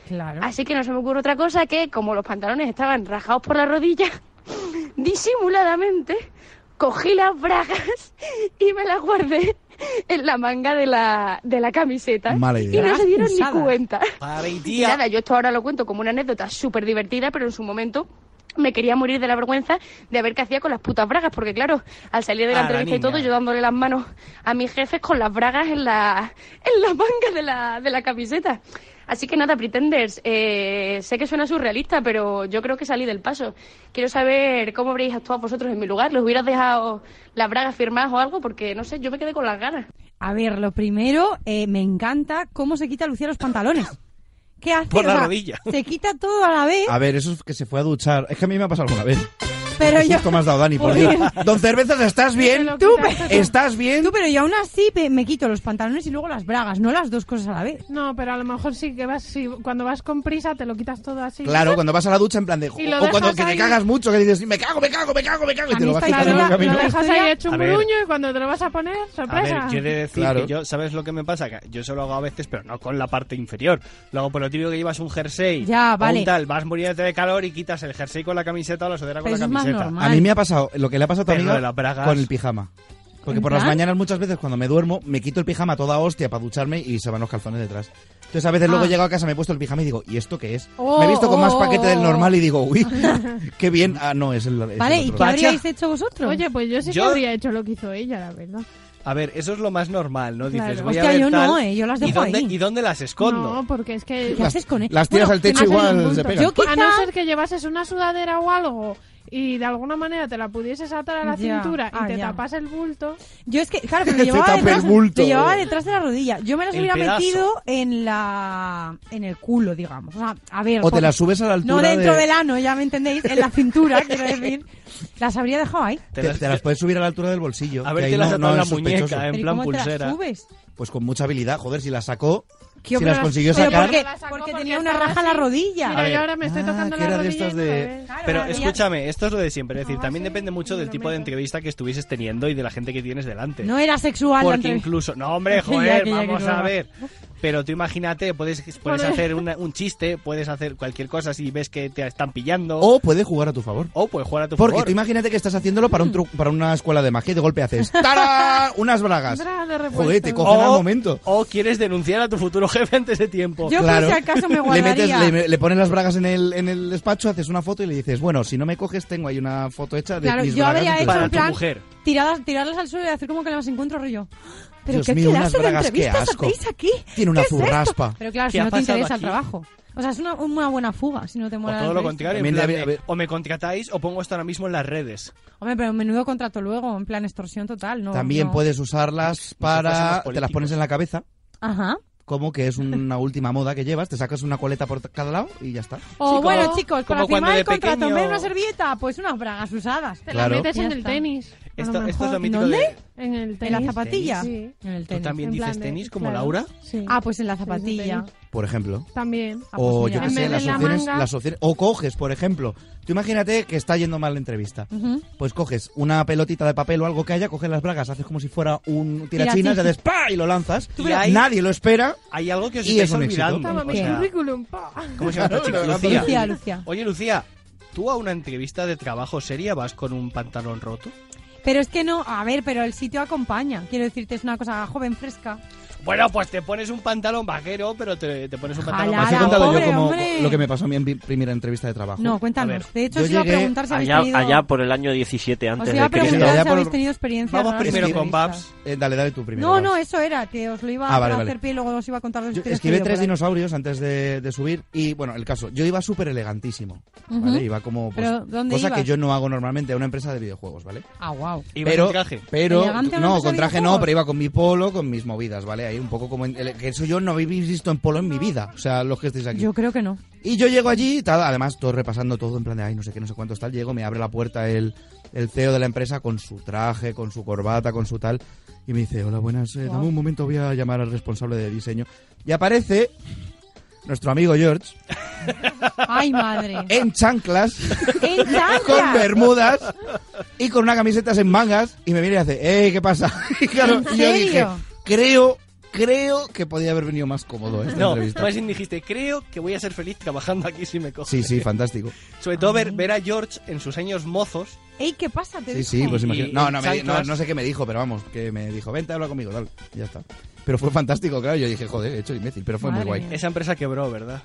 Speaker 3: Claro.
Speaker 14: Así que no se me ocurre otra cosa que, como los pantalones estaban rajados por la rodilla, disimuladamente cogí las bragas y me las guardé en la manga de la, de la camiseta.
Speaker 2: Mala idea.
Speaker 14: Y no se dieron
Speaker 3: Usadas.
Speaker 14: ni cuenta.
Speaker 1: Para y
Speaker 14: Y
Speaker 1: tía.
Speaker 14: Nada, yo esto ahora lo cuento como una anécdota súper divertida, pero en su momento me quería morir de la vergüenza de ver qué hacía con las putas bragas, porque claro, al salir de la
Speaker 1: A Ah, la
Speaker 14: entrevista y
Speaker 1: niña.
Speaker 14: todo, yo dándole las manos a mis jefes con las bragas en la, en la manga de la, de la camiseta. Así que nada, Pretenders, eh, sé que suena surrealista, pero yo creo que salí del paso. Quiero saber cómo habréis actuado vosotros en mi lugar. ¿Los hubieras dejado las bragas firmadas o algo? Porque, no sé, yo me quedé con las ganas.
Speaker 3: A ver, lo primero, eh, me encanta cómo se quita Lucía los pantalones. ¿Qué hace?
Speaker 1: Por la
Speaker 3: O sea,
Speaker 1: rodilla.
Speaker 3: Se quita todo a la vez,
Speaker 2: A ver, eso es que se fue a duchar. Es que a mí me ha pasado alguna vez.
Speaker 3: pero
Speaker 2: Qué
Speaker 3: yo...
Speaker 2: susto me has dado, Dani, por Dios. Don Cervezas, ¿estás bien?
Speaker 3: Tú, pe-
Speaker 2: ¿Estás bien?
Speaker 3: tú, pero yo aún así pe- me quito los pantalones y luego las bragas, no las dos cosas a la vez.
Speaker 5: No, pero a lo mejor sí que vas, si, cuando vas con prisa te lo quitas todo así.
Speaker 2: Claro, cuando vas a la ducha en plan de...
Speaker 5: Y lo
Speaker 2: O cuando
Speaker 5: dejas
Speaker 2: que te
Speaker 5: ahí.
Speaker 2: cagas mucho, que dices, me cago, me cago, me cago, me cago, y
Speaker 3: A
Speaker 2: te
Speaker 3: mí
Speaker 2: lo vas
Speaker 3: esta
Speaker 2: quitando en
Speaker 3: historia-
Speaker 2: el
Speaker 5: Claro,
Speaker 2: camino.
Speaker 5: lo dejas ahí hecho
Speaker 1: A
Speaker 5: un
Speaker 1: ver.
Speaker 5: gruño y cuando te lo vas a poner,
Speaker 1: A ver,
Speaker 5: sorpresa.
Speaker 1: yo he de decir
Speaker 2: Claro.
Speaker 1: que yo, ¿sabes lo que me pasa? Que yo solo hago a veces, pero no con la parte inferior. Luego, por lo típico que llevas un jersey
Speaker 3: Ya,
Speaker 1: o
Speaker 3: vale.
Speaker 1: un tal, vas muriéndote de calor y quitas el jersey con la camiseta o la sudadera con
Speaker 3: Pero
Speaker 1: la
Speaker 3: eso es más
Speaker 1: camiseta.
Speaker 3: normal.
Speaker 2: A mí me ha pasado lo que le ha pasado
Speaker 1: Pero
Speaker 2: también
Speaker 1: lo de las bragas.
Speaker 2: con el pijama. Porque
Speaker 3: ¿En
Speaker 2: por las
Speaker 3: plan?
Speaker 2: mañanas muchas veces cuando me duermo me quito el pijama a toda hostia para ducharme y se van los calzones detrás. Entonces a veces luego
Speaker 3: Ah.
Speaker 2: llego a casa, me he puesto el pijama y digo, ¿y esto qué es?
Speaker 3: Oh,
Speaker 2: me he visto con más
Speaker 3: oh,
Speaker 2: paquete del
Speaker 3: oh.
Speaker 2: normal y digo, uy, qué bien. Ah, no, es el... es el
Speaker 3: ¿Vale? ¿Y
Speaker 2: otro.
Speaker 3: qué habríais hecho vosotros?
Speaker 5: Oye, pues yo sí
Speaker 1: Yo-
Speaker 5: que habría hecho lo que hizo ella, la verdad.
Speaker 1: A ver, eso es lo más normal, ¿no? Dices,
Speaker 3: Claro.
Speaker 1: voy a
Speaker 3: Hostia,
Speaker 1: ver
Speaker 3: yo no,
Speaker 1: tal,
Speaker 3: eh, yo las
Speaker 1: ¿y
Speaker 3: dejo
Speaker 1: dónde,
Speaker 3: ahí.
Speaker 1: ¿Y dónde las escondo?
Speaker 5: No, porque es que...
Speaker 1: Las-
Speaker 2: las tiras al techo
Speaker 5: que no
Speaker 2: igual
Speaker 5: salen juntos.
Speaker 2: se pegan.
Speaker 5: Yo
Speaker 2: Yo
Speaker 5: A no
Speaker 2: quizá-
Speaker 5: ser que llevases una sudadera o algo y de alguna manera te la pudieses atar a la
Speaker 3: Ya,
Speaker 5: cintura y
Speaker 3: ah,
Speaker 5: te
Speaker 3: ya.
Speaker 5: tapas el bulto...
Speaker 3: Yo es que, claro, pero
Speaker 5: Se
Speaker 3: llevaba
Speaker 5: tapa el
Speaker 3: detrás,
Speaker 5: bulto.
Speaker 3: lo llevaba detrás de la rodilla. Yo me las
Speaker 2: El
Speaker 3: hubiera
Speaker 2: pedazo.
Speaker 3: metido en la en el culo, digamos. O sea, a ver.
Speaker 2: O te
Speaker 3: por-
Speaker 2: las subes a la
Speaker 3: No
Speaker 2: altura
Speaker 3: dentro
Speaker 2: de-
Speaker 3: del ano, ya me entendéis, en la cintura, quiero decir. Las habría dejado ahí.
Speaker 2: Te, te las puedes subir a la altura del bolsillo.
Speaker 1: A
Speaker 2: que
Speaker 1: ver,
Speaker 2: ahí
Speaker 1: te las
Speaker 2: no- no
Speaker 1: atas en la
Speaker 2: es sospechoso.
Speaker 1: muñeca, en
Speaker 3: ¿Pero y
Speaker 1: plan
Speaker 3: cómo te las
Speaker 1: pulsera.
Speaker 3: subes?
Speaker 2: Pues con mucha habilidad, joder, si las sacó,
Speaker 3: Tío,
Speaker 2: si
Speaker 3: pero
Speaker 2: las consiguió
Speaker 3: pero
Speaker 2: sacar. ah,
Speaker 3: Porque, porque tenía una raja en la rodilla.
Speaker 1: Mira, A yo ver. ahora
Speaker 5: me estoy
Speaker 2: tocando
Speaker 1: que era de estas
Speaker 3: pues,
Speaker 1: de... Pero escúchame, esto es lo de siempre. Es decir, también depende mucho del tipo de entrevista que estuvieses teniendo y de la gente que tienes delante.
Speaker 3: No era sexual la
Speaker 1: Porque
Speaker 3: entrevista.
Speaker 1: incluso... No, hombre,
Speaker 3: Ya,
Speaker 1: joder,
Speaker 3: que ya, que
Speaker 1: vamos
Speaker 3: no
Speaker 1: a
Speaker 3: va.
Speaker 1: ver. Pero tú imagínate, puedes, puedes
Speaker 3: Joder.
Speaker 1: hacer una- un chiste, puedes hacer cualquier cosa si ves que te están pillando.
Speaker 2: O puede jugar a tu favor.
Speaker 1: O puedes jugar a tu
Speaker 2: Porque
Speaker 1: favor.
Speaker 2: tú imagínate que estás haciéndolo para, un tru- para una escuela de magia y de golpe haces ¡Tara! Unas bragas.
Speaker 3: pues,
Speaker 2: Joder, te cogen
Speaker 1: o,
Speaker 2: al momento.
Speaker 1: O quieres denunciar a tu futuro jefe antes de tiempo.
Speaker 2: Claro. Le, metes- le- le pones las bragas en el, en el despacho, haces una foto y le dices, bueno, si no me coges, tengo ahí una foto hecha de
Speaker 3: Claro,
Speaker 2: mis
Speaker 3: yo
Speaker 2: bragas.
Speaker 3: habría
Speaker 2: de
Speaker 3: hecho
Speaker 2: tu-
Speaker 3: en plan Tiradas, tirarlas al suelo y hacer como que las encuentro rollo. Pero
Speaker 2: Dios
Speaker 3: qué
Speaker 2: mío, unas
Speaker 3: clase de
Speaker 2: bragas, qué
Speaker 3: entrevistas
Speaker 2: asco.
Speaker 3: hacéis aquí.
Speaker 2: Tiene una
Speaker 3: ¿Qué es esto?
Speaker 2: zurraspa.
Speaker 3: Pero claro,
Speaker 2: ¿Qué
Speaker 3: si
Speaker 2: ha
Speaker 3: no te
Speaker 2: pasado
Speaker 3: interesa el
Speaker 2: aquí?
Speaker 3: trabajo. O sea, es una, una buena fuga si no te mola.
Speaker 1: O
Speaker 3: la
Speaker 1: Pues todo lo
Speaker 3: entrevista.
Speaker 1: contrario,
Speaker 2: También
Speaker 1: en plan
Speaker 2: había-
Speaker 1: de, o me contratáis o pongo esto ahora mismo en las redes.
Speaker 3: Hombre, pero menudo contrato luego, en plan extorsión total, ¿no?
Speaker 2: También
Speaker 3: no.
Speaker 2: puedes usarlas para...
Speaker 1: somos
Speaker 2: Te las pones en la cabeza.
Speaker 3: Ajá.
Speaker 2: Como que es una última moda que llevas, te sacas una coleta por cada lado y ya está.
Speaker 3: O bueno, chicos, para
Speaker 1: como cuando
Speaker 3: firmar el
Speaker 1: de
Speaker 3: contrato, en vez de
Speaker 1: pequeño-
Speaker 3: una servilleta, pues unas bragas usadas. Te
Speaker 2: las Claro. metes
Speaker 5: en el tenis,
Speaker 1: Esto- esto es lo
Speaker 3: ¿En
Speaker 1: mítico
Speaker 3: dónde?
Speaker 1: de-
Speaker 5: En el
Speaker 3: ¿En
Speaker 5: tenis.
Speaker 3: la zapatilla?
Speaker 5: Sí.
Speaker 3: En el
Speaker 1: ¿Tú
Speaker 3: tenis.
Speaker 1: también
Speaker 5: en plan
Speaker 1: dices
Speaker 5: de-
Speaker 1: tenis como
Speaker 5: claro.
Speaker 1: Laura?
Speaker 5: Sí.
Speaker 3: Ah, pues en la zapatilla.
Speaker 2: Por ejemplo.
Speaker 5: También.
Speaker 2: o yo
Speaker 5: En
Speaker 2: qué sé,
Speaker 5: vez de
Speaker 2: las
Speaker 5: la
Speaker 2: opciones,
Speaker 5: manga-
Speaker 2: las opciones- O coges, por ejemplo. Tú imagínate que está yendo mal la entrevista.
Speaker 5: Ujú.
Speaker 2: Pues coges una pelotita de papel o algo que haya, coges las bragas, haces como si fuera un tirachinas,
Speaker 1: Tirachinas.
Speaker 2: ya haces ¡pa! y lo lanzas.
Speaker 1: Tú verás.
Speaker 2: Nadie lo espera.
Speaker 1: Hay algo que os
Speaker 2: Y es
Speaker 1: estáis
Speaker 2: un éxito.
Speaker 1: olvidando.
Speaker 5: Toma,
Speaker 1: o
Speaker 5: mi
Speaker 1: sea,
Speaker 5: currículum, pa.
Speaker 1: ¿Cómo se llama esta chica?
Speaker 2: Claro,
Speaker 1: Lucía.
Speaker 3: Lucía, Lucía.
Speaker 1: Oye, Lucía, ¿tú a una entrevista de trabajo seria vas con un pantalón roto?
Speaker 3: Pero es que no, a ver, pero el sitio acompaña. Quiero decirte, es una cosa joven, fresca.
Speaker 1: Bueno, pues te pones un pantalón vaquero, pero te, te pones un pantalón
Speaker 3: Ojalá,
Speaker 2: Os he
Speaker 1: vaquero.
Speaker 2: contado
Speaker 3: pobre
Speaker 2: yo como
Speaker 3: hombre.
Speaker 2: lo que me pasó a mí en mi primera entrevista de trabajo.
Speaker 3: No, cuéntanos. De hecho, os iba a preguntar si habéis
Speaker 4: allá,
Speaker 3: tenido...
Speaker 4: allá por el año 17
Speaker 3: os
Speaker 4: antes
Speaker 3: iba a
Speaker 4: de Cristo.
Speaker 3: preguntar si
Speaker 2: Allá por-
Speaker 3: habéis tenido experiencia.
Speaker 1: Vamos
Speaker 3: raras en
Speaker 1: primero con
Speaker 3: entrevistas.
Speaker 1: Babs.
Speaker 2: Eh, dale, dale tú primero.
Speaker 3: No,
Speaker 2: vas.
Speaker 3: no, eso era, que os lo iba
Speaker 2: Ah, vale,
Speaker 3: a
Speaker 2: vale.
Speaker 3: hacer pie y luego os iba a contar dos
Speaker 2: Yo
Speaker 3: historias.
Speaker 2: esquivé
Speaker 3: que yo
Speaker 2: tres
Speaker 3: por ahí.
Speaker 2: dinosaurios antes de, de subir y, bueno, el caso, yo iba súper elegantísimo,
Speaker 3: Ujú.
Speaker 2: ¿vale? Iba como, pues,
Speaker 3: Pero, ¿dónde
Speaker 2: cosa
Speaker 3: ibas?
Speaker 2: que yo no hago normalmente a una empresa de videojuegos, ¿vale?
Speaker 3: Ah, wow.
Speaker 1: Ibas
Speaker 2: Pero,
Speaker 1: en traje.
Speaker 2: pero
Speaker 3: ¿Elegante o no Pues
Speaker 2: no,
Speaker 3: has
Speaker 2: con
Speaker 3: salido
Speaker 2: traje
Speaker 3: juegos?
Speaker 2: no, pero iba con mi polo, con mis movidas, ¿vale? Ahí un poco como... en- el- que eso yo no habéis visto en polo en mi vida, o sea, los que estáis aquí.
Speaker 3: Yo creo que no.
Speaker 2: Y yo llego allí, tal, además todo repasando todo en plan de, ay, no sé qué, no sé cuántos tal. Llego, me abre la puerta el, el CEO de la empresa con su traje, con su corbata, con su tal. Y me dice, hola, buenas, eh, dame un momento, voy a llamar al responsable de diseño. Y aparece nuestro amigo George
Speaker 3: Ay, madre.
Speaker 2: en chanclas,
Speaker 3: En chanclas.
Speaker 2: con bermudas y con una camiseta en mangas. Y me viene y hace, eh, ¿qué pasa? Y claro,
Speaker 3: ¿En
Speaker 2: y yo dije,
Speaker 3: serio?
Speaker 2: creo, creo que podía haber venido más cómodo a esta
Speaker 1: No, pues,
Speaker 2: entrevista.
Speaker 1: más bien dijiste, creo que voy a ser feliz trabajando aquí si me cojo.
Speaker 2: Sí, sí, fantástico.
Speaker 1: Sobre todo ver, ver a George en sus años mozos.
Speaker 3: Ey, ¿qué pasa? Te
Speaker 2: Sí,
Speaker 3: dijo.
Speaker 2: sí, pues
Speaker 1: Y-
Speaker 2: imagino.
Speaker 1: y
Speaker 2: No, no, me- no,
Speaker 1: chanclas.
Speaker 2: no sé qué me dijo, pero vamos, que me dijo, vente, habla conmigo, tal. y Ya está. Pero fue fantástico, claro. Yo dije, joder, he hecho el imbécil, pero fue
Speaker 3: Madre
Speaker 2: muy
Speaker 3: mía.
Speaker 2: guay.
Speaker 1: Esa empresa quebró, ¿verdad?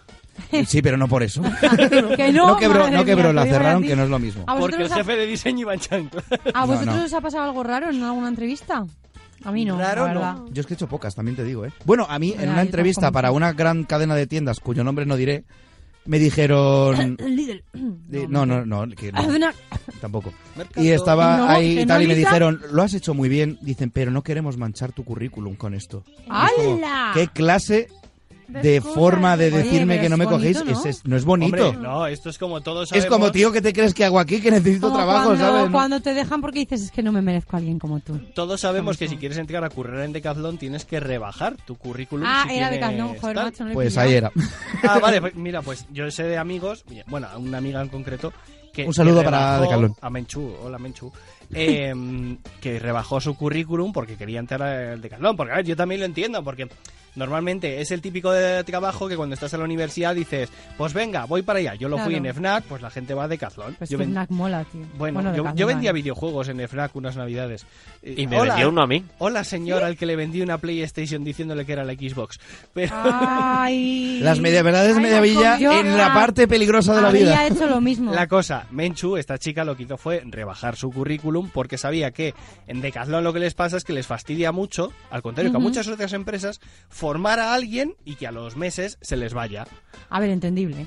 Speaker 2: Sí, pero no por eso.
Speaker 3: Que no,
Speaker 2: quebró,
Speaker 3: madre mía,
Speaker 2: no quebró,
Speaker 3: te
Speaker 2: la
Speaker 3: digo
Speaker 2: cerraron,
Speaker 3: a ti.
Speaker 2: que no es lo mismo.
Speaker 3: ¿A vosotros
Speaker 1: Porque el
Speaker 3: os ha-
Speaker 1: jefe de diseño iba en chanclas.
Speaker 3: ¿A
Speaker 2: No,
Speaker 3: vosotros
Speaker 2: no.
Speaker 3: os ha pasado algo raro en alguna entrevista? A mí no.
Speaker 1: Raro,
Speaker 3: la
Speaker 1: no.
Speaker 3: verdad.
Speaker 2: Yo es que he hecho pocas, también te digo, ¿eh? Bueno, a mí,
Speaker 3: Ya,
Speaker 2: en
Speaker 3: yo
Speaker 2: una
Speaker 3: tampoco
Speaker 2: entrevista
Speaker 3: mucho.
Speaker 2: para una gran cadena de tiendas, cuyo nombre no diré, me dijeron.
Speaker 3: Lidl.
Speaker 2: de- No, no, no, que no,
Speaker 3: Haz una-
Speaker 2: tampoco.
Speaker 1: Mercado.
Speaker 2: Y estaba
Speaker 3: No,
Speaker 2: ahí
Speaker 3: que
Speaker 2: y
Speaker 3: no,
Speaker 2: tal, y me
Speaker 3: Lisa.
Speaker 2: dijeron, lo has hecho muy bien. Dicen, pero no queremos manchar tu currículum con esto. Y es como,
Speaker 3: ¡Hala!
Speaker 2: ¿Qué clase de
Speaker 5: Excusa,
Speaker 2: forma de
Speaker 5: oye,
Speaker 2: decirme
Speaker 3: pero
Speaker 2: que no
Speaker 3: es
Speaker 2: me
Speaker 3: bonito,
Speaker 2: cogéis?
Speaker 3: ¿no?
Speaker 2: Es- es- no es bonito.
Speaker 1: Hombre, no, esto es como todos
Speaker 2: es
Speaker 1: sabemos.
Speaker 2: como, tío, que te crees que hago aquí? Que necesito
Speaker 3: Como
Speaker 2: trabajo,
Speaker 3: cuando,
Speaker 2: ¿sabes?
Speaker 3: cuando te dejan porque dices, es que no me merezco a alguien como tú.
Speaker 1: Todos sabemos que si quieres entrar a currar en Decathlon tienes que rebajar tu currículum.
Speaker 3: Ah,
Speaker 1: si
Speaker 3: era de
Speaker 1: tienes
Speaker 3: Cazón, joder,
Speaker 1: tal.
Speaker 3: macho, no lo he
Speaker 2: Pues
Speaker 3: pillado.
Speaker 2: ahí era.
Speaker 1: Ah, vale, pues mira, pues yo sé de amigos, bueno, a una amiga en concreto que
Speaker 2: Un saludo
Speaker 1: que
Speaker 2: para
Speaker 1: rebajó-
Speaker 2: Decathlon.
Speaker 1: A Menchu, hola em, Menchu. eh, que rebajó su currículum porque quería entrar al Decathlon, porque a ver, yo también lo entiendo porque Normalmente es el típico de trabajo que cuando estás en la universidad dices, pues venga, voy para allá. Yo lo fui en
Speaker 3: Claro.
Speaker 1: FNAC, pues la gente va de Cazlón.
Speaker 3: Pues
Speaker 1: yo
Speaker 3: que
Speaker 1: ven-
Speaker 3: Fnac mola, tío.
Speaker 1: Bueno,
Speaker 3: de
Speaker 1: yo, yo
Speaker 3: Cazlón.
Speaker 1: vendía videojuegos en FNAC unas navidades. Eh,
Speaker 4: Y me vendió uno a mí.
Speaker 1: Hola, señor, al que le vendí una PlayStation diciéndole que era la Xbox. Pero...
Speaker 3: Ay.
Speaker 2: Las media verdades
Speaker 3: Ay,
Speaker 2: media
Speaker 3: Marco,
Speaker 2: villa
Speaker 3: yo
Speaker 2: en la
Speaker 3: ha-
Speaker 2: parte peligrosa de la
Speaker 3: habría
Speaker 2: vida.
Speaker 3: hecho lo mismo.
Speaker 1: La cosa, Menchu, esta chica lo que hizo fue rebajar su currículum porque sabía que en Decathlon lo que les pasa es que les fastidia mucho, al contrario que a
Speaker 3: Ujú.
Speaker 1: muchas otras empresas, formar a alguien y que a los meses se les vaya.
Speaker 3: A ver, entendible.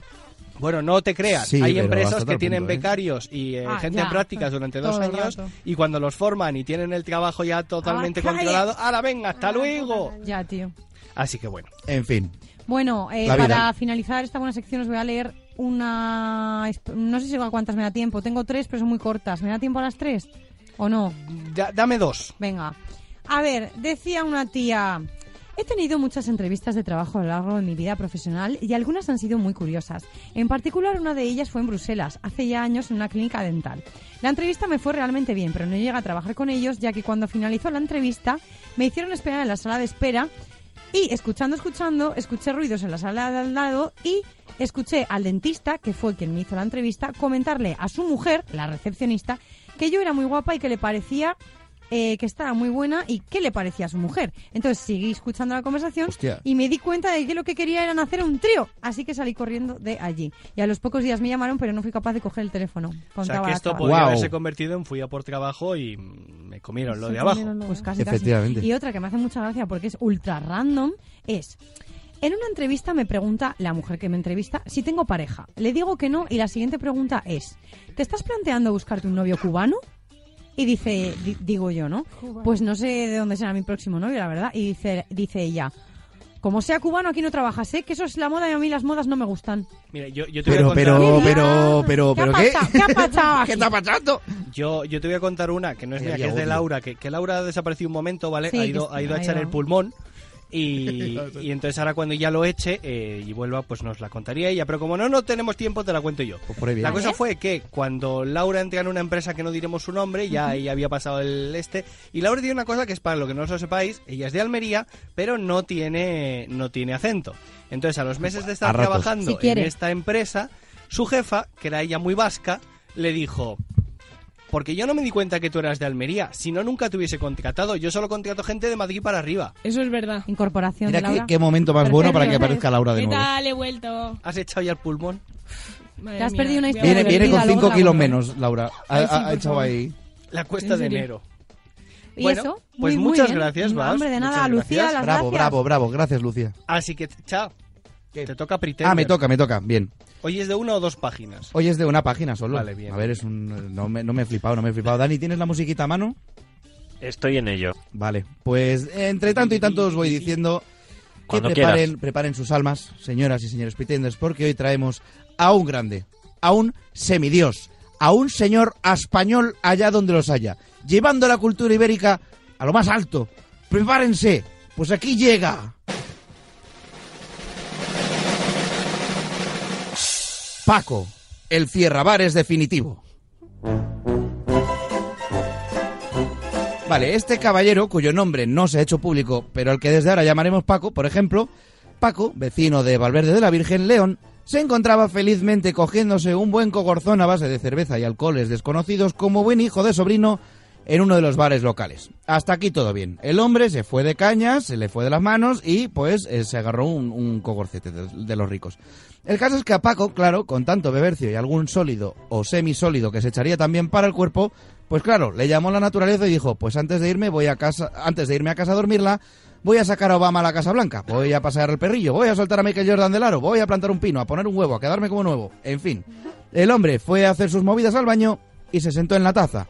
Speaker 1: Bueno, no te creas,
Speaker 2: Sí,
Speaker 1: hay
Speaker 2: pero
Speaker 1: empresas
Speaker 2: hasta
Speaker 1: que
Speaker 2: tal
Speaker 1: tienen
Speaker 2: punto, ¿eh?
Speaker 1: becarios y eh,
Speaker 3: Ah,
Speaker 1: gente
Speaker 3: ya.
Speaker 1: en prácticas durante dos
Speaker 3: Todo el
Speaker 1: años
Speaker 3: rato.
Speaker 1: y cuando los forman y tienen el trabajo ya totalmente
Speaker 3: Ahora Ah, cállate.
Speaker 1: controlado, ahora venga, hasta luego.
Speaker 3: Ya, tío.
Speaker 1: Así que bueno.
Speaker 2: En fin.
Speaker 3: Bueno, eh,
Speaker 1: La vida.
Speaker 3: para finalizar esta buena sección os voy a leer una... No sé si a cuántas me da tiempo. Tengo tres, pero son muy cortas. ¿Me da tiempo a las tres? ¿O no?
Speaker 1: Da- dame dos.
Speaker 3: Venga. A ver, decía una tía, he tenido muchas entrevistas de trabajo a lo largo de mi vida profesional y algunas han sido muy curiosas. En particular, una de ellas fue en Bruselas, hace ya años en una clínica dental. La entrevista me fue realmente bien, pero no llegué a trabajar con ellos, ya que cuando finalizó la entrevista me hicieron esperar en la sala de espera y escuchando, escuchando, escuché ruidos en la sala de al lado y escuché al dentista, que fue quien me hizo la entrevista, comentarle a su mujer, la recepcionista, que yo era muy guapa y que le parecía eh, que estaba muy buena y que le parecía a su mujer. Entonces seguí escuchando la conversación
Speaker 15: Hostia.
Speaker 3: y me di cuenta de que lo que quería eran hacer un trío. Así que salí corriendo de allí. Y a los pocos días me llamaron, pero no fui capaz de coger el teléfono.
Speaker 1: O sea
Speaker 3: Contaba
Speaker 1: que
Speaker 3: la
Speaker 1: esto
Speaker 3: chava.
Speaker 1: podría
Speaker 2: Guau.
Speaker 1: haberse convertido en fui a por trabajo y mm, me comieron lo de
Speaker 3: Pues
Speaker 1: abajo.
Speaker 3: casi, Pues casi.
Speaker 2: Efectivamente.
Speaker 3: Y otra que me hace mucha gracia porque es ultra random es. En una entrevista me pregunta la mujer que me entrevista si tengo pareja. Le digo que no y la siguiente pregunta es, ¿te estás planteando buscarte un novio cubano? Y dice, di- digo yo, ¿no? Pues no sé de dónde será mi próximo novio, la verdad. Y dice, dice ella, como sea cubano aquí no trabajas, ¿eh? Que eso es la moda y a mí las modas no me gustan.
Speaker 1: Mira, yo, yo te
Speaker 2: Pero,
Speaker 1: voy a contar-
Speaker 2: pero, pero, pero, pero, ¿qué?
Speaker 3: ¿Qué ha pasado aquí?
Speaker 2: pasando?
Speaker 1: Yo, yo te voy a contar una que no es
Speaker 2: Ahí
Speaker 1: mía, que
Speaker 2: había
Speaker 1: es de
Speaker 2: odio.
Speaker 1: Laura, que, que Laura ha desaparecido un momento, ¿vale?
Speaker 3: Sí,
Speaker 1: ha
Speaker 3: que
Speaker 1: ido,
Speaker 3: sí,
Speaker 1: ha ido a
Speaker 3: ha
Speaker 1: echar
Speaker 3: ido.
Speaker 1: el pulmón. Y, y entonces ahora cuando ya lo eche eh, y vuelva, pues nos la contaría ella. Pero como no, no tenemos tiempo, te la cuento yo.
Speaker 2: Pues por ahí viene.
Speaker 1: La cosa
Speaker 2: Vale.
Speaker 1: fue que cuando Laura entra en una empresa que no diremos su nombre, ya ahí había pasado el este, y Laura tiene una cosa que es para lo que no lo sepáis, ella es de Almería, pero no tiene, no tiene acento. Entonces a los meses de
Speaker 2: A
Speaker 1: estar
Speaker 2: ratos.
Speaker 1: trabajando
Speaker 3: Si quiere.
Speaker 1: en esta empresa, su jefa, que era ella muy vasca, le dijo, porque yo no me di cuenta que tú eras de Almería. Si no, nunca te hubiese contratado. Yo solo contrato gente de Madrid para arriba.
Speaker 6: Eso es verdad.
Speaker 3: Incorporación
Speaker 2: Mira
Speaker 3: de
Speaker 2: qué,
Speaker 3: Laura.
Speaker 2: qué momento más bueno para que aparezca Laura de
Speaker 6: ¿Qué
Speaker 2: nuevo.
Speaker 6: tal? He vuelto.
Speaker 1: ¿Has echado ya el pulmón?
Speaker 6: Madre
Speaker 3: Te has
Speaker 6: mía.
Speaker 3: perdido una historia.
Speaker 2: Viene, viene con
Speaker 3: divertida,
Speaker 2: 5
Speaker 3: luego
Speaker 2: kilos
Speaker 3: la
Speaker 2: menos, Laura. Ha,
Speaker 3: Ay, sí,
Speaker 2: ha- ha
Speaker 3: por
Speaker 2: echado
Speaker 3: favor.
Speaker 2: ahí.
Speaker 1: La cuesta
Speaker 3: ¿En
Speaker 1: de
Speaker 3: serio?
Speaker 1: enero.
Speaker 3: ¿Y
Speaker 1: bueno,
Speaker 3: eso? Muy,
Speaker 1: pues
Speaker 3: muy
Speaker 1: muchas
Speaker 3: bien.
Speaker 1: gracias,
Speaker 3: No,
Speaker 1: Vas.
Speaker 3: hombre, de
Speaker 1: Muchas
Speaker 3: nada, Lucía,
Speaker 1: gracias.
Speaker 3: las
Speaker 2: Bravo,
Speaker 3: gracias.
Speaker 2: bravo, bravo. Gracias, Lucía.
Speaker 1: Así que, chao. Te toca Pretender.
Speaker 2: Ah, me toca, me toca. Bien.
Speaker 1: Hoy es de una o dos páginas.
Speaker 2: Hoy es de una página solo.
Speaker 1: Vale, bien.
Speaker 2: A ver, es un... eh, No me, no me he flipado, no me he flipado. Dani, ¿tienes la musiquita a mano?
Speaker 4: Estoy en ello.
Speaker 2: Vale. Pues entre tanto y tanto os voy diciendo que
Speaker 4: Cuando
Speaker 2: preparen,
Speaker 4: quieras.
Speaker 2: preparen sus almas, señoras y señores pretenders, porque hoy traemos a un grande, a un semidios, a un señor español allá donde los haya, llevando la cultura ibérica a lo más alto. Prepárense, pues aquí llega. Paco, el cierrabares definitivo. Vale, este caballero, cuyo nombre no se ha hecho público, pero al que desde ahora llamaremos Paco, por ejemplo, Paco, vecino de Valverde de la Virgen, León, se encontraba felizmente cogiéndose un buen cogorzón a base de cerveza y alcoholes desconocidos como buen hijo de sobrino en uno de los bares locales. Hasta aquí todo bien. El hombre se fue de cañas, se le fue de las manos y pues eh, se agarró un, un cogorcete de, de los ricos. El caso es que a Paco, claro, con tanto bebercio y algún sólido o semisólido que se echaría también para el cuerpo, pues claro, le llamó la naturaleza y dijo, pues antes de irme voy a casa, antes de irme a casa a dormirla, voy a sacar a Obama a la Casa Blanca, voy a pasear al perrillo, voy a soltar a Michael Jordan del aro, voy a plantar un pino, a poner un huevo, a quedarme como nuevo, en fin. El hombre fue a hacer sus movidas al baño y se sentó en la taza.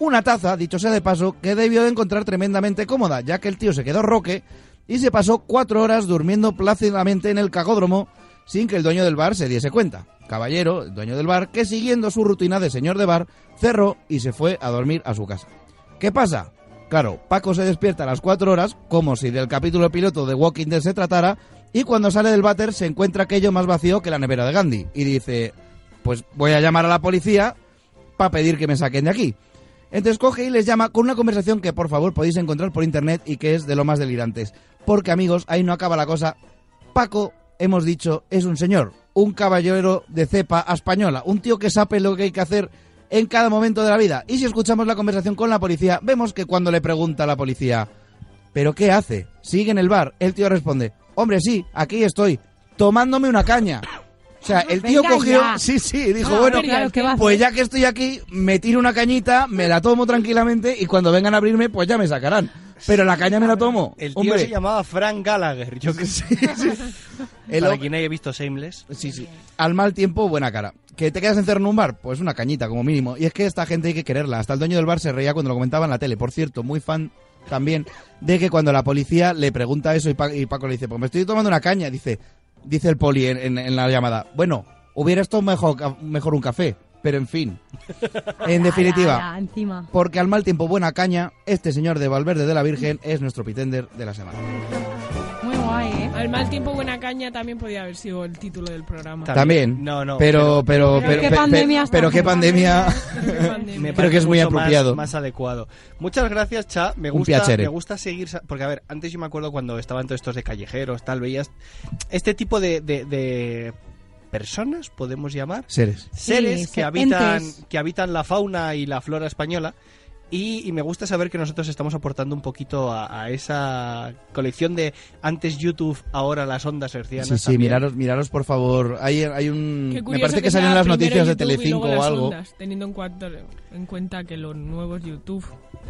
Speaker 2: Una taza, dicho sea de paso, que debió de encontrar tremendamente cómoda, ya que el tío se quedó roque y se pasó cuatro horas durmiendo plácidamente en el cagódromo sin que el dueño del bar se diese cuenta. Caballero, el dueño del bar, que siguiendo su rutina de señor de bar, cerró y se fue a dormir a su casa. ¿Qué pasa? Claro, Paco se despierta a las 4 horas, como si del capítulo piloto de Walking Dead se tratara, y cuando sale del váter se encuentra aquello más vacío que la nevera de Gandhi, y dice, pues voy a llamar a la policía para pedir que me saquen de aquí. Entonces coge y les llama con una conversación que por favor podéis encontrar por internet y que es de lo más delirantes. Porque amigos, ahí no acaba la cosa. Paco, hemos dicho, es un señor, un caballero de cepa a española, un tío que sabe lo que hay que hacer en cada momento de la vida. Y si escuchamos la conversación con la policía, vemos que cuando le pregunta a la policía, ¿pero qué hace? ¿Sigue en el bar? El tío responde, hombre, sí, aquí estoy, tomándome una caña. O sea, el tío
Speaker 15: Venga
Speaker 2: cogió,
Speaker 15: ya.
Speaker 2: sí, sí, dijo,
Speaker 15: Ah,
Speaker 2: bueno,
Speaker 15: hombre, claro, ¿qué va a hacer?
Speaker 2: pues ya que estoy aquí, me tiro una cañita, me la tomo tranquilamente y cuando vengan a abrirme, pues ya me sacarán. Pero la caña me la tomo.
Speaker 1: El tío
Speaker 2: hombre,
Speaker 1: se llamaba Frank Gallagher, yo que sé.
Speaker 2: El
Speaker 1: Para
Speaker 2: hom-
Speaker 1: quien haya visto Shameless.
Speaker 2: Sí, sí. al mal tiempo, buena cara. ¿Que te quedas encerrado en un bar? Pues una cañita, como mínimo. Y es que esta gente hay que quererla. Hasta el dueño del bar se reía cuando lo comentaba en la tele. Por cierto, muy fan también de que cuando la policía le pregunta eso y, Pa- y Paco le dice, pues me estoy tomando una caña, dice, dice el poli en, en- en la llamada. Bueno, hubiera estado mejor, ca- mejor un café, pero en fin. En definitiva,
Speaker 3: Ala, encima.
Speaker 2: porque al mal tiempo, buena caña, este señor de Valverde de la Virgen es nuestro pitender de la semana.
Speaker 3: Muy guay, ¿eh?
Speaker 6: Al mal tiempo, buena caña también podía haber sido el título del programa.
Speaker 2: También.
Speaker 1: No, no,
Speaker 2: Pero, pero,
Speaker 1: pero-
Speaker 2: pero,
Speaker 1: Pero qué
Speaker 2: pe- pe-
Speaker 1: pandemia estamos
Speaker 2: pero qué pandemia.
Speaker 1: Me
Speaker 2: Creo
Speaker 1: parece
Speaker 2: que es muy
Speaker 1: mucho más-
Speaker 2: apropiado.
Speaker 1: Más, adecuado. Muchas gracias, Cha. Me
Speaker 2: Un
Speaker 1: gusta,
Speaker 2: piacere.
Speaker 1: me gusta seguir. sa- Porque, a ver, antes yo me acuerdo cuando estaban todos estos de callejeros, tal, veías. Este tipo de. de- de personas, podemos llamar.
Speaker 2: Seres.
Speaker 1: Seres
Speaker 2: Sí,
Speaker 1: que,
Speaker 2: se-
Speaker 1: habitan,
Speaker 2: entes.
Speaker 1: que habitan la fauna y la flora española. Y, y me gusta saber que nosotros estamos aportando un poquito a, a esa colección de antes YouTube, ahora las ondas hercianas.
Speaker 2: Sí, sí,
Speaker 1: también.
Speaker 2: miraros, miraros por favor. Hay, hay un.
Speaker 6: Qué
Speaker 2: Me
Speaker 6: curioso
Speaker 2: parece que salen
Speaker 6: sea
Speaker 2: las
Speaker 6: primero
Speaker 2: noticias de
Speaker 6: YouTube y
Speaker 2: Telecinco
Speaker 6: luego
Speaker 2: o
Speaker 6: las
Speaker 2: algo.
Speaker 6: ondas, teniendo en cuenta, en cuenta que los nuevos YouTube,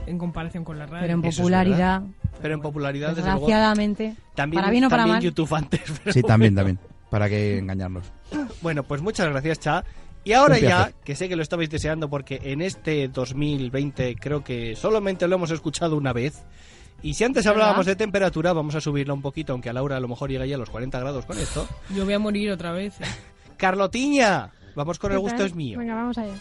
Speaker 6: en comparación con la radio.
Speaker 3: Pero en
Speaker 6: Eso es
Speaker 3: popularidad.
Speaker 6: verdad.
Speaker 1: Pero en popularidad, desde luego.
Speaker 3: Desgraciadamente.
Speaker 1: También,
Speaker 3: para bien o para
Speaker 1: también
Speaker 3: mal.
Speaker 1: YouTube antes. pero
Speaker 2: Sí,
Speaker 1: bueno.
Speaker 2: también, también. Para que engañarnos.
Speaker 1: Bueno, pues muchas gracias, Cha. Y ahora
Speaker 2: Un
Speaker 1: ya,
Speaker 2: placer.
Speaker 1: que sé que lo estabais deseando porque en este 2020 creo que solamente lo hemos escuchado una vez. Y si antes
Speaker 6: ¿Verdad?
Speaker 1: hablábamos de temperatura, vamos a subirla un poquito, aunque a Laura a lo mejor llega ya a los 40 grados con esto.
Speaker 6: Yo voy a morir otra vez. ¿eh?
Speaker 1: Carlotiña, vamos con el gusto es mío.
Speaker 5: Venga, vamos allá.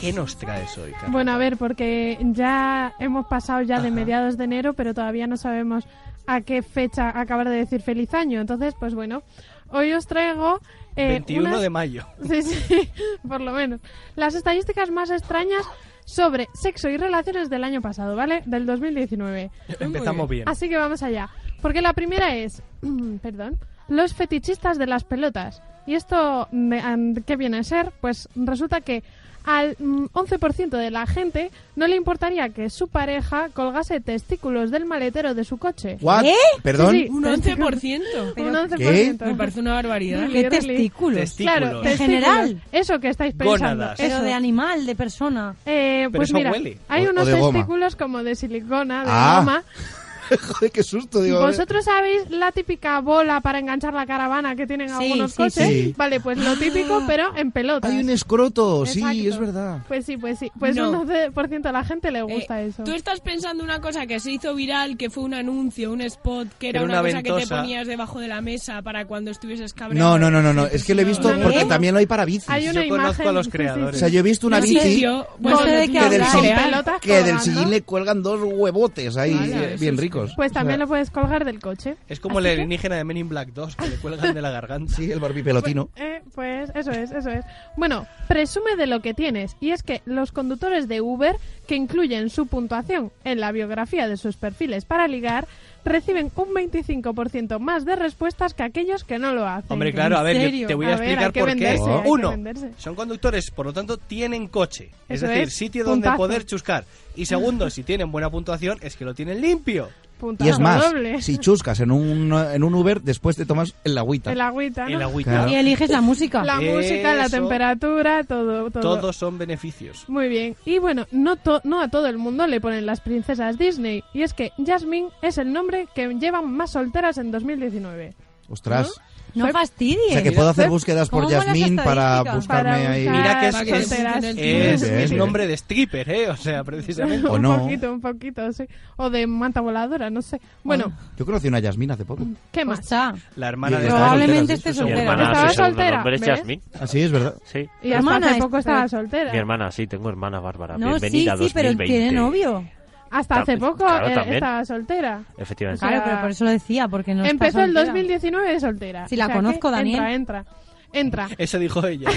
Speaker 1: ¿Qué nos traes hoy, Carlos?
Speaker 5: Bueno, a ver, porque ya hemos pasado ya de mediados de enero, pero todavía no sabemos a qué fecha acabar de decir feliz año. Entonces, pues bueno, hoy os traigo... eh,
Speaker 1: 21
Speaker 5: unas-
Speaker 1: de mayo.
Speaker 5: Sí, sí, por lo menos. Las estadísticas más extrañas sobre sexo y relaciones del año pasado, ¿vale? Del 2019.
Speaker 1: Empezamos bien.
Speaker 5: Así que vamos allá. Porque la primera es, perdón, los fetichistas de las pelotas. ¿Y esto de- an- qué viene a ser? Pues resulta que al mm, 11% de la gente no le importaría que su pareja colgase testículos del maletero de su coche. ¿Eh?
Speaker 2: What? ¿Qué? ¿Perdón?
Speaker 6: Un 11%.
Speaker 5: Un 11%.
Speaker 6: Me parece una barbaridad.
Speaker 5: Really, really. Claro,
Speaker 6: Testículos.
Speaker 5: testículos.
Speaker 3: general.
Speaker 5: Eso que estáis pensando.
Speaker 3: Gónadas.
Speaker 5: Eso
Speaker 3: Pero de animal, de persona.
Speaker 5: Eh,
Speaker 3: Pero
Speaker 5: pues
Speaker 3: eso
Speaker 5: mira,
Speaker 3: huele.
Speaker 5: hay
Speaker 3: O- o
Speaker 5: unos
Speaker 3: de goma.
Speaker 5: testículos como de silicona, de
Speaker 2: Ah.
Speaker 5: goma.
Speaker 2: Joder, qué susto, digo.
Speaker 5: ¿Vosotros sabéis la típica bola para enganchar la caravana que tienen algunos
Speaker 2: sí,
Speaker 5: coches?
Speaker 2: sí. Sí.
Speaker 5: Vale, pues lo típico, pero en pelotas.
Speaker 2: Hay un escroto, sí,
Speaker 5: Exacto.
Speaker 2: es verdad.
Speaker 5: Pues sí, pues sí. Pues
Speaker 6: No. Eh,
Speaker 5: un 11% de la gente le gusta eso.
Speaker 6: Tú estás pensando una cosa que se hizo viral, que fue un anuncio, un spot, que era,
Speaker 1: Era
Speaker 6: una,
Speaker 1: una
Speaker 6: cosa que te
Speaker 1: ventosa.
Speaker 6: ponías debajo de la mesa para cuando estuvieses cabreado.
Speaker 2: No, no, no, no, no. Es que lo he visto
Speaker 6: ¿Eh?
Speaker 2: porque también lo hay para bicis.
Speaker 6: Hay una Yo conozco imagen, a los sí, sí, creadores.
Speaker 2: O sea, yo he visto una
Speaker 6: No sé,
Speaker 2: bici
Speaker 6: yo-
Speaker 5: bueno, No sé de qué
Speaker 2: que, del
Speaker 5: habláis.
Speaker 2: sillín,
Speaker 5: Con pelotas
Speaker 2: que del
Speaker 5: colgando.
Speaker 2: sillín le cuelgan dos huevotes ahí,
Speaker 5: Vale,
Speaker 2: eh,
Speaker 5: sí,
Speaker 2: bien
Speaker 5: sí.
Speaker 2: ricos.
Speaker 5: Pues también
Speaker 2: O sea,
Speaker 5: lo puedes colgar del coche.
Speaker 1: Es como el
Speaker 5: Así que-
Speaker 1: alienígena de Men in Black 2, que le cuelgan de la garganta.
Speaker 2: Sí, el Barbie pelotino.
Speaker 5: Eh, pues eso es, eso es. Bueno, presume de lo que tienes. Y es que los conductores de Uber, que incluyen su puntuación en la biografía de sus perfiles para ligar, reciben un 25% más de respuestas que aquellos que no lo hacen.
Speaker 1: Hombre, claro, a ver, yo te voy a,
Speaker 5: ver,
Speaker 1: explicar
Speaker 5: hay que
Speaker 1: por
Speaker 5: venderse, hay
Speaker 1: qué.
Speaker 5: que
Speaker 1: Uno,
Speaker 5: venderse.
Speaker 1: son conductores, por lo tanto tienen coche. Es
Speaker 5: Eso
Speaker 1: decir,
Speaker 5: es,
Speaker 1: sitio donde
Speaker 5: puntazo.
Speaker 1: poder chuscar. Y segundo, si tienen buena puntuación, es que lo tienen limpio.
Speaker 2: Y es
Speaker 5: Puntazo
Speaker 2: más,
Speaker 5: doble.
Speaker 2: si chuscas en un, en un Uber, después te tomas el agüita.
Speaker 5: El agüita, ¿no?
Speaker 1: El agüita.
Speaker 2: Claro.
Speaker 3: Y eliges la música.
Speaker 5: La música, la
Speaker 1: Eso.
Speaker 5: temperatura, todo, todo.
Speaker 1: Todos son beneficios.
Speaker 5: Muy bien. Y bueno, no, to- no a todo el mundo le ponen las princesas Disney. Y es que Jasmine es el nombre que llevan más solteras en 2019.
Speaker 2: Ostras.
Speaker 3: No fastidies.
Speaker 2: O sea, que puedo hacer búsquedas por
Speaker 3: ¿Cómo mola esa
Speaker 2: Yasmín para
Speaker 3: estadística?
Speaker 2: buscarme ahí.
Speaker 1: Mira que es,
Speaker 5: que
Speaker 1: es,
Speaker 5: te das
Speaker 1: es-
Speaker 2: cuenta.
Speaker 1: es nombre de stripper, ¿eh? O sea, precisamente.
Speaker 2: O
Speaker 5: un
Speaker 2: no.
Speaker 5: poquito, un poquito, sí. O de manta voladora, no sé. Bueno,
Speaker 3: Ah,
Speaker 2: Yo conocí una Yasmín hace poco.
Speaker 5: ¿qué más?
Speaker 1: La hermana
Speaker 2: Sí,
Speaker 1: de
Speaker 2: estaba
Speaker 3: Probablemente
Speaker 2: soltera,
Speaker 3: esté
Speaker 2: sí, sí, sí.
Speaker 3: soltera.
Speaker 4: hermana,
Speaker 5: Estaba
Speaker 4: su segundo
Speaker 5: soltera,
Speaker 4: nombre es
Speaker 5: ¿ves?
Speaker 4: Jasmine.
Speaker 2: Así es verdad.
Speaker 4: Sí.
Speaker 5: Y hasta
Speaker 3: hermana
Speaker 5: hace poco
Speaker 3: es-
Speaker 5: estaba
Speaker 4: Mi
Speaker 5: soltera.
Speaker 4: hermana, sí, tengo hermana Bárbara.
Speaker 5: No, sí,
Speaker 4: Bienvenida a
Speaker 5: sí, pero
Speaker 4: 2020.
Speaker 3: Tiene novio.
Speaker 5: Hasta hace
Speaker 4: También,
Speaker 5: poco
Speaker 4: claro,
Speaker 5: eh,
Speaker 4: también.
Speaker 5: estaba soltera.
Speaker 4: Efectivamente.
Speaker 5: O sea,
Speaker 3: Claro, pero por eso lo decía, porque no está
Speaker 5: Empezó el
Speaker 3: soltera.
Speaker 5: 2019 soltera.
Speaker 3: Si la
Speaker 5: O sea que
Speaker 3: conozco, Daniel.
Speaker 5: Entra, entra. entra.
Speaker 1: Eso dijo ella.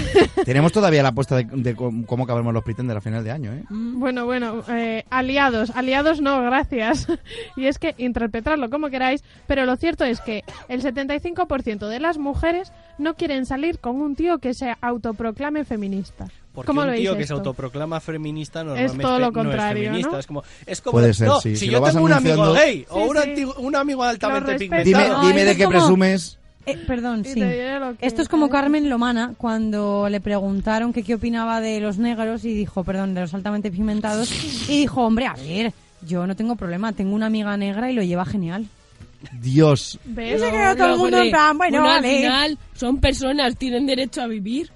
Speaker 2: Tenemos todavía la apuesta de, de cómo cómo acabamos los Pretender a final de año, ¿eh?
Speaker 5: Bueno, bueno, eh, aliados, aliados no, gracias. Y es que interpretadlo como queráis, pero lo cierto es que el 75% de las mujeres no quieren salir con un tío que se autoproclame feminista.
Speaker 1: Porque
Speaker 5: ¿Cómo
Speaker 1: un
Speaker 5: lo
Speaker 1: tío
Speaker 5: veis
Speaker 1: que se
Speaker 5: esto?
Speaker 1: autoproclama feminista normalmente
Speaker 5: todo lo
Speaker 1: no
Speaker 5: contrario,
Speaker 1: es feminista.
Speaker 5: ¿no?
Speaker 1: Es como, es como
Speaker 2: Puede ser,
Speaker 1: no,
Speaker 2: sí,
Speaker 1: si
Speaker 2: si
Speaker 1: yo
Speaker 2: lo vas
Speaker 1: tengo un amigo
Speaker 2: anunciando-
Speaker 1: gay o
Speaker 5: Sí,
Speaker 1: un,
Speaker 5: sí.
Speaker 1: antigo- un amigo altamente
Speaker 5: Lo respeto.
Speaker 2: Dime,
Speaker 1: pigmentado...
Speaker 2: dime
Speaker 3: Ay,
Speaker 2: de
Speaker 3: es
Speaker 2: qué
Speaker 3: como-
Speaker 2: presumes.
Speaker 3: Eh, perdón, sí.
Speaker 5: te diré lo que-
Speaker 3: Esto es como Carmen Lomana cuando le preguntaron que qué opinaba de los negros y dijo, perdón, de los altamente pigmentados y dijo, hombre, a ver, yo no tengo problema, tengo una amiga negra y lo lleva genial.
Speaker 2: Dios.
Speaker 5: ¿Ves?
Speaker 3: se quedó todo el mundo en plan, bueno,
Speaker 6: al
Speaker 3: vale.
Speaker 6: final son personas, tienen derecho a vivir.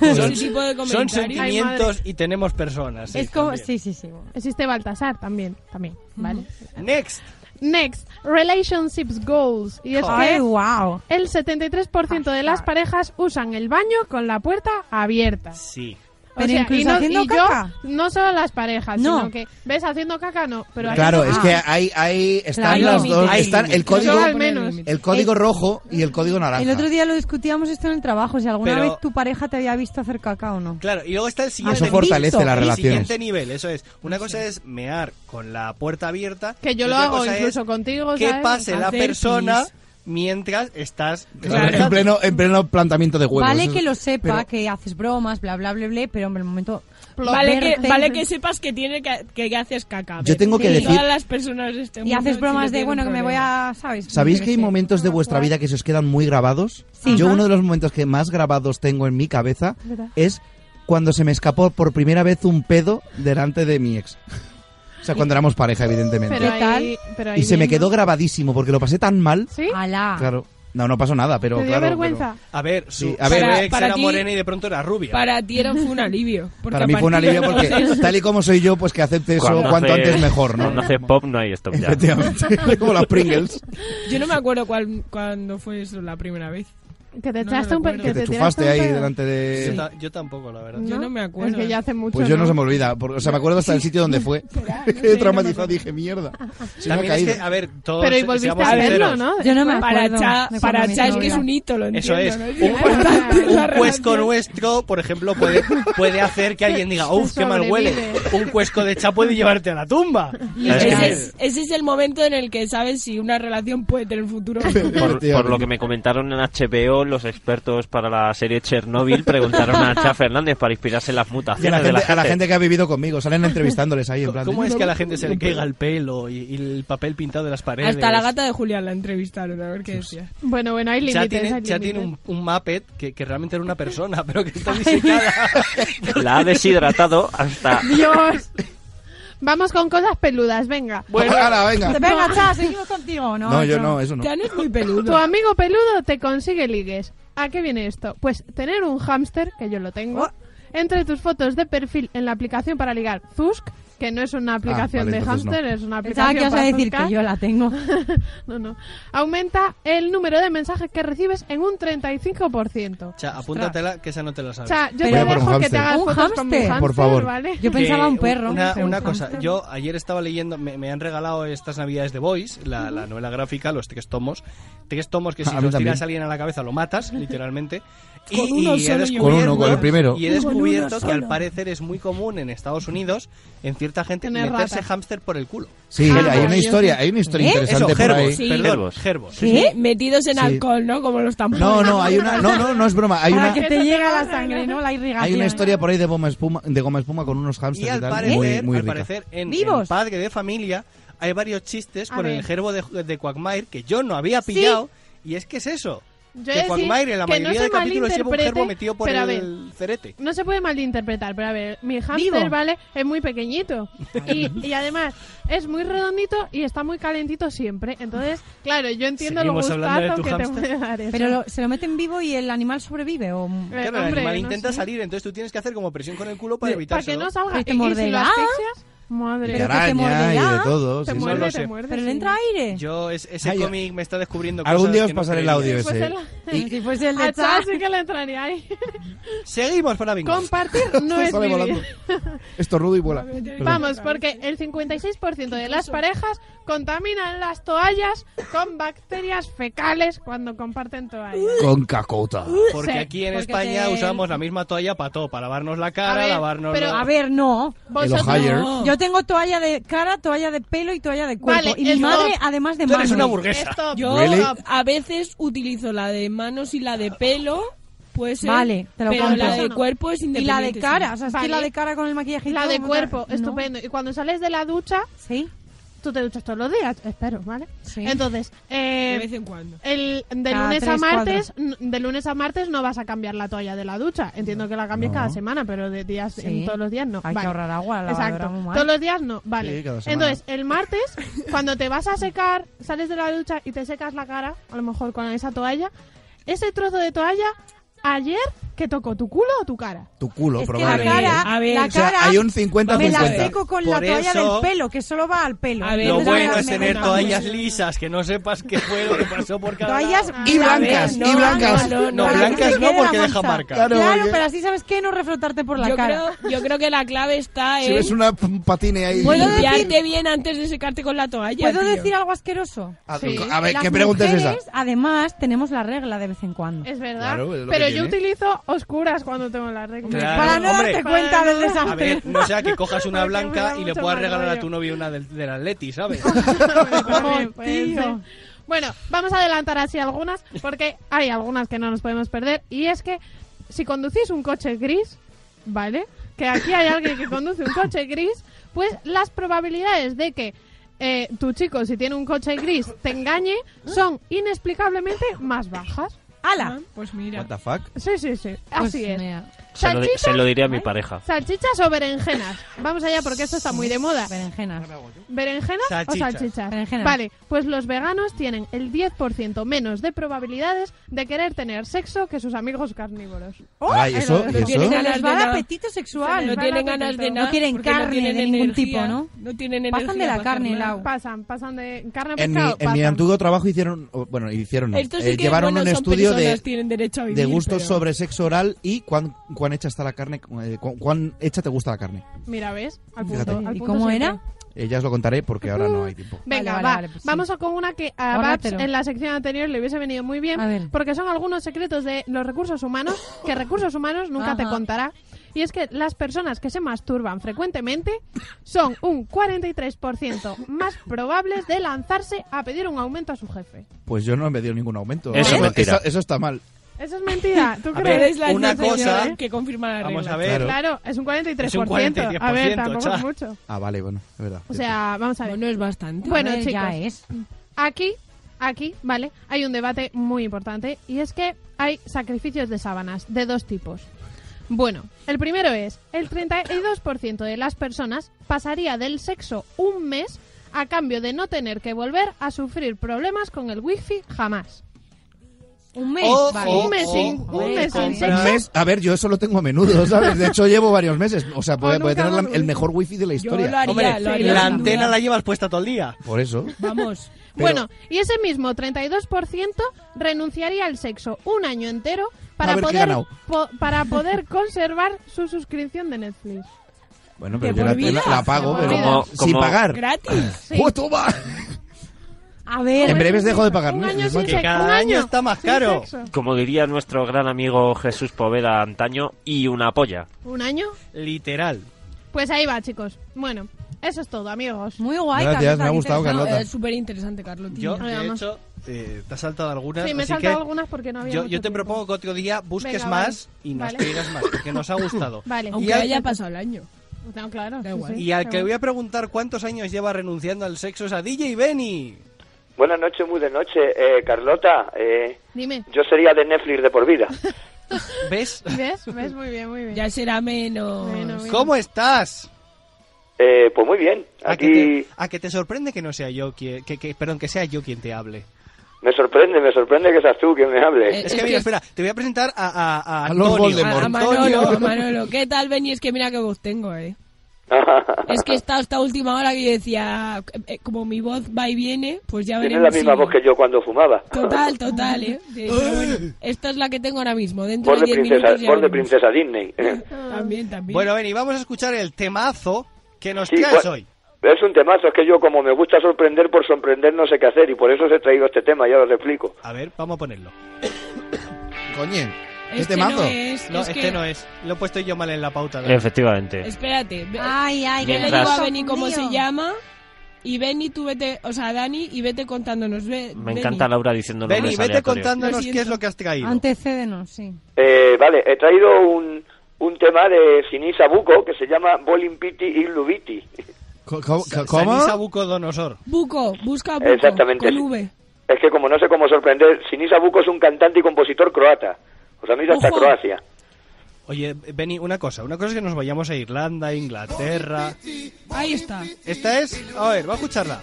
Speaker 1: Son-
Speaker 6: Ese tipo de
Speaker 1: Son
Speaker 6: comentarios.
Speaker 1: sentimientos y tenemos personas. sí,
Speaker 3: es como,
Speaker 1: también.
Speaker 3: sí, sí, sí. bueno.
Speaker 5: Existe Baltasar también, también, ¿vale?
Speaker 1: Next.
Speaker 5: Next, relationships goals. Y es
Speaker 3: Ay,
Speaker 5: que
Speaker 3: wow.
Speaker 5: el 73% de las parejas usan el baño con la puerta abierta.
Speaker 1: Sí.
Speaker 5: O
Speaker 3: Pero
Speaker 5: sea,
Speaker 3: incluso
Speaker 5: y no,
Speaker 3: haciendo
Speaker 5: y
Speaker 3: caca.
Speaker 5: Yo, no solo las parejas,
Speaker 3: No.
Speaker 5: sino que ves haciendo caca no, pero
Speaker 2: Claro,
Speaker 5: haciendo-
Speaker 2: es que ahí, ahí están
Speaker 3: Claro.
Speaker 2: las dos.
Speaker 1: Hay
Speaker 2: Están el
Speaker 1: límites.
Speaker 2: código,
Speaker 5: Yo al menos.
Speaker 2: el código rojo y el código naranja.
Speaker 3: El otro día lo discutíamos esto en el trabajo, si alguna
Speaker 1: Pero-
Speaker 3: vez tu pareja te había visto hacer caca o no.
Speaker 1: Claro, y luego está el siguiente
Speaker 2: Ah, Eso fortalece las
Speaker 1: el
Speaker 2: relaciones.
Speaker 1: siguiente nivel, eso es. Una cosa es mear con la puerta abierta.
Speaker 5: Que yo
Speaker 1: y
Speaker 5: lo
Speaker 1: otra
Speaker 5: hago
Speaker 1: cosa
Speaker 5: incluso
Speaker 1: es
Speaker 5: contigo,
Speaker 1: Que
Speaker 5: ¿sabes?
Speaker 1: pase la
Speaker 6: Hacer
Speaker 1: persona
Speaker 6: pis.
Speaker 1: mientras estás.
Speaker 2: Claro, En, pleno, en pleno planteamiento de huevos.
Speaker 3: vale
Speaker 2: Eso-
Speaker 3: que lo sepa,
Speaker 2: pero-
Speaker 3: que haces bromas, bla, bla, bla, bla, pero en el momento...
Speaker 6: Vale que,
Speaker 3: verte-
Speaker 6: vale que sepas que tiene que, que- que haces caca.
Speaker 2: Yo tengo que
Speaker 6: Y
Speaker 2: decir-
Speaker 6: Todas las personas de este
Speaker 3: Y
Speaker 6: mundo
Speaker 3: haces
Speaker 6: sí
Speaker 3: bromas
Speaker 6: que
Speaker 3: de,
Speaker 6: tienen
Speaker 3: bueno, que me voy
Speaker 6: problemas.
Speaker 3: a... ¿Sabes?
Speaker 2: ¿Sabéis que hay
Speaker 3: Sí.
Speaker 2: momentos de vuestra vida que se os quedan muy grabados?
Speaker 3: Sí.
Speaker 2: Yo
Speaker 3: Ajá.
Speaker 2: uno de los momentos que más grabados tengo en mi cabeza
Speaker 5: ¿Verdad?
Speaker 2: es cuando se me escapó por primera vez un pedo delante de mi ex. O sea, cuando éramos pareja, evidentemente.
Speaker 5: Pero
Speaker 3: ¿Qué
Speaker 5: ahí- pero ahí
Speaker 2: y se me
Speaker 5: bien,
Speaker 2: quedó
Speaker 5: ¿no?
Speaker 2: grabadísimo porque lo pasé tan mal.
Speaker 5: ¿Sí?
Speaker 6: Ah.
Speaker 3: Alá.
Speaker 2: Claro. No, no pasó nada, pero
Speaker 5: ¿Te dio
Speaker 2: claro,
Speaker 5: vergüenza?
Speaker 1: A ver, su,
Speaker 2: Sí, a
Speaker 1: su
Speaker 2: ver.
Speaker 6: Para-
Speaker 1: ex
Speaker 6: para
Speaker 1: era
Speaker 6: ti-
Speaker 1: morena y de pronto era rubia.
Speaker 6: Para ti era, fue un alivio.
Speaker 2: pero
Speaker 6: porque
Speaker 2: para
Speaker 6: a
Speaker 2: mí fue un
Speaker 6: partir de
Speaker 2: alivio porque
Speaker 6: entonces-
Speaker 2: tal y como soy yo, pues que acepte eso
Speaker 4: Cuando
Speaker 2: cuanto
Speaker 4: hace-
Speaker 2: antes mejor, ¿no?
Speaker 4: Cuando hace pop no hay stop ya.
Speaker 2: Efectivamente, como las Pringles.
Speaker 6: Yo no me acuerdo cuál, cuándo fue eso la primera vez.
Speaker 5: Que te
Speaker 6: No
Speaker 5: echaste
Speaker 6: lo
Speaker 5: un pe-
Speaker 6: recuerdo.
Speaker 5: que
Speaker 2: Que te
Speaker 5: te
Speaker 2: chufaste
Speaker 5: tiraste
Speaker 2: ahí
Speaker 5: un pedo.
Speaker 2: delante de...
Speaker 1: Yo, ta- yo tampoco, la verdad.
Speaker 6: Yo no me acuerdo.
Speaker 5: Es que ya hace mucho.
Speaker 2: Pues yo no
Speaker 5: ¿no?
Speaker 2: se me olvida, porque, o sea, me acuerdo hasta del sitio donde fue. Quedé traumatizado, dije, mierda. Se me ha
Speaker 1: También es
Speaker 2: caído.
Speaker 1: que, a ver, todos
Speaker 5: Pero y volviste
Speaker 1: seamos
Speaker 5: a verlo,
Speaker 1: sinceros.
Speaker 5: ¿no?
Speaker 3: Yo no me
Speaker 6: Para
Speaker 3: acuerdo.
Speaker 6: Cha,
Speaker 3: Me
Speaker 6: para
Speaker 3: acuerdo
Speaker 6: Cha
Speaker 3: mi
Speaker 6: es que es
Speaker 3: novio.
Speaker 6: un hito, lo
Speaker 1: Eso
Speaker 6: entiendo.
Speaker 1: es.
Speaker 6: ¿no?
Speaker 1: Un,
Speaker 6: importante
Speaker 1: un
Speaker 6: la
Speaker 1: cuesco
Speaker 6: relación.
Speaker 1: nuestro, por ejemplo, puede, puede hacer que alguien diga, uff, qué mal huele.
Speaker 5: Sobrevive.
Speaker 1: Un cuesco de cha puede llevarte a la tumba.
Speaker 4: Es
Speaker 6: Ese
Speaker 4: que-
Speaker 6: es, ese es el momento en el que sabes si una relación puede tener futuro.
Speaker 4: Por, por lo que me comentaron en HBO, los expertos para la serie Chernobyl preguntaron a Cha Fernández para inspirarse en las
Speaker 2: Y a
Speaker 4: mutaciones
Speaker 2: la, gente,
Speaker 4: de la
Speaker 2: a
Speaker 4: gente.
Speaker 2: la gente que ha vivido conmigo, salen entrevistándoles ahí en plan.
Speaker 1: ¿Cómo
Speaker 2: de-
Speaker 1: es que a la gente se le caiga el pelo y, y el papel pintado de las paredes?
Speaker 6: Hasta la gata de Julián la entrevistaron, a ver qué decía.
Speaker 5: Bueno, bueno, hay
Speaker 1: Ya
Speaker 5: límites.
Speaker 1: tiene,
Speaker 5: hay
Speaker 1: ya tiene
Speaker 5: límites.
Speaker 1: un, un Muppet que, que realmente era una persona, pero que está disecada.
Speaker 4: La ha deshidratado hasta...
Speaker 5: Dios. Vamos con cosas peludas, venga.
Speaker 2: Ala, venga.
Speaker 3: Venga, Cha, seguimos contigo. No,
Speaker 2: No, yo
Speaker 3: broma.
Speaker 2: no, eso no.
Speaker 6: Ya no es muy
Speaker 5: Tu
Speaker 6: peludo.
Speaker 5: amigo peludo te consigue ligues. ¿A qué viene esto? Pues tener un hámster, que yo lo tengo,
Speaker 3: Oh.
Speaker 5: entre tus fotos de perfil en la aplicación para ligar Zusk, que no es una aplicación
Speaker 2: Ah, vale,
Speaker 5: de
Speaker 2: entonces
Speaker 5: hámster, es una
Speaker 3: Pensaba
Speaker 5: aplicación
Speaker 3: que ibas a
Speaker 5: para
Speaker 3: decir
Speaker 5: zuzcar.
Speaker 3: que yo la tengo.
Speaker 5: no, no. Aumenta el número de mensajes que recibes en un 35%.
Speaker 1: Cha, apúntatela, que esa no te la
Speaker 5: O
Speaker 1: sabes.
Speaker 5: sea, yo
Speaker 3: Voy a
Speaker 5: te
Speaker 3: por
Speaker 2: un
Speaker 5: dejo que te
Speaker 2: hámster.
Speaker 5: hagas
Speaker 3: ¿Un
Speaker 5: fotos con mi
Speaker 3: hámster?
Speaker 5: hámster,
Speaker 2: Por favor.
Speaker 5: ¿vale?
Speaker 3: Yo pensaba
Speaker 1: que
Speaker 3: un perro.
Speaker 1: Una,
Speaker 3: pero un
Speaker 1: una cosa,
Speaker 3: hámster.
Speaker 1: yo ayer estaba leyendo, me, me han regalado estas navidades de Boys, la, la novela gráfica, los tres tomos. Tres tomos que
Speaker 2: A
Speaker 1: si
Speaker 2: mí
Speaker 1: los tiras
Speaker 2: también.
Speaker 1: a alguien a la cabeza lo matas, literalmente.
Speaker 6: Con uno solo y
Speaker 2: Con uno, con el primero.
Speaker 1: Y he
Speaker 6: Con uno
Speaker 1: descubierto que
Speaker 6: solo.
Speaker 1: al parecer es muy común en Estados Unidos, en cierta gente,
Speaker 5: Tener
Speaker 1: meterse
Speaker 5: ratas.
Speaker 1: hámster por el culo.
Speaker 2: Sí,
Speaker 5: Ah,
Speaker 2: hay una
Speaker 5: maravilloso.
Speaker 2: historia, hay una historia
Speaker 3: ¿Eh?
Speaker 1: Eso,
Speaker 2: interesante por
Speaker 1: gerbos,
Speaker 2: ahí.
Speaker 6: Sí.
Speaker 1: perdón,
Speaker 4: Gerbos.
Speaker 1: gerbos.
Speaker 6: ¿Qué? Metidos en
Speaker 2: Sí.
Speaker 6: alcohol, ¿no? Como los tampones.
Speaker 2: No, no, hay una, no, no, no es broma. Hay
Speaker 3: Para
Speaker 2: una,
Speaker 3: que te llega la sangre, ¿no? La irrigación.
Speaker 2: hay una historia por ahí de goma espuma, de goma espuma con unos
Speaker 1: Y
Speaker 2: hamsters y,
Speaker 1: al
Speaker 2: tal,
Speaker 1: parecer,
Speaker 2: muy, muy
Speaker 1: al
Speaker 2: rica.
Speaker 1: parecer en,
Speaker 3: ¿Vivos?
Speaker 1: en Padre de Familia hay varios chistes
Speaker 5: A
Speaker 1: con el
Speaker 5: ver.
Speaker 1: gerbo de, de Quagmire que yo no había
Speaker 5: Sí.
Speaker 1: pillado. Y es que es eso.
Speaker 5: Yo
Speaker 1: que
Speaker 5: decir
Speaker 1: Quagmire en la
Speaker 5: que no
Speaker 1: mayoría
Speaker 5: se
Speaker 1: de capítulos lleva un gerbo
Speaker 5: malinterprete,
Speaker 1: metido por
Speaker 5: pero a Eh,
Speaker 1: el cerete.
Speaker 5: No se puede malinterpretar, pero a ver, mi hámster,
Speaker 3: Vivo.
Speaker 5: ¿vale? Es muy pequeñito. Y, y además, es muy redondito y está muy calentito siempre. Entonces, claro, yo entiendo lo
Speaker 1: Seguimos hablando de
Speaker 5: gustazo
Speaker 1: tu
Speaker 5: que
Speaker 1: hámster.
Speaker 5: te puede dar eso.
Speaker 3: Pero lo- se lo meten vivo y el animal sobrevive. O...
Speaker 5: Eh,
Speaker 1: Claro, el
Speaker 5: hombre,
Speaker 1: animal
Speaker 5: no
Speaker 1: intenta
Speaker 5: sé.
Speaker 1: salir, entonces tú tienes que hacer como presión con el culo para
Speaker 5: Para que
Speaker 1: evitárselo.
Speaker 5: no salga.
Speaker 3: Pero te
Speaker 5: Y, y si lo
Speaker 3: morderá.
Speaker 5: asfixias, Madre.
Speaker 2: Y de araña y de todo.
Speaker 5: Te
Speaker 2: sí, sí.
Speaker 5: muerde, te muerde,
Speaker 3: Pero
Speaker 5: sí.
Speaker 3: le entra aire.
Speaker 1: Yo, es- ese
Speaker 2: Ay, yo-
Speaker 1: cómic me está descubriendo cosas
Speaker 2: Algún día os
Speaker 1: que no
Speaker 2: pasaré el
Speaker 1: creía.
Speaker 2: audio
Speaker 5: Si fuese
Speaker 2: ese.
Speaker 5: la-
Speaker 3: Si fuese el
Speaker 5: A
Speaker 3: de
Speaker 5: Chad
Speaker 3: Chad.
Speaker 5: sí que le entraría ahí.
Speaker 1: Seguimos para bingo.
Speaker 5: Compartir no es
Speaker 2: Sale
Speaker 5: vivir.
Speaker 2: volando. Estornudo y vuela. Perdón.
Speaker 5: Vamos, porque el 56% de las parejas contaminan las toallas con bacterias fecales cuando comparten toallas.
Speaker 2: Con cacota.
Speaker 1: Porque
Speaker 5: Sí,
Speaker 1: aquí en
Speaker 5: porque
Speaker 1: España
Speaker 5: te-
Speaker 1: usamos la misma toalla para todo, para lavarnos la cara,
Speaker 5: A ver,
Speaker 1: lavarnos
Speaker 5: pero-
Speaker 1: la-
Speaker 3: A ver, no.
Speaker 2: El O'Hire.
Speaker 3: Yo tengo toalla de cara, toalla de pelo y toalla de cuerpo.
Speaker 5: Vale,
Speaker 3: y mi
Speaker 5: es
Speaker 3: madre,
Speaker 5: no.
Speaker 3: además de
Speaker 1: Tú eres
Speaker 3: manos.
Speaker 1: una burguesa.
Speaker 5: Esto
Speaker 6: Yo
Speaker 2: Really?
Speaker 6: a veces utilizo la de manos y la de pelo, pues
Speaker 3: Vale, te lo
Speaker 6: pero
Speaker 3: compro.
Speaker 6: la de cuerpo es
Speaker 3: Y la
Speaker 6: independiente.
Speaker 3: de cara, o
Speaker 6: sí.
Speaker 3: sea, es
Speaker 5: Vale.
Speaker 3: que la de cara con el maquillaje y
Speaker 5: La
Speaker 3: todo,
Speaker 5: de
Speaker 3: no te-
Speaker 5: cuerpo,
Speaker 3: no.
Speaker 5: estupendo. Y cuando sales de la ducha,
Speaker 3: Sí,
Speaker 5: tú te duchas todos los días, espero, ¿vale?
Speaker 3: sí.
Speaker 5: Entonces,
Speaker 6: De
Speaker 5: eh,
Speaker 6: vez en cuando.
Speaker 5: el, de
Speaker 3: Cada
Speaker 5: lunes a
Speaker 3: tres, cuatro.
Speaker 5: martes, n- de lunes a martes no vas a cambiar la toalla de la ducha. Entiendo que la cambies
Speaker 2: No.
Speaker 5: cada semana, pero de días,
Speaker 3: Sí.
Speaker 5: en todos los días no.
Speaker 3: Hay que
Speaker 5: Vale.
Speaker 3: ahorrar agua, la
Speaker 5: Exacto.
Speaker 3: verdad, muy mal.
Speaker 5: Todos los días no, vale.
Speaker 2: Sí, cada semana.
Speaker 5: Entonces, el martes, cuando te vas a secar, sales de la ducha y te secas la cara, a lo mejor con esa toalla, ese trozo de toalla, ayer, que tocó? ¿Tu culo o tu cara?
Speaker 2: Tu culo,
Speaker 3: Es que la
Speaker 2: probablemente.
Speaker 3: cara,
Speaker 6: A ver,
Speaker 3: la
Speaker 2: o sea,
Speaker 3: cara
Speaker 2: hay un
Speaker 3: me la
Speaker 2: 50-50.
Speaker 3: seco con
Speaker 1: Por
Speaker 3: la toalla
Speaker 1: eso-
Speaker 3: del pelo, que solo va al pelo.
Speaker 6: A ver,
Speaker 1: Lo
Speaker 6: Entonces,
Speaker 1: bueno
Speaker 6: ahora
Speaker 1: es
Speaker 6: me
Speaker 1: tener
Speaker 6: contaste.
Speaker 1: toallas lisas, que no sepas qué fue lo que pasó por cada
Speaker 3: Toallas
Speaker 1: lado.
Speaker 2: Y blancas,
Speaker 3: no,
Speaker 2: y blancas.
Speaker 6: no,
Speaker 1: No,
Speaker 3: para que
Speaker 1: blancas
Speaker 3: se
Speaker 1: no
Speaker 3: quede la
Speaker 1: porque deja
Speaker 3: mancha.
Speaker 1: marca.
Speaker 2: Claro,
Speaker 3: Claro,
Speaker 2: porque-
Speaker 3: pero así sabes que no reflotarte por la
Speaker 6: Yo
Speaker 3: cara.
Speaker 6: creo, yo creo que la clave está
Speaker 2: Si
Speaker 6: en
Speaker 2: ves una un patine ahí.
Speaker 3: ¿Puedo decir-
Speaker 6: limpiarte bien antes de secarte con la toalla.
Speaker 3: ¿Puedo
Speaker 6: tío.
Speaker 3: decir algo asqueroso?
Speaker 2: A,
Speaker 5: Sí.
Speaker 2: Ah, a ver,
Speaker 3: Las
Speaker 2: ¿qué pregunta es esa?
Speaker 3: mujeres, Además, tenemos la regla de vez en cuando.
Speaker 5: Es verdad.
Speaker 2: Claro, es lo
Speaker 5: pero
Speaker 2: que
Speaker 5: yo
Speaker 2: tiene.
Speaker 5: utilizo oscuras cuando tengo la regla.
Speaker 1: Claro,
Speaker 3: Para no
Speaker 1: hombre.
Speaker 3: darte cuenta
Speaker 5: Para
Speaker 3: del
Speaker 5: no-
Speaker 1: A
Speaker 3: desastre.
Speaker 1: ver, no sea que cojas una
Speaker 5: Porque me da
Speaker 1: blanca y le
Speaker 5: mucho
Speaker 1: puedas
Speaker 5: mal
Speaker 1: regalar a
Speaker 5: rollo.
Speaker 1: tu novio una del, del Atleti, ¿sabes?
Speaker 3: Ah,
Speaker 5: También puede
Speaker 3: tío.
Speaker 5: ser. Bueno, vamos a adelantar así algunas, porque hay algunas que no nos podemos perder. Y es que si conducís un coche gris, ¿vale? Que aquí hay alguien que conduce un coche gris, pues las probabilidades de que eh, tu chico, si tiene un coche gris, te engañe, son inexplicablemente más bajas.
Speaker 3: ¡Hala!
Speaker 6: Pues mira.
Speaker 2: What the fuck?
Speaker 5: Sí, sí, sí. Así
Speaker 3: Pues,
Speaker 5: es.
Speaker 3: mira,
Speaker 4: Se lo, di-
Speaker 5: Salchichas-
Speaker 4: se lo diría a mi
Speaker 5: Ay.
Speaker 4: pareja.
Speaker 5: ¿Salchichas o berenjenas? Vamos allá porque esto está muy de moda.
Speaker 3: Berenjenas.
Speaker 5: ¿Berenjenas
Speaker 1: Salchichas.
Speaker 5: o salchichas?
Speaker 3: Berenjenas.
Speaker 5: Vale, pues los veganos tienen el 10% menos de probabilidades de querer tener sexo que sus amigos carnívoros.
Speaker 3: ¡Oh!
Speaker 2: Ay, eso,
Speaker 5: Ay,
Speaker 2: ¿y
Speaker 6: tiene
Speaker 2: eso?
Speaker 6: nada.
Speaker 3: Se les va el
Speaker 6: Nada.
Speaker 3: apetito sexual.
Speaker 5: Se
Speaker 6: No
Speaker 5: les va
Speaker 6: tienen
Speaker 5: Para
Speaker 6: ganas de
Speaker 5: contento.
Speaker 6: nada.
Speaker 3: No quieren
Speaker 6: porque
Speaker 3: carne
Speaker 6: tienen
Speaker 3: de ningún
Speaker 6: energía,
Speaker 3: tipo, ¿no?
Speaker 6: No tienen
Speaker 3: Pasan
Speaker 6: energía
Speaker 3: de la
Speaker 6: para
Speaker 3: carne,
Speaker 6: hacer nada.
Speaker 3: Lau.
Speaker 5: Pasan, pasan de carne a
Speaker 2: En mi,
Speaker 5: pescado.
Speaker 2: en mi
Speaker 5: pasan.
Speaker 2: antiguo trabajo hicieron, o, bueno, hicieron, no,
Speaker 6: Esto sí
Speaker 2: eh,
Speaker 6: que,
Speaker 2: llevaron
Speaker 6: bueno, son
Speaker 2: un estudio
Speaker 6: personas,
Speaker 2: de,
Speaker 6: tienen derecho a vivir,
Speaker 2: de gustos
Speaker 6: pero-
Speaker 2: sobre sexo oral y cuán, cuán hecha está la carne, eh, cuán, cuán hecha te gusta la carne.
Speaker 5: Mira, ¿ves? Al
Speaker 2: Fíjate.
Speaker 5: punto. al
Speaker 3: ¿Y
Speaker 5: punto
Speaker 3: cómo
Speaker 5: siempre.
Speaker 3: era?
Speaker 2: Eh, ya os lo contaré porque ahora no hay tiempo.
Speaker 5: Venga,
Speaker 3: Vale, vale,
Speaker 5: va.
Speaker 3: vale, pues sí.
Speaker 5: Vamos a con una que a Babs
Speaker 3: Guárdatelo.
Speaker 5: en la sección anterior le hubiese venido muy bien,
Speaker 3: A ver.
Speaker 5: porque son algunos secretos de los recursos humanos que recursos humanos nunca te
Speaker 3: Ajá.
Speaker 5: contará. Y es que las personas que se masturban frecuentemente son un 43% más probables de lanzarse a pedir un aumento a su jefe.
Speaker 2: Pues yo no me dio ningún aumento.
Speaker 4: Eso es mentira.
Speaker 2: Eso, eso está mal.
Speaker 5: Eso es mentira, ¿tú
Speaker 1: A
Speaker 5: crees?
Speaker 1: ver,
Speaker 6: Es la
Speaker 1: Una
Speaker 6: excepción
Speaker 1: cosa-
Speaker 6: que confirma la regla.
Speaker 1: Vamos a ver.
Speaker 5: Claro, es un 43%.
Speaker 1: Es un 43%,
Speaker 5: a ver, tampoco
Speaker 1: cha.
Speaker 5: es mucho.
Speaker 2: Ah, vale, bueno, es verdad.
Speaker 5: O sea, vamos a ver.
Speaker 6: Bueno, es bastante.
Speaker 5: Bueno,
Speaker 3: A ver,
Speaker 5: chicos,
Speaker 3: Ya es.
Speaker 5: Aquí, aquí, ¿vale? Hay un debate muy importante y es que hay sacrificios de sábanas de dos tipos. Bueno, el primero es, el 32% de las personas pasaría del sexo un mes a cambio de no tener que volver a sufrir problemas con el wifi jamás.
Speaker 3: Un mes.
Speaker 1: O-
Speaker 3: vale.
Speaker 1: o-
Speaker 5: un mes sin,
Speaker 1: o-
Speaker 5: un mes
Speaker 1: o
Speaker 5: sin
Speaker 1: comprar-
Speaker 5: sexo.
Speaker 2: Un mes, a ver, yo eso lo tengo a menudo, ¿sabes? De hecho, llevo varios meses. O sea,
Speaker 6: Ah,
Speaker 2: puede,
Speaker 5: nunca
Speaker 2: puede tener la-
Speaker 5: más.
Speaker 2: el mejor wifi de la
Speaker 6: Yo lo
Speaker 2: historia.
Speaker 6: haría,
Speaker 1: Hombre,
Speaker 6: lo haría.
Speaker 1: la
Speaker 6: sin
Speaker 1: antena
Speaker 6: duda.
Speaker 1: la llevas puesta todo el día.
Speaker 2: Por eso.
Speaker 6: Vamos.
Speaker 2: Pero-
Speaker 5: Bueno, y ese mismo 32% renunciaría al sexo un año entero
Speaker 2: A
Speaker 5: para
Speaker 2: ver qué he
Speaker 5: poder,
Speaker 2: ganado.
Speaker 5: po- para poder conservar su suscripción de Netflix.
Speaker 2: Bueno,
Speaker 6: De
Speaker 2: pero yo la,
Speaker 6: por vida.
Speaker 2: la pago,
Speaker 5: De por
Speaker 2: pero
Speaker 5: vida.
Speaker 2: sin
Speaker 4: Como-
Speaker 2: pagar.
Speaker 1: Ah.
Speaker 6: Gratis.
Speaker 5: Sí.
Speaker 2: ¡Oh, toma!
Speaker 3: A ver.
Speaker 2: En breves dejo de pagar.
Speaker 5: Un
Speaker 2: ¿no?
Speaker 5: año
Speaker 2: Es
Speaker 5: sin
Speaker 2: más
Speaker 1: que
Speaker 5: sexo,
Speaker 1: cada
Speaker 5: un
Speaker 1: año está más
Speaker 5: sin
Speaker 1: caro.
Speaker 5: sexo.
Speaker 4: Como diría nuestro gran amigo Jesús Poveda antaño, y una polla.
Speaker 5: ¿Un año?
Speaker 1: Literal.
Speaker 5: Pues ahí va, chicos. Bueno, eso es todo, amigos.
Speaker 3: Muy guay.
Speaker 2: Gracias,
Speaker 3: Carlota,
Speaker 2: me ha
Speaker 3: qué
Speaker 2: gustado,
Speaker 3: interesante.
Speaker 2: Carlota.
Speaker 6: Es súper interesante, Carlos.
Speaker 1: Yo,
Speaker 5: Ahí
Speaker 1: de
Speaker 5: vamos.
Speaker 1: hecho, eh, te has saltado algunas.
Speaker 5: Sí, me he
Speaker 1: así
Speaker 5: saltado
Speaker 1: que
Speaker 5: algunas porque no había
Speaker 1: Yo,
Speaker 5: mucho
Speaker 1: yo te
Speaker 5: tiempo.
Speaker 1: propongo que otro día busques
Speaker 5: Venga,
Speaker 1: más
Speaker 5: vale.
Speaker 1: y nos
Speaker 5: Vale.
Speaker 1: pidas más, porque nos ha gustado.
Speaker 5: Vale.
Speaker 1: Y
Speaker 6: Aunque
Speaker 1: hay-
Speaker 6: haya pasado el año.
Speaker 5: No, claro.
Speaker 6: Da
Speaker 5: sí,
Speaker 6: igual.
Speaker 5: sí.
Speaker 1: Y al que le voy a preguntar cuántos años lleva renunciando al sexo es a DJ Benny.
Speaker 15: Buenas noches, muy de noche. Eh, Carlota, eh,
Speaker 5: Dime.
Speaker 15: yo sería de Netflix de por vida.
Speaker 1: ¿Ves?
Speaker 5: ¿Ves? ¿Ves? Muy bien, muy bien.
Speaker 6: Ya será menos.
Speaker 5: Bueno, bueno.
Speaker 1: ¿Cómo estás?
Speaker 15: Eh, pues muy bien,
Speaker 1: A que,
Speaker 15: aquí
Speaker 1: te, a que te sorprende que no sea yo quien, que, que- perdón, que sea yo quien te hable.
Speaker 15: me sorprende, me sorprende que seas tú quien me hable.
Speaker 6: Eh,
Speaker 1: Es
Speaker 6: es
Speaker 1: que mira,
Speaker 6: que-
Speaker 1: espera, te voy a presentar a, a, a
Speaker 2: A Lord
Speaker 1: Antonio.
Speaker 2: Voldemort.
Speaker 6: A, a
Speaker 1: Antonio.
Speaker 6: Manolo, a Manolo. ¿Qué tal, Beni? Es que mira que vos tengo, eh. Es que está hasta última hora que yo decía, eh, como mi voz va y viene, pues ya
Speaker 15: Tienes
Speaker 6: veremos.
Speaker 15: la misma
Speaker 6: si-
Speaker 15: voz que yo cuando fumaba.
Speaker 6: Total, total, ¿eh? Sí, pero bueno, esta es la que tengo ahora mismo. Dentro
Speaker 15: Voz
Speaker 6: de
Speaker 15: de
Speaker 6: 10
Speaker 15: princesa,
Speaker 6: minutos ya
Speaker 15: voz de
Speaker 6: veremos.
Speaker 15: princesa Disney.
Speaker 6: También, también.
Speaker 1: Bueno, ven, y vamos a escuchar el temazo que nos
Speaker 15: Sí,
Speaker 1: traes
Speaker 15: bueno.
Speaker 1: hoy.
Speaker 15: Es un temazo, es que yo como me gusta sorprender, por sorprender no sé qué hacer y por eso os he traído este tema, ya os lo explico.
Speaker 1: A ver, vamos a ponerlo.
Speaker 2: Coñe,
Speaker 1: ¿qué
Speaker 6: Este temazo? no es,
Speaker 1: No,
Speaker 6: es
Speaker 1: este
Speaker 6: que-
Speaker 1: no es. Lo he puesto yo mal en la pauta. ¿verdad?
Speaker 4: Efectivamente.
Speaker 6: Espérate. ve-
Speaker 3: Ay, ay,
Speaker 6: yo le
Speaker 4: Mientras-
Speaker 6: digo a Beni cómo se
Speaker 3: Confundido.
Speaker 6: llama. Y Beni, tú vete, o sea, Dani, y vete contándonos. Ve,
Speaker 4: Me encanta Laura diciendo
Speaker 1: Beni,
Speaker 4: nombres
Speaker 1: vete
Speaker 4: aleatorios.
Speaker 1: contándonos qué es lo que has traído.
Speaker 3: Antecédenos, sí.
Speaker 15: Eh, vale, he traído un, un tema de Sinisa Buco que se llama Bolin Piti y Lubiti.
Speaker 2: Co- co- co-
Speaker 1: Sanisa
Speaker 2: ¿Cómo?
Speaker 1: Bucodonosor.
Speaker 6: Buco, busca Buco.
Speaker 15: Exactamente,
Speaker 6: Con
Speaker 15: sí.
Speaker 6: V.
Speaker 15: Es que como no sé cómo sorprender, Sinisa Buco es un cantante y compositor croata. O sea, me hizo hasta
Speaker 6: Ojo.
Speaker 15: Croacia.
Speaker 1: Oye, Beni, una cosa. Una cosa es que nos vayamos a Irlanda, Inglaterra.
Speaker 6: Ahí está.
Speaker 1: Esta es. A ver, va a escucharla.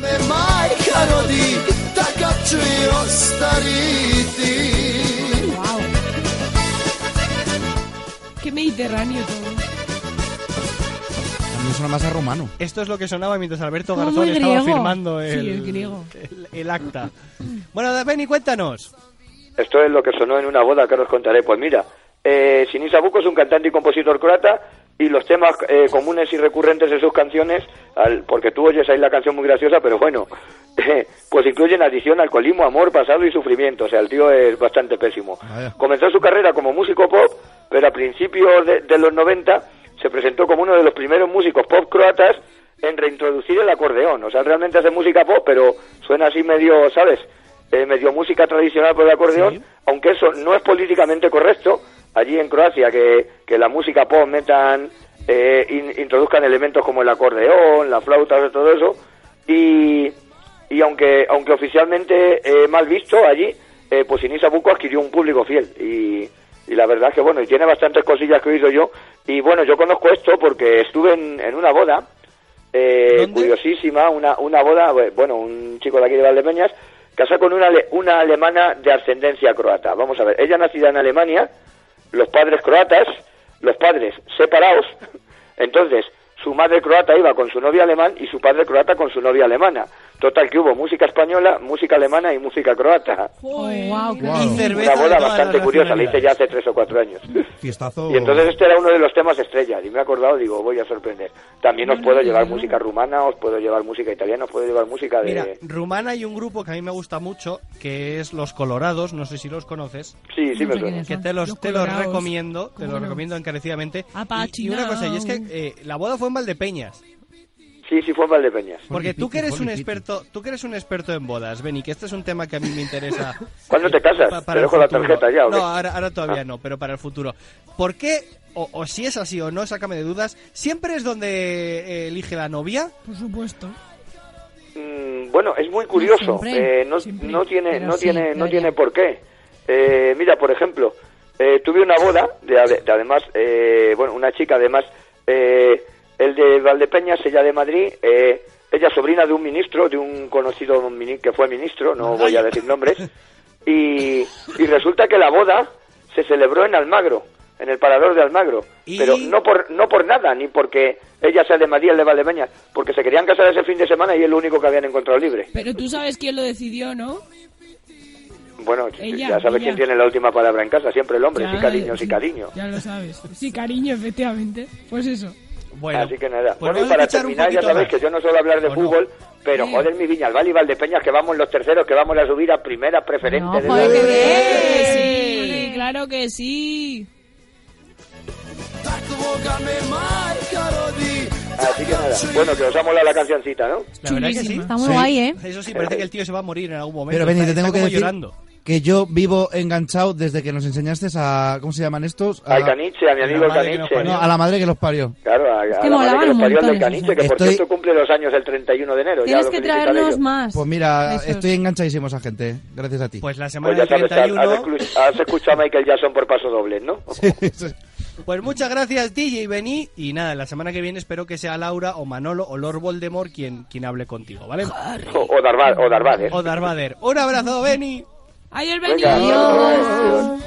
Speaker 16: me majka rodi, takav ću i ostariti.
Speaker 6: Qué mediterráneo todo.
Speaker 2: A mí me suena más a rumano.
Speaker 1: Esto es lo que sonaba mientras Alberto
Speaker 6: Como
Speaker 1: Garzón
Speaker 6: muy
Speaker 1: estaba
Speaker 6: griego.
Speaker 1: firmando
Speaker 6: Sí,
Speaker 1: el,
Speaker 6: el griego.
Speaker 1: el- el acta. Bueno, Beni, cuéntanos.
Speaker 15: Esto es lo que sonó en una boda que ahora os contaré. Pues mira, eh, Sinisa Buco es un cantante y compositor croata y los temas eh, comunes y recurrentes de sus canciones, al- porque tú oyes ahí la canción muy graciosa, pero bueno, pues incluyen adicción, alcoholismo, amor, pasado y sufrimiento. O sea, el tío es bastante pésimo. Comenzó su carrera como músico pop, pero a principios de, de los 90 se presentó como uno de los primeros músicos pop croatas en reintroducir el acordeón. O sea, realmente hace música pop, pero suena así medio, ¿sabes? Eh, medio música tradicional por el acordeón, aunque eso no es políticamente correcto allí en Croacia, que, que la música pop metan, eh, in- introduzcan elementos como el acordeón, la flauta, todo eso. Y, y aunque, aunque oficialmente eh, mal visto allí, eh, pues Inisa Buco adquirió un público fiel. Y, y la verdad es que bueno, y tiene bastantes cosillas que he oído yo. Y bueno, yo conozco esto porque estuve en, en una boda, eh, curiosísima, una, una boda, eh, bueno, un chico de aquí de Valdepeñas, casó con una, ale- una alemana de ascendencia croata. Vamos a ver, ella nacida en Alemania, los padres croatas, los padres separados, entonces su madre croata iba con su novia alemán y su padre croata con su novia alemana. Total que hubo música española, música alemana y música croata.
Speaker 3: wow,
Speaker 1: Y cerveza
Speaker 15: Una
Speaker 1: de
Speaker 15: boda
Speaker 1: todas
Speaker 15: bastante
Speaker 1: las
Speaker 15: curiosa, la hice ya
Speaker 1: nacionalidades.
Speaker 15: hace tres o cuatro años.
Speaker 2: Fiestazo.
Speaker 15: Y entonces este era uno de los temas estrellas y me he acordado, digo, voy a sorprender. También os puedo llevar música rumana, os puedo llevar música italiana, os puedo llevar música de...
Speaker 1: Mira, rumana hay un grupo que a mí me gusta mucho, que es Los Colorados, no sé si los conoces.
Speaker 15: Sí, sí me suena.
Speaker 1: Que te los,
Speaker 6: Los
Speaker 1: te los
Speaker 6: Colorados.
Speaker 1: recomiendo, te
Speaker 6: ¿Cómo
Speaker 1: los
Speaker 6: no?
Speaker 1: recomiendo encarecidamente.
Speaker 6: Apache
Speaker 1: Y, y una
Speaker 6: now.
Speaker 1: cosa, y es que eh, la boda fue en Valdepeñas.
Speaker 15: Sí, sí fue en Valdepeñas.
Speaker 1: Porque tú que eres un
Speaker 15: Holy piti.
Speaker 1: experto, tú que eres un experto en bodas, Beni, que este es un tema que a mí me interesa.
Speaker 15: ¿Cuándo
Speaker 1: eh,
Speaker 15: te casas? ¿Te
Speaker 1: el
Speaker 15: dejo la
Speaker 1: futuro.
Speaker 15: tarjeta ya, o qué?
Speaker 1: No, ahora, ahora todavía no, pero para el futuro. ¿Por qué, o, o si es así o no, sácame de dudas, siempre es donde eh, elige la novia?
Speaker 6: Por supuesto.
Speaker 15: Mm, bueno, es muy curioso.
Speaker 1: Siempre,
Speaker 15: Eh, no, no tiene,
Speaker 1: pero
Speaker 15: no
Speaker 1: sí,
Speaker 15: tiene, no
Speaker 1: debería.
Speaker 15: tiene por qué. Eh, mira, por ejemplo, eh, tuve una boda de, ade- de además, eh, bueno, una chica además, eh, el de Valdepeñas, ella de Madrid, eh, ella sobrina de un ministro, de un conocido mini- que fue ministro, no voy a decir nombres, y, y resulta que la boda se celebró en Almagro, en el parador de Almagro, pero no por no por nada, ni porque ella sea de Madrid, el de Valdepeñas, porque se querían casar ese fin de semana y es lo único que habían encontrado libre.
Speaker 6: Pero tú sabes quién lo decidió, ¿no?
Speaker 15: Bueno,
Speaker 6: Ella,
Speaker 15: ya sabes
Speaker 6: ella.
Speaker 15: quién tiene la última palabra en casa, siempre el hombre,
Speaker 6: Ya,
Speaker 15: sí cariño,
Speaker 6: eh,
Speaker 15: sí cariño.
Speaker 6: Ya lo sabes. Sí, cariño, efectivamente. Pues eso.
Speaker 1: Bueno,
Speaker 15: Así que nada.
Speaker 1: pues
Speaker 15: bueno, y
Speaker 1: vamos a
Speaker 15: para
Speaker 1: escuchar un
Speaker 15: terminar, ya
Speaker 1: poquito
Speaker 15: sabéis
Speaker 1: más.
Speaker 15: que yo no suelo hablar de fútbol, pero joder, mi Viñalbal y Valdepeñas, que vamos los terceros, que vamos a subir a primera preferente. de la-
Speaker 6: Sí, claro que sí.
Speaker 15: Así que nada. Bueno, que os ha molado la cancioncita, ¿no?
Speaker 1: La verdad que sí.
Speaker 3: Está muy guay, ¿eh?
Speaker 1: Eso sí, parece que el tío se va a morir en algún momento.
Speaker 2: Pero Benny,
Speaker 1: Está-
Speaker 2: te tengo
Speaker 1: está
Speaker 2: que
Speaker 1: como
Speaker 2: decir
Speaker 1: llorando.
Speaker 2: que yo vivo enganchado desde que nos enseñaste a... ¿Cómo se llaman estos? A,
Speaker 15: Al Caniche, a mi amigo el Caniche.
Speaker 2: no, a la madre que los parió.
Speaker 15: Claro, a, a
Speaker 2: que
Speaker 15: la madre
Speaker 2: molaban
Speaker 15: que los
Speaker 2: un
Speaker 15: parió al
Speaker 2: montón
Speaker 15: del
Speaker 2: esos
Speaker 15: Caniche, que por
Speaker 2: Estoy-
Speaker 15: cierto cumple los años el 31 de enero. ya
Speaker 3: Tienes
Speaker 15: lo
Speaker 3: que
Speaker 15: felicitaré
Speaker 3: traernos
Speaker 15: yo.
Speaker 3: más.
Speaker 2: Pues mira,
Speaker 3: Esos.
Speaker 2: estoy enganchadísimo a esa gente. Gracias a ti.
Speaker 1: Pues la semana
Speaker 15: Pues ya
Speaker 1: del
Speaker 15: sabes, has,
Speaker 1: 31.
Speaker 15: has escu- has escuchado a Michael Jackson por paso doble, ¿no?
Speaker 1: Pues muchas gracias DJ Beni y nada, la semana que viene espero que sea Laura o Manolo o Lord Voldemort quien, quien hable contigo, ¿vale?
Speaker 15: O, o Darvad- o ¿eh? Darvader.
Speaker 1: O Darvader. Un abrazo, Beni.
Speaker 6: Ayer venía.
Speaker 1: Venga, adiós.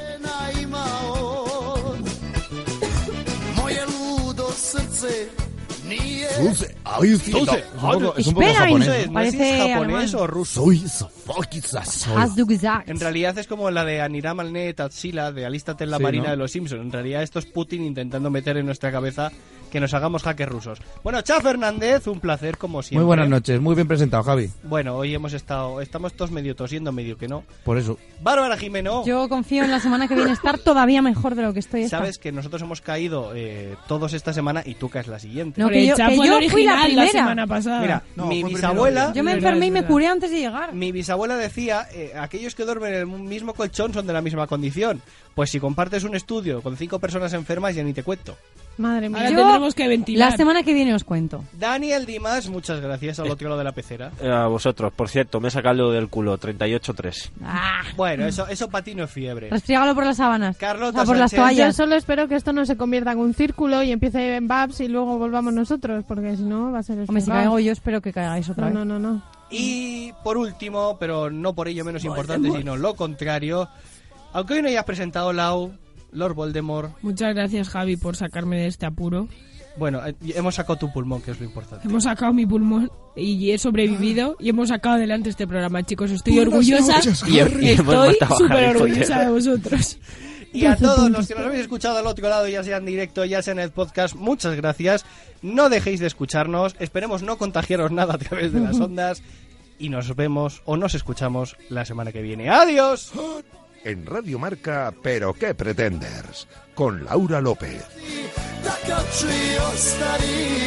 Speaker 16: Moje ludo srce
Speaker 17: Suce, ahí sí, no.
Speaker 1: Suce.
Speaker 17: Es un poco- es un poco
Speaker 3: Espera,
Speaker 17: japonés, ¿no?
Speaker 3: entonces,
Speaker 1: No sé si
Speaker 3: Parece
Speaker 1: es japonés
Speaker 3: alemán. Ah.
Speaker 1: o ruso.
Speaker 17: Soy Sofokisa, soy.
Speaker 3: Hasdugzak.
Speaker 1: En realidad es como la de Aniram Alne Tatsila de Alístate en la
Speaker 17: Sí,
Speaker 1: Marina
Speaker 17: ¿no?
Speaker 1: de los Simpsons. En realidad esto es Putin intentando meter en nuestra cabeza que nos hagamos hackers rusos. Bueno, Cha Fernández, un placer como siempre.
Speaker 2: Muy buenas noches, muy bien presentado, Javi.
Speaker 1: Bueno, hoy hemos estado, estamos todos medio tosiendo, medio que no.
Speaker 2: Por eso.
Speaker 1: Bárbara Jimeno.
Speaker 3: Yo confío en la semana que viene estar todavía mejor de lo que estoy esta.
Speaker 1: Sabes que nosotros hemos caído eh, todos esta semana y tú caes la siguiente.
Speaker 3: No, que yo, que yo fui
Speaker 6: Ah,
Speaker 3: la primera.
Speaker 1: Mira, mi bisabuela.
Speaker 3: Yo me enfermé y me curé antes de llegar.
Speaker 1: Mi bisabuela decía, eh, aquellos que duermen en el mismo colchón son de la misma condición. Pues si compartes un estudio con cinco personas enfermas, ya ni te cuento.
Speaker 5: Madre
Speaker 6: mía. Ahora
Speaker 3: Yo-
Speaker 6: tendremos que ventilar.
Speaker 3: La semana que viene os cuento.
Speaker 1: Daniel Dimas, muchas gracias al otro lado de la pecera.
Speaker 4: Eh, A vosotros, por cierto, me he sacado lo del culo, 38-3.
Speaker 1: Ah,
Speaker 3: Ah.
Speaker 1: Bueno, eso, eso para ti no es fiebre.
Speaker 3: Restrígalo por las sábanas.
Speaker 1: Carlota
Speaker 3: o por las
Speaker 1: Sánchez.
Speaker 5: Yo
Speaker 3: toallas.
Speaker 5: solo espero que esto no se convierta en un círculo y empiece en Babs y luego volvamos nosotros, porque si no va a ser el
Speaker 3: Hombre, si
Speaker 5: fregado.
Speaker 3: caigo yo espero que caigáis otra
Speaker 5: No,
Speaker 3: vez.
Speaker 5: no, no, no.
Speaker 1: Y por último, pero no por ello menos importante, sino lo contrario, aunque hoy no hayas presentado Lau, Lord Voldemort,
Speaker 6: Muchas gracias, Javi, por sacarme de este apuro.
Speaker 1: bueno, eh, hemos sacado tu pulmón, que es lo importante.
Speaker 6: Hemos sacado mi pulmón y he sobrevivido y hemos sacado adelante este programa, chicos. Estoy
Speaker 1: Buenas
Speaker 6: orgullosa.
Speaker 1: noches,
Speaker 4: Y- y Harry. hemos
Speaker 6: Estoy
Speaker 4: matado a
Speaker 6: súper
Speaker 4: Harry Potter.
Speaker 6: orgullosa de vosotros.
Speaker 1: Y a todos los que nos habéis escuchado al otro lado, ya sea en directo, ya sea en el podcast, muchas gracias. No dejéis de escucharnos, esperemos no contagiaros nada a través de las ondas y nos vemos o nos escuchamos la semana que viene. ¡Adiós!
Speaker 13: En Radio Marca, pero qué pretenders, con Laura López.
Speaker 16: Така чуј и остари